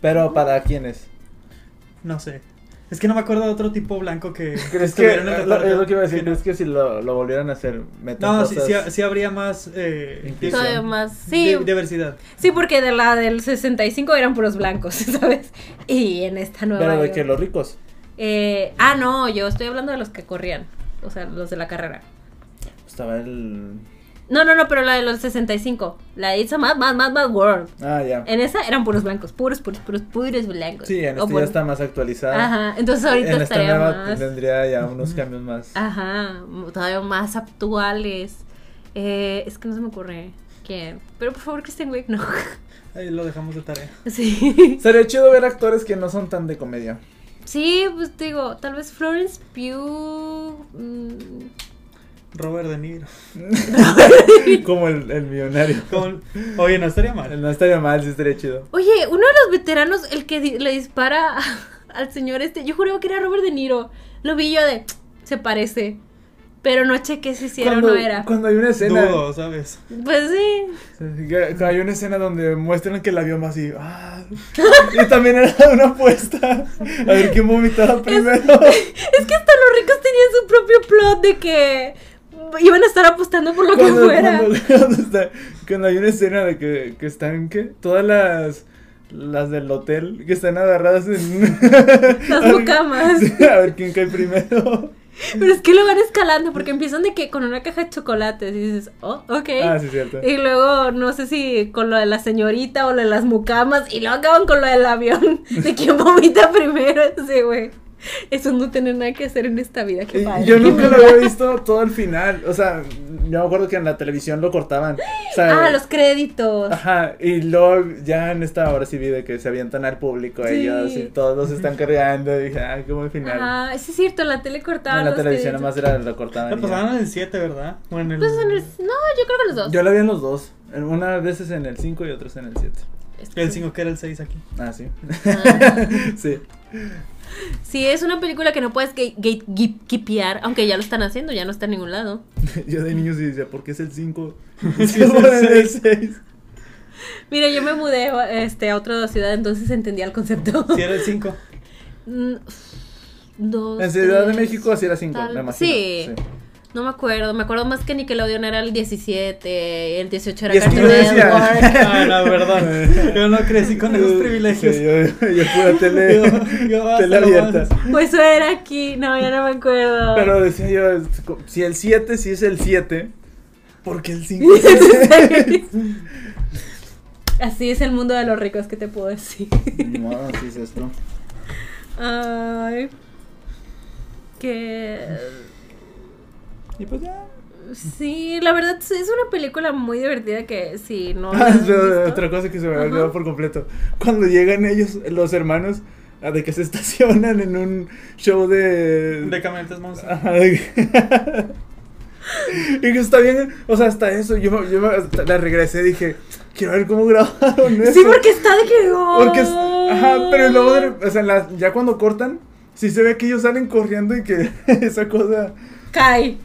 A: Pero para quiénes?
C: No sé. Es que no me acuerdo de otro tipo blanco que.
A: ¿Crees que,
C: estuviera en el
A: lo-
C: reparto.
A: es lo que iba a decir,
C: no.
A: ¿crees que si lo, lo volvieran a hacer, meten
C: No, sí,
A: cosas?
C: sí, sí habría más. Eh,
A: Inclusión.
C: di-
B: Todavía más. Sí,
C: di- diversidad.
B: sí, porque de la del 65 eran puros blancos, [LAUGHS] ¿sabes? Y en esta nueva.
A: Pero de
B: yo-
A: que los ricos.
B: Eh, ah, no, yo estoy hablando de los que corrían. O sea, los de la carrera.
A: pues, Estaba el...
B: No, no, no, pero la de los 65. La de It's a Mad, Mad, Mad, Mad World.
A: Ah, ya.
B: En esa eran puros blancos, puros, puros, puros, puros blancos.
A: Sí, en
B: O
A: este ya
B: por-
A: está más actualizada.
B: Ajá, entonces ahorita
A: en esta
B: estaría
A: nueva
B: más. Ah.
A: tendría ya unos cambios más.
B: Ajá, todavía más actuales. Eh, es que no se me ocurre quién. Pero por favor, Kristen Wiig, no. [LAUGHS]
C: Ahí lo dejamos de tarea.
B: Sí.
A: Sería chido ver actores que no son tan
B: [LAUGHS]
A: de comedia.
B: Sí, pues te digo, tal vez Florence Pugh. mm,
C: Robert De Niro.
A: Como el, el millonario.
C: Con- Oye, no estaría mal.
A: [LAUGHS] No estaría mal, sí estaría chido.
B: Oye, uno de los veteranos, el que di- le dispara [LAUGHS] al señor este, yo juraba que era Robert De Niro. Lo vi yo de, se parece. Pero no chequé si sí era o
A: cuando,
B: no era.
A: cuando hay una escena.
C: Dudo, ¿sabes?
B: Pues sí.
A: que- que Hay una escena donde muestran que la vio más y. ah, [LAUGHS] y también era una apuesta. A ver quién
B: [LAUGHS]
A: vomitaba primero.
B: Es que hasta los ricos tenían su propio plot de que iban a estar apostando por lo que fuera.
A: Cuando, [LAUGHS] cuando está- cuando hay una escena de que, que están, ¿qué? Todas las, las del hotel que están agarradas en... [LAUGHS]
B: Las bucamas.
A: Sí, [LAUGHS] a ver quién cae primero.
B: Pero es que lo van escalando porque empiezan de que con una caja de chocolates y dices, oh, ok. Eh,
A: Ah, sí, cierto.
B: Y luego, no sé si con lo de la señorita o lo de las mucamas, y luego acaban con lo del
A: [LAUGHS]
B: avión, de quién vomita primero, sí, güey. Eso no tener nada que hacer en esta vida, qué
A: Y
B: padre.
A: Eh, Yo nunca lo había visto todo el final. O sea, yo me acuerdo que en la televisión lo cortaban. o sea,
B: Ah, los créditos.
A: Ajá, y luego ya en esta hora sí vi de que se avientan al público
B: Sí.
A: ellos y todos los están cargando. Y dije, ah, qué buen final.
B: Ah, sí es cierto, en la tele cortaban
A: en la
B: los
A: televisión
B: créditos.
A: nomás era, lo cortaban.
C: Lo
A: y Ah, ya.
C: pasaban en el 7, ¿verdad? O en el.
B: Pues en el- No, yo creo que los dos.
A: Yo la vi en los dos. En- Una veces en el 5 y otras en el 7.
C: El 5 que era el 6
A: [LAUGHS]
C: aquí. [LAUGHS]
A: Ah, sí.
B: Ah.
A: sí.
B: Sí, es una película que no puedes gate- gate- gip- kipear, aunque ya lo están haciendo, ya no está en ningún lado.
A: Yo de niño sí decía, ¿por qué es el 5?
C: [LAUGHS]
A: [LAUGHS]
C: Sí, es el
A: el
C: seis.
A: 6.
B: Mira, yo me mudé este, a otra ciudad, entonces entendía el concepto.
C: Sí, era el 5.
B: Mm, dos,
A: En Ciudad de
B: tres,
A: México así era 5,
B: tal-
A: me imagino.
B: Sí, no me acuerdo. Me acuerdo más que Nickelodeon era el 17, el 18 era
A: Y es que
B: Cartoon
A: yo decía- [LAUGHS]
B: Network.
C: [LAUGHS] Ah, no, perdón. Yo no crecí con esos
A: Yo-
C: privilegios.
A: sí, yo, yo pura
C: [LAUGHS]
A: tele,
C: Yo- yo basta,
A: tele
C: no
A: abierta.
C: más.
B: Pues eso era aquí, no, ya no me acuerdo. [LAUGHS]
A: [LAUGHS] Pero decía yo, es co- si el 7 sí es el 7, ¿por qué
C: [LAUGHS]
A: el 5?
B: Así es el mundo de los ricos, ¿qué te puedo decir? [LAUGHS]
A: no, así es esto.
B: Ay. Que.
A: Y pues ya.
B: Sí, la verdad sí, es una película muy divertida que si
C: Oh,
A: [LAUGHS]
B: no la
A: Ah,
B: han
A: es otra-
B: visto-
A: otra cosa que se me
B: Ajá.
A: olvidó por completo. Cuando llegan ellos, los hermanos, a de que se estacionan en un show de.
C: De camionetas monstruos.
A: Ajá, de- [LAUGHS] y que está bien, o sea, hasta eso. Yo, me- yo me- hasta la regresé dije, quiero ver cómo grabaron eso.
B: Sí, porque Oh. está de que
A: Porque es- ajá, pero luego, de- o sea, la- ya cuando cortan, sí se ve que ellos salen corriendo y que [LAUGHS] esa cosa.
B: cae.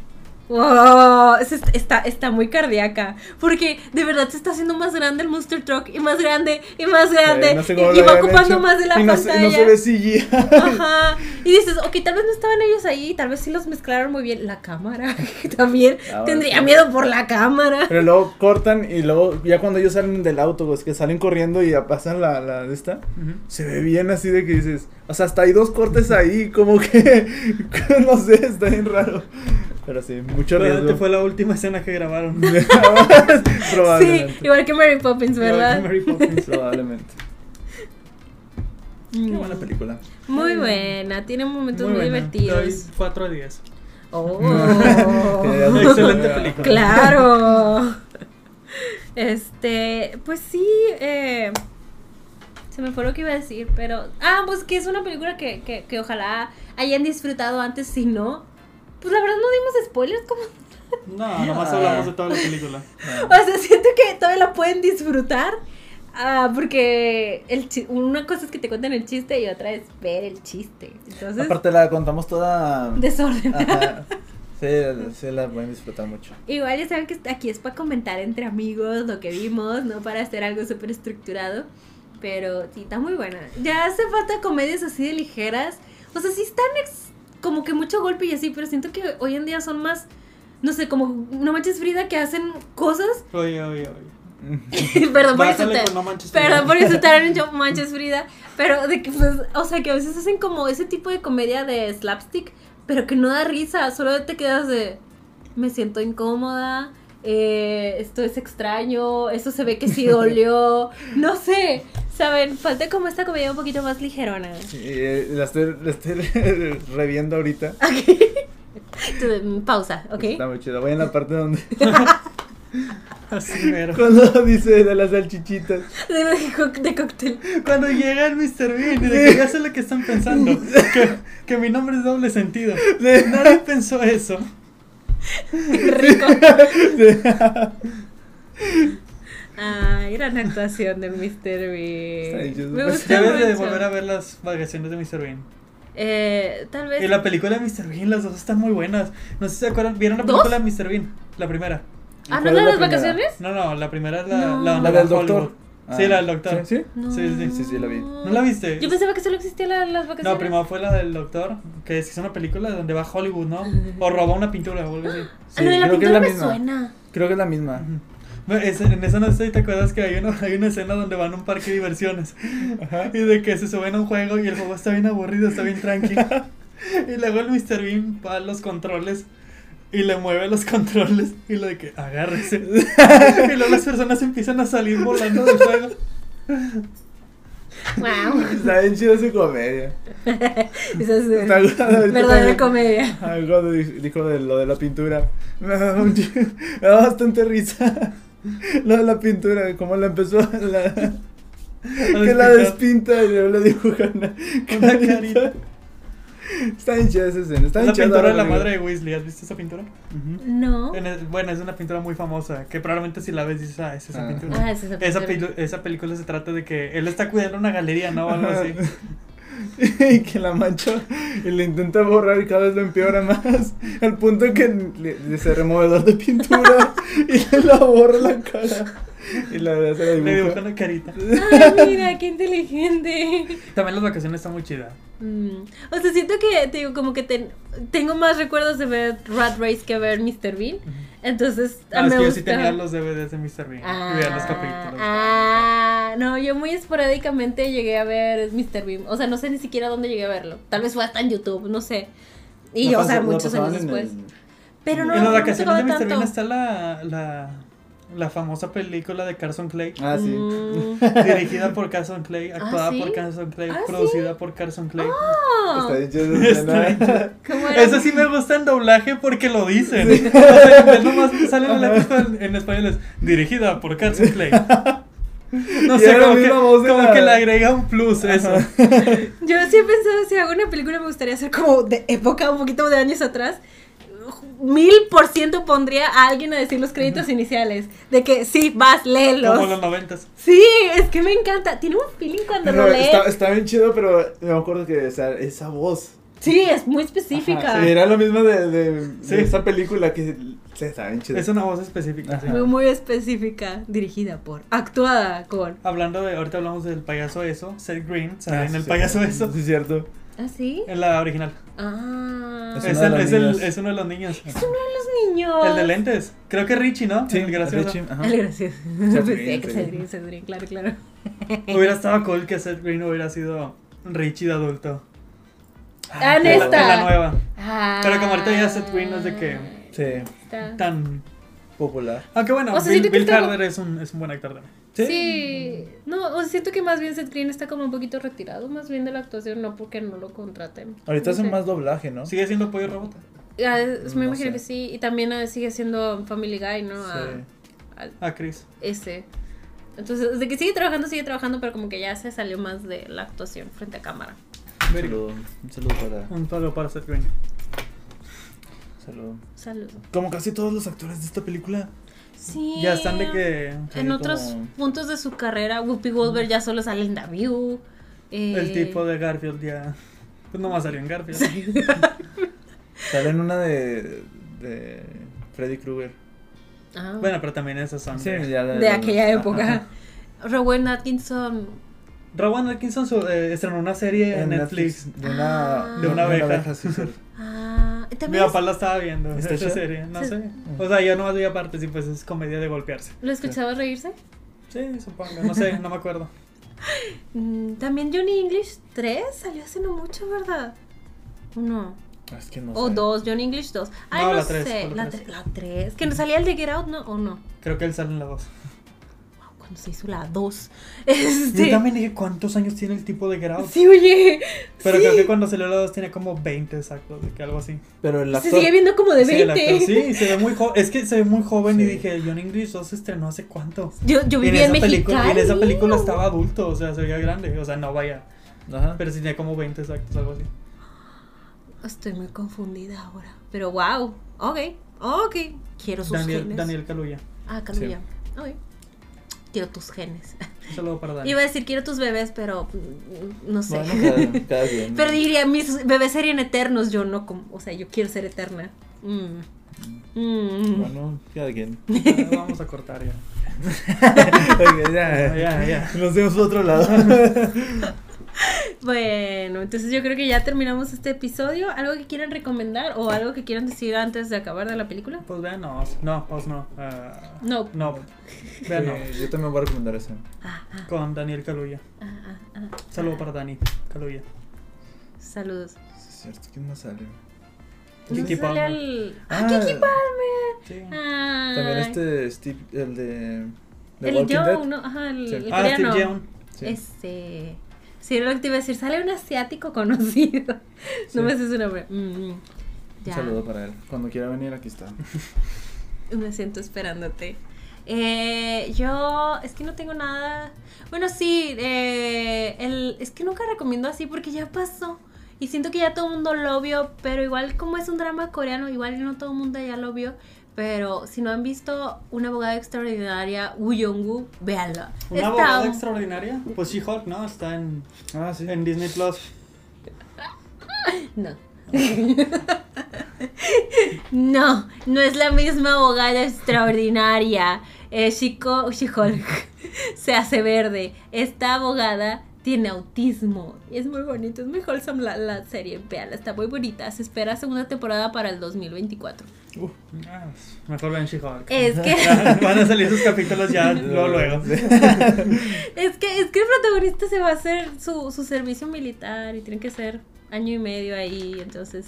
B: Wow, es- es- está, está muy cardíaca. Porque de verdad se está haciendo más grande el Monster Truck. Y más grande, y más grande.
A: eh, no sé
B: y-
A: cómo
B: y
A: lo
B: va
A: hayan
B: ocupando
A: hecho.
B: más de la
A: Y no se-
B: pantalla.
A: No se ve CGI.
B: Ajá. Y dices, ok, tal vez no estaban ellos ahí. Tal vez sí los mezclaron muy bien. La cámara. [LAUGHS] También
A: Ahora
B: tendría
A: Ah, sí.
B: miedo por la cámara.
A: [LAUGHS] Pero luego cortan y luego, ya cuando ellos salen del auto, pues que salen corriendo y ya pasan la, la de esta,
C: Ujú.
A: se ve bien así de que dices, o sea, hasta hay dos cortes ahí, como que, [LAUGHS] no sé, está bien raro. Pero sí, mucho
C: Probablemente
A: riesgo. [LAUGHS]
C: fue la última escena que grabaron.
B: Sí,
A: probablemente.
B: igual que Mary Poppins, ¿verdad?
C: Mary
A: [LAUGHS]
C: Poppins.
A: Probablemente. Qué
B: Mm.
A: buena película.
B: Muy buena, tiene momentos muy,
C: buena.
B: divertidos.
C: Te doy 4 a 10.
B: [LAUGHS] Oh.
C: Excelente película.
B: claro. Este, pues sí, eh, se me fue lo que iba a decir, pero... Ah, pues que es una película que, que, que ojalá hayan disfrutado antes, si no... Pues la verdad no dimos spoilers, como...
C: No, nomás hablamos de toda la película.
B: [LAUGHS] O sea, siento que todavía la pueden disfrutar. ah, porque el chi- una cosa es que te cuenten el chiste y otra es ver el chiste. Entonces,
A: Aparte Ah, la contamos toda...
B: desorden.
A: Ajá. Sí, sí la pueden disfrutar mucho.
B: Igual ya saben que aquí es para comentar entre amigos lo que vimos, no para hacer algo súper estructurado. Pero sí, está muy buena. Ya hace falta comedias así de ligeras. O sea, sí están ex- como que mucho golpe y así, pero siento que hoy en día son más, no sé, como No Manches Frida que hacen cosas. [LAUGHS]
C: Oye, oye, oye.
B: Perdón por
C: Bájale
B: insultar.
C: con No Manches Frida.
B: Perdón por insultar a No Manches Frida. Pero de que, pues, o sea, que a veces hacen como ese tipo de comedia de slapstick, pero que no da risa. Solo te quedas de, me siento incómoda. eh, esto es extraño, esto se ve que [LAUGHS] sí dolió, no sé, saben, falta como esta comedia un poquito más ligerona.
A: Sí, eh, la estoy, la estoy [LAUGHS] reviendo ahorita.
B: Entonces, mm, Pausa, ¿ok?
A: Está muy chido. Voy en la parte donde. [LAUGHS]
C: [LAUGHS] Así mero.
A: Cuando dice de las salchichitas.
B: De, de co- de cóctel.
C: Cuando llega el Mr. Bean y de que ya sé lo que están pensando, que, que mi nombre es doble sentido. Nadie pensó eso.
A: [LAUGHS]
B: Rico. Ay, Ah, gran actuación del Mr.
A: Está bien chido.
B: Bean. Me
A: Pues
B: gusta
C: Debes de
B: mucho.
C: volver a ver las variaciones de Mr. Bean.
B: Eh, tal vez.
C: Y la película de Mr. Bean, las dos están muy buenas. No sé si se acuerdan, ¿vieron la
B: ¿Dos?
C: película de Mr. Bean? La primera.
B: ah,
A: ¿Cuál
B: ¿no
A: es
B: la de
A: la
B: las
A: primera?
B: vacaciones?
C: No, no, la primera es la,
B: No.
C: la,
A: La del
C: Hollywood.
A: doctor. Ah.
C: Sí, la del doctor.
A: ¿Sí?
C: Sí, sí,
A: sí, sí, la vi.
C: ¿No la viste?
B: Yo pensaba que solo existía la de las vacaciones. Ah,
C: No, primero fue la del doctor, que es una película donde va a Hollywood, ¿no? O roba una pintura o algo así.
B: Ah, no, de la
A: creo que
B: pintura
A: es la
B: me
A: misma. [LAUGHS]
B: suena.
A: Creo que es la misma.
C: Ujú. Bueno, es- en esa no sé si te acuerdas que hay una, hay una escena donde van a un parque de diversiones y de que se suben a un juego y el juego está bien aburrido, está bien tranquilo.
A: [LAUGHS]
C: y luego el Mr. Bean va a los controles y le mueve los controles y lo de que
A: [LAUGHS]
C: agárrese. y luego las personas empiezan a salir volando del juego.
B: Wow. [LAUGHS]
A: Está bien chido su comedia.
B: Esa es
A: Está
B: eh,
A: guardado.
B: verdadera comedia.
A: Algo de- dijo de lo de la pintura. Me da un chi- me da bastante risa. Lo de la pintura, cómo la empezó a la- que la despinta y luego le dibuja una
C: Una
A: carita.
C: carita.
A: Está bien chida esa escena. Está
C: Es
A: bien
C: la
A: chida,
C: pintura de la
A: amigo.
C: madre de Weasley. ¿Has visto esa pintura?
A: Ujú.
B: No.
C: En el- bueno, es una pintura muy famosa que probablemente si la ves dices, ah, es esa
A: Ah.
C: pintura.
B: Ah, esa es la
C: Esa,
B: pintura.
C: pelu- esa película se trata de que él está cuidando una galería, ¿no? O algo
A: [LAUGHS]
C: así.
A: y que la manchó y le intenta borrar y cada vez lo empeora más. Al punto que le, le hace removedor de pintura y le la borra la cara. Y la verdad se la
C: Le dibuja
A: dibuja.
C: una carita.
B: Ay, mira, qué inteligente.
C: También las vacaciones están muy chidas.
B: Mm, O sea, siento que, te digo, como que ten- tengo más recuerdos de ver Rat Race que ver Mr. Bean. Entonces,
C: Ah, es
B: me
C: que yo
B: gusta.
C: sí tenía los DVDs de Mr. Bean.
B: Ah,
C: y veía los capítulos.
B: ah, no, yo muy esporádicamente llegué a ver Mr. Bean. O sea, no sé ni siquiera dónde llegué a verlo. Tal vez fue hasta en YouTube, no sé. Y yo, o sea, muchos años después. Pero no,
C: en
B: no
C: las
B: me
C: vacaciones de Mr.
B: tocaba
C: Bean
B: tanto.
C: está la, la, la famosa película de Carson
A: [LAUGHS]
C: Clay.
A: Ah, sí.
C: [LAUGHS]
B: Mm.
C: Dirigida por Carson Clay, actuada
B: ¿sí?
C: por Carson Clay,
B: Ah, ¿sí? Ah,
C: producida por Carson Clay.
A: Está bien chido
C: [LAUGHS]
A: esa
C: Está bien
A: escena.
C: chido.
B: Oh, ¿Cómo era?
C: Eso sí
A: [LAUGHS]
C: me gusta en doblaje porque lo dicen. O sea, en vez nomás sale la letra en, en español es dirigida por Carson
A: [LAUGHS]
C: Clay. No
A: Y
C: sé,
A: era la
C: como, que,
A: misma voz de
C: como
A: la-
C: que le agrega un plus
A: [LAUGHS]
C: eso.
B: Yo sí he pensado, si hago una película me gustaría hacer como de época, un poquito de años atrás. Mil por ciento pondría a alguien a decir los créditos iniciales. De que sí, vas, léelos.
C: Como los noventas.
B: Sí, es que me encanta. Tiene un feeling cuando
A: No,
B: lo lees.
A: está, está bien chido, pero me acuerdo que esa, esa voz.
B: Sí, es muy específica.
A: Ajá, sí, era lo mismo de, de- de
C: Sí.
A: esa película que se está bien chido.
C: Es una voz específica. sí.
A: Ajá.
B: muy, muy específica. Dirigida por, actuada con.
C: Hablando de, ahorita hablamos del payaso eso, Seth Green, sale
A: Ah,
C: en
A: sí,
C: el
A: sí.
C: payaso eso,
A: Sí, es cierto.
B: ¿Ah, sí?
C: en la original.
B: Ah.
A: Es
C: Es,
A: uno de
C: el,
A: los
C: es, el-
A: niños.
C: es uno de los niños.
B: Los niños.
C: El de lentes. Creo que Richie, ¿no? el gracioso.
A: Richie, ajá.
B: Ay, Ah, gracias.
A: Seth
B: Pues,
A: Green,
B: [LAUGHS] sí,
A: sí.
B: Seth Green, Seth Green, claro, claro.
C: Hubiera estado cool que Seth Green hubiera sido Richie de adulto.
B: Ah,
C: En la- en
B: neta.
C: la nueva.
B: Ah.
C: Pero como ahorita ya Seth Green es de que-
A: Sí,
B: Está.
C: Tan
A: popular.
C: Aunque Ah, bueno,
B: O sea,
C: Bill,
B: siento que
C: Bill
B: está-
C: Harder es un, es un buen actor también.
B: ¿Sí? No, o sea, siento que más bien Seth Green está como un poquito retirado más bien de la actuación, no porque no lo contraten.
A: Ahorita
B: No sé.
A: hacen más doblaje, ¿no?
C: Sigue siendo pollo robot.
B: Ah, es- me
A: No
B: imagino
A: sé.
B: que sí, y también eh, sigue siendo Family Guy, ¿no?
A: Sí.
B: A, a
C: Ah, Chris.
B: ese. Entonces, desde que sigue trabajando, sigue trabajando, pero como que ya se salió más de la actuación frente a cámara.
A: Un saludo, un saludo para.
C: Un palo para Seth Green.
A: saludo.
B: Saludos.
A: Como casi todos los actores de esta película.
B: Sí.
C: Ya están de que.
B: En
A: Sí,
B: otros
A: como-
B: puntos de su carrera, Whoopi Goldberg ya solo sale en The View. eh,
C: El tipo de Garfield ya. Pues nomás salió en Garfield. [LAUGHS]
A: Sale en una de. de Freddy Krueger.
B: ah.
C: Bueno, pero también esas son. de-
A: ya
B: de aquella
A: ajá.
B: época. Rowan Atkinson
C: Rowan Atkinson su- eh, estrenó una serie en, Netflix,
A: de una,
B: Ah.
C: De una abeja.
A: sí,
C: [LAUGHS]
A: sí.
B: Ah, ¿y
C: Mi
B: también
C: papá la estaba viendo,
A: ¿Está
C: esa
A: chida?
C: serie, no
B: Sí.
C: sé. O sea, yo nomás veía partes y pues es comedia de golpearse.
B: ¿Lo escuchaba reírse?
C: Sí, supongo, no sé, no me acuerdo.
B: Mm, También Johnny English 3 salió hace no mucho, ¿verdad? ¿O No.
A: Ah, Es que no
B: O
A: sé.
B: 2, Johnny English 2. Ay,
C: No,
B: no,
C: la tres,
B: sé.
C: fue la
B: La
C: tres.
B: 3. La 3. Que no salía el de Get Out, ¿no? ¿O no?
C: Creo que él sale en la voz.
B: Wow, cuando se hizo la 2. [LAUGHS]
C: Yo
B: Este.
C: también dije, ¿cuántos años tiene el tipo de grado?
B: Sí, oye.
C: Pero
B: sí.
C: creo que cuando salió la 2 tenía como 20 exactos, de que algo así.
A: Pero el
B: Se
A: actor.
B: sigue viendo como de
C: Sí, el
B: 20.
C: actor, sí, se ve muy joven. Es que se ve muy joven y
A: Sí.
C: dije, John English 2 se estrenó hace cuánto.
B: Yo, yo
C: Y en,
B: vivía en,
C: esa película, y en
B: Mexicali.
C: esa película estaba adulto, o sea, se veía grande, o sea, no vaya.
A: Ajá.
C: Pero sí tenía como 20 exactos, algo así.
B: Estoy muy confundida ahora. Pero wow. Ok. Ok. Quiero sus
C: Daniel,
B: genes.
C: Daniel Kaluuya.
B: Ah, Camilla. Ok. Quiero tus genes.
C: Un saludo para Daniel.
B: Iba a decir quiero tus bebés, pero mm, no sé.
A: Bueno, cada, cada
B: [LAUGHS]
A: quien.
B: Pero diría, mis bebés serían eternos, yo no, como, o sea, yo quiero ser eterna. Mm. Mm.
A: Bueno,
B: [LAUGHS]
A: cada quien.
C: Ah, Vamos a cortar ya.
A: Oye,
C: Ya,
A: ya.
C: ya, ya.
A: Nos vemos por
C: [LAUGHS]
A: otro lado.
B: Bueno, entonces yo creo que ya terminamos este episodio. ¿Algo que quieran recomendar o algo que quieran decir antes de acabar de la película?
C: Pues vean, no, no, pues no. ah,
B: No.
C: no, vean, no.
A: Eh, yo también voy a recomendar esa.
B: Ah, ah,
C: Con Daniel Kaluuya.
B: ah, ah, ah.
C: Saludo para Dani Kaluuya.
B: Saludos.
A: Sí, es cierto. ¿Quién más sale?
B: No
C: Kiki
B: sale
C: Palmer.
B: al-
A: Ah,
B: ¡Ah, Kiki Palmer!
C: Sí.
B: Ay.
A: También este Steve, el de. de
B: El
A: Walking Dead.
B: Young, ¿no? Ajá, el,
A: Sí.
B: el
C: Ah, Steve
B: coreano.
C: Yeun.
A: Sí,
B: Este. Sí, era lo que te iba a decir. Sale un asiático conocido. [LAUGHS]
A: sí.
B: No me haces su nombre. Mm, mm.
A: Un
B: ya.
A: saludo para él. Cuando quiera venir, aquí está.
B: Me siento esperándote. Eh, yo. Es que no tengo nada. Bueno, sí. eh, el, es que nunca recomiendo así porque ya pasó. Y siento que ya todo el mundo lo vio. Pero igual, como es un drama coreano, igual no todo el mundo ya lo vio. Pero si no han visto Una abogada extraordinaria, Woo Young-woo, véanla.
C: ¿Una abogada extraordinaria? Pues She-Hulk, ¿no? Está en,
A: Ah, sí.
C: en Disney Plus.
B: No. no, no es la misma abogada extraordinaria. Eh, Shiko, She-Hulk se hace verde. Esta abogada tiene autismo. Y Es muy bonito, es muy wholesome la, la serie. Veanla, está muy bonita. Se espera segunda temporada para el 2024.
C: Uh, ah, mejor vean She-Hulk.
B: Es que,
C: [LAUGHS] Van a salir sus capítulos
A: [LAUGHS]
C: ya luego, luego. [LAUGHS]
B: es que, es que el protagonista se va a hacer su, su servicio militar y tiene que ser año y medio ahí. Entonces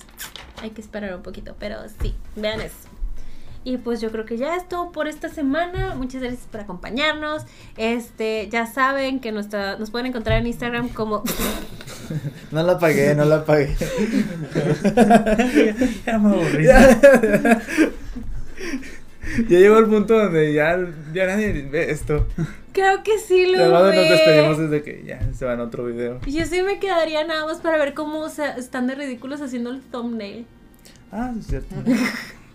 B: hay que esperar un poquito. Pero sí, vean eso. Y pues yo creo que ya es todo por esta semana. Muchas gracias por acompañarnos. Este, ya saben que nuestra, nos pueden encontrar en Instagram como
A: [LAUGHS]
B: [LAUGHS]
A: No la pagué, no la pagué.
C: Era muy aburrido.
A: [LAUGHS] ya llegó el punto donde ya, ya nadie ve esto.
B: Creo que sí
A: De
B: lo
A: verdad, nos despedimos
B: ve.
A: desde que ya se va en otro video.
B: Yo sí me quedaría nada más para ver cómo se- están de ridículos haciendo el thumbnail.
A: Ah, sí, es cierto.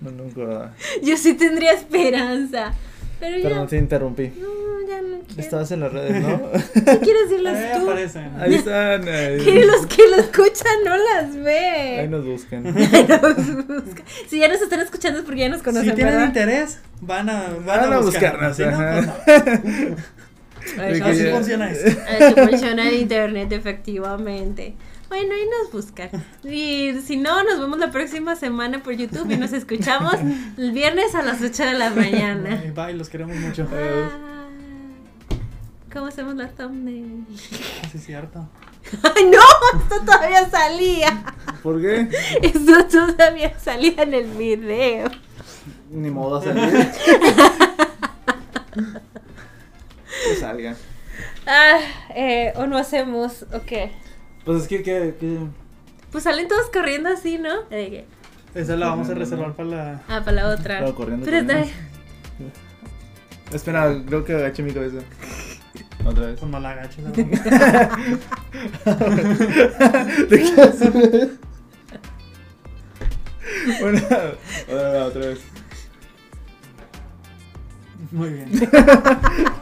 A: No, nunca. va.
B: Yo sí tendría esperanza. Pero ya.
A: Perdón, te interrumpí.
B: No, ya no quiero.
A: Estabas en las redes,
B: [LAUGHS]
A: ¿no?
B: ¿Qué quieres decirlas
C: Ahí
B: tú?
C: aparecen.
A: Ahí están.
B: [LAUGHS]
A: Ahí,
B: Que los que lo escuchan no las
A: ahí
B: [LAUGHS] ve.
A: nos buscan.
B: Ahí nos busca. Si ya nos están escuchando es porque ya nos conocen.
C: Si tienen
B: ¿verdad?
C: interés, van a, van
A: Van a buscarnos,
C: Si no, pues no.
B: Ay,
A: Sí,
B: no,
A: que
C: Así
A: ya-
C: funciona eso.
B: Así funciona el internet, efectivamente. Bueno, ahí nos buscan. Y si no, nos vemos la próxima semana por YouTube y nos escuchamos el viernes a las 8 de la mañana. Ah.
C: Ay, Eh, Bye, los queremos mucho.
B: Bye. ¿Cómo hacemos la thumbnail? [LAUGHS]
C: Sí, es cierto.
B: ¡Ay, no! Esto todavía salía.
A: ¿Por qué?
B: Eso todavía salía en el video.
A: Ni modo a salir. que salgan.
B: Ah, eh, o no hacemos, ok.
A: Pues es que, que, que-
B: Pues salen todos corriendo así, ¿no? De que,
C: Esa la vamos a
A: No, no,
C: reservar para la.
B: Ah, para la otra.
A: Claro, corriendo,
B: Pero
A: corriendo.
B: está-
A: Espera, creo que agaché mi cabeza. Otra vez.
C: Con malagacho.
B: [LAUGHS]
A: ¿De qué haces? Una, otra, otra vez.
C: Muy bien.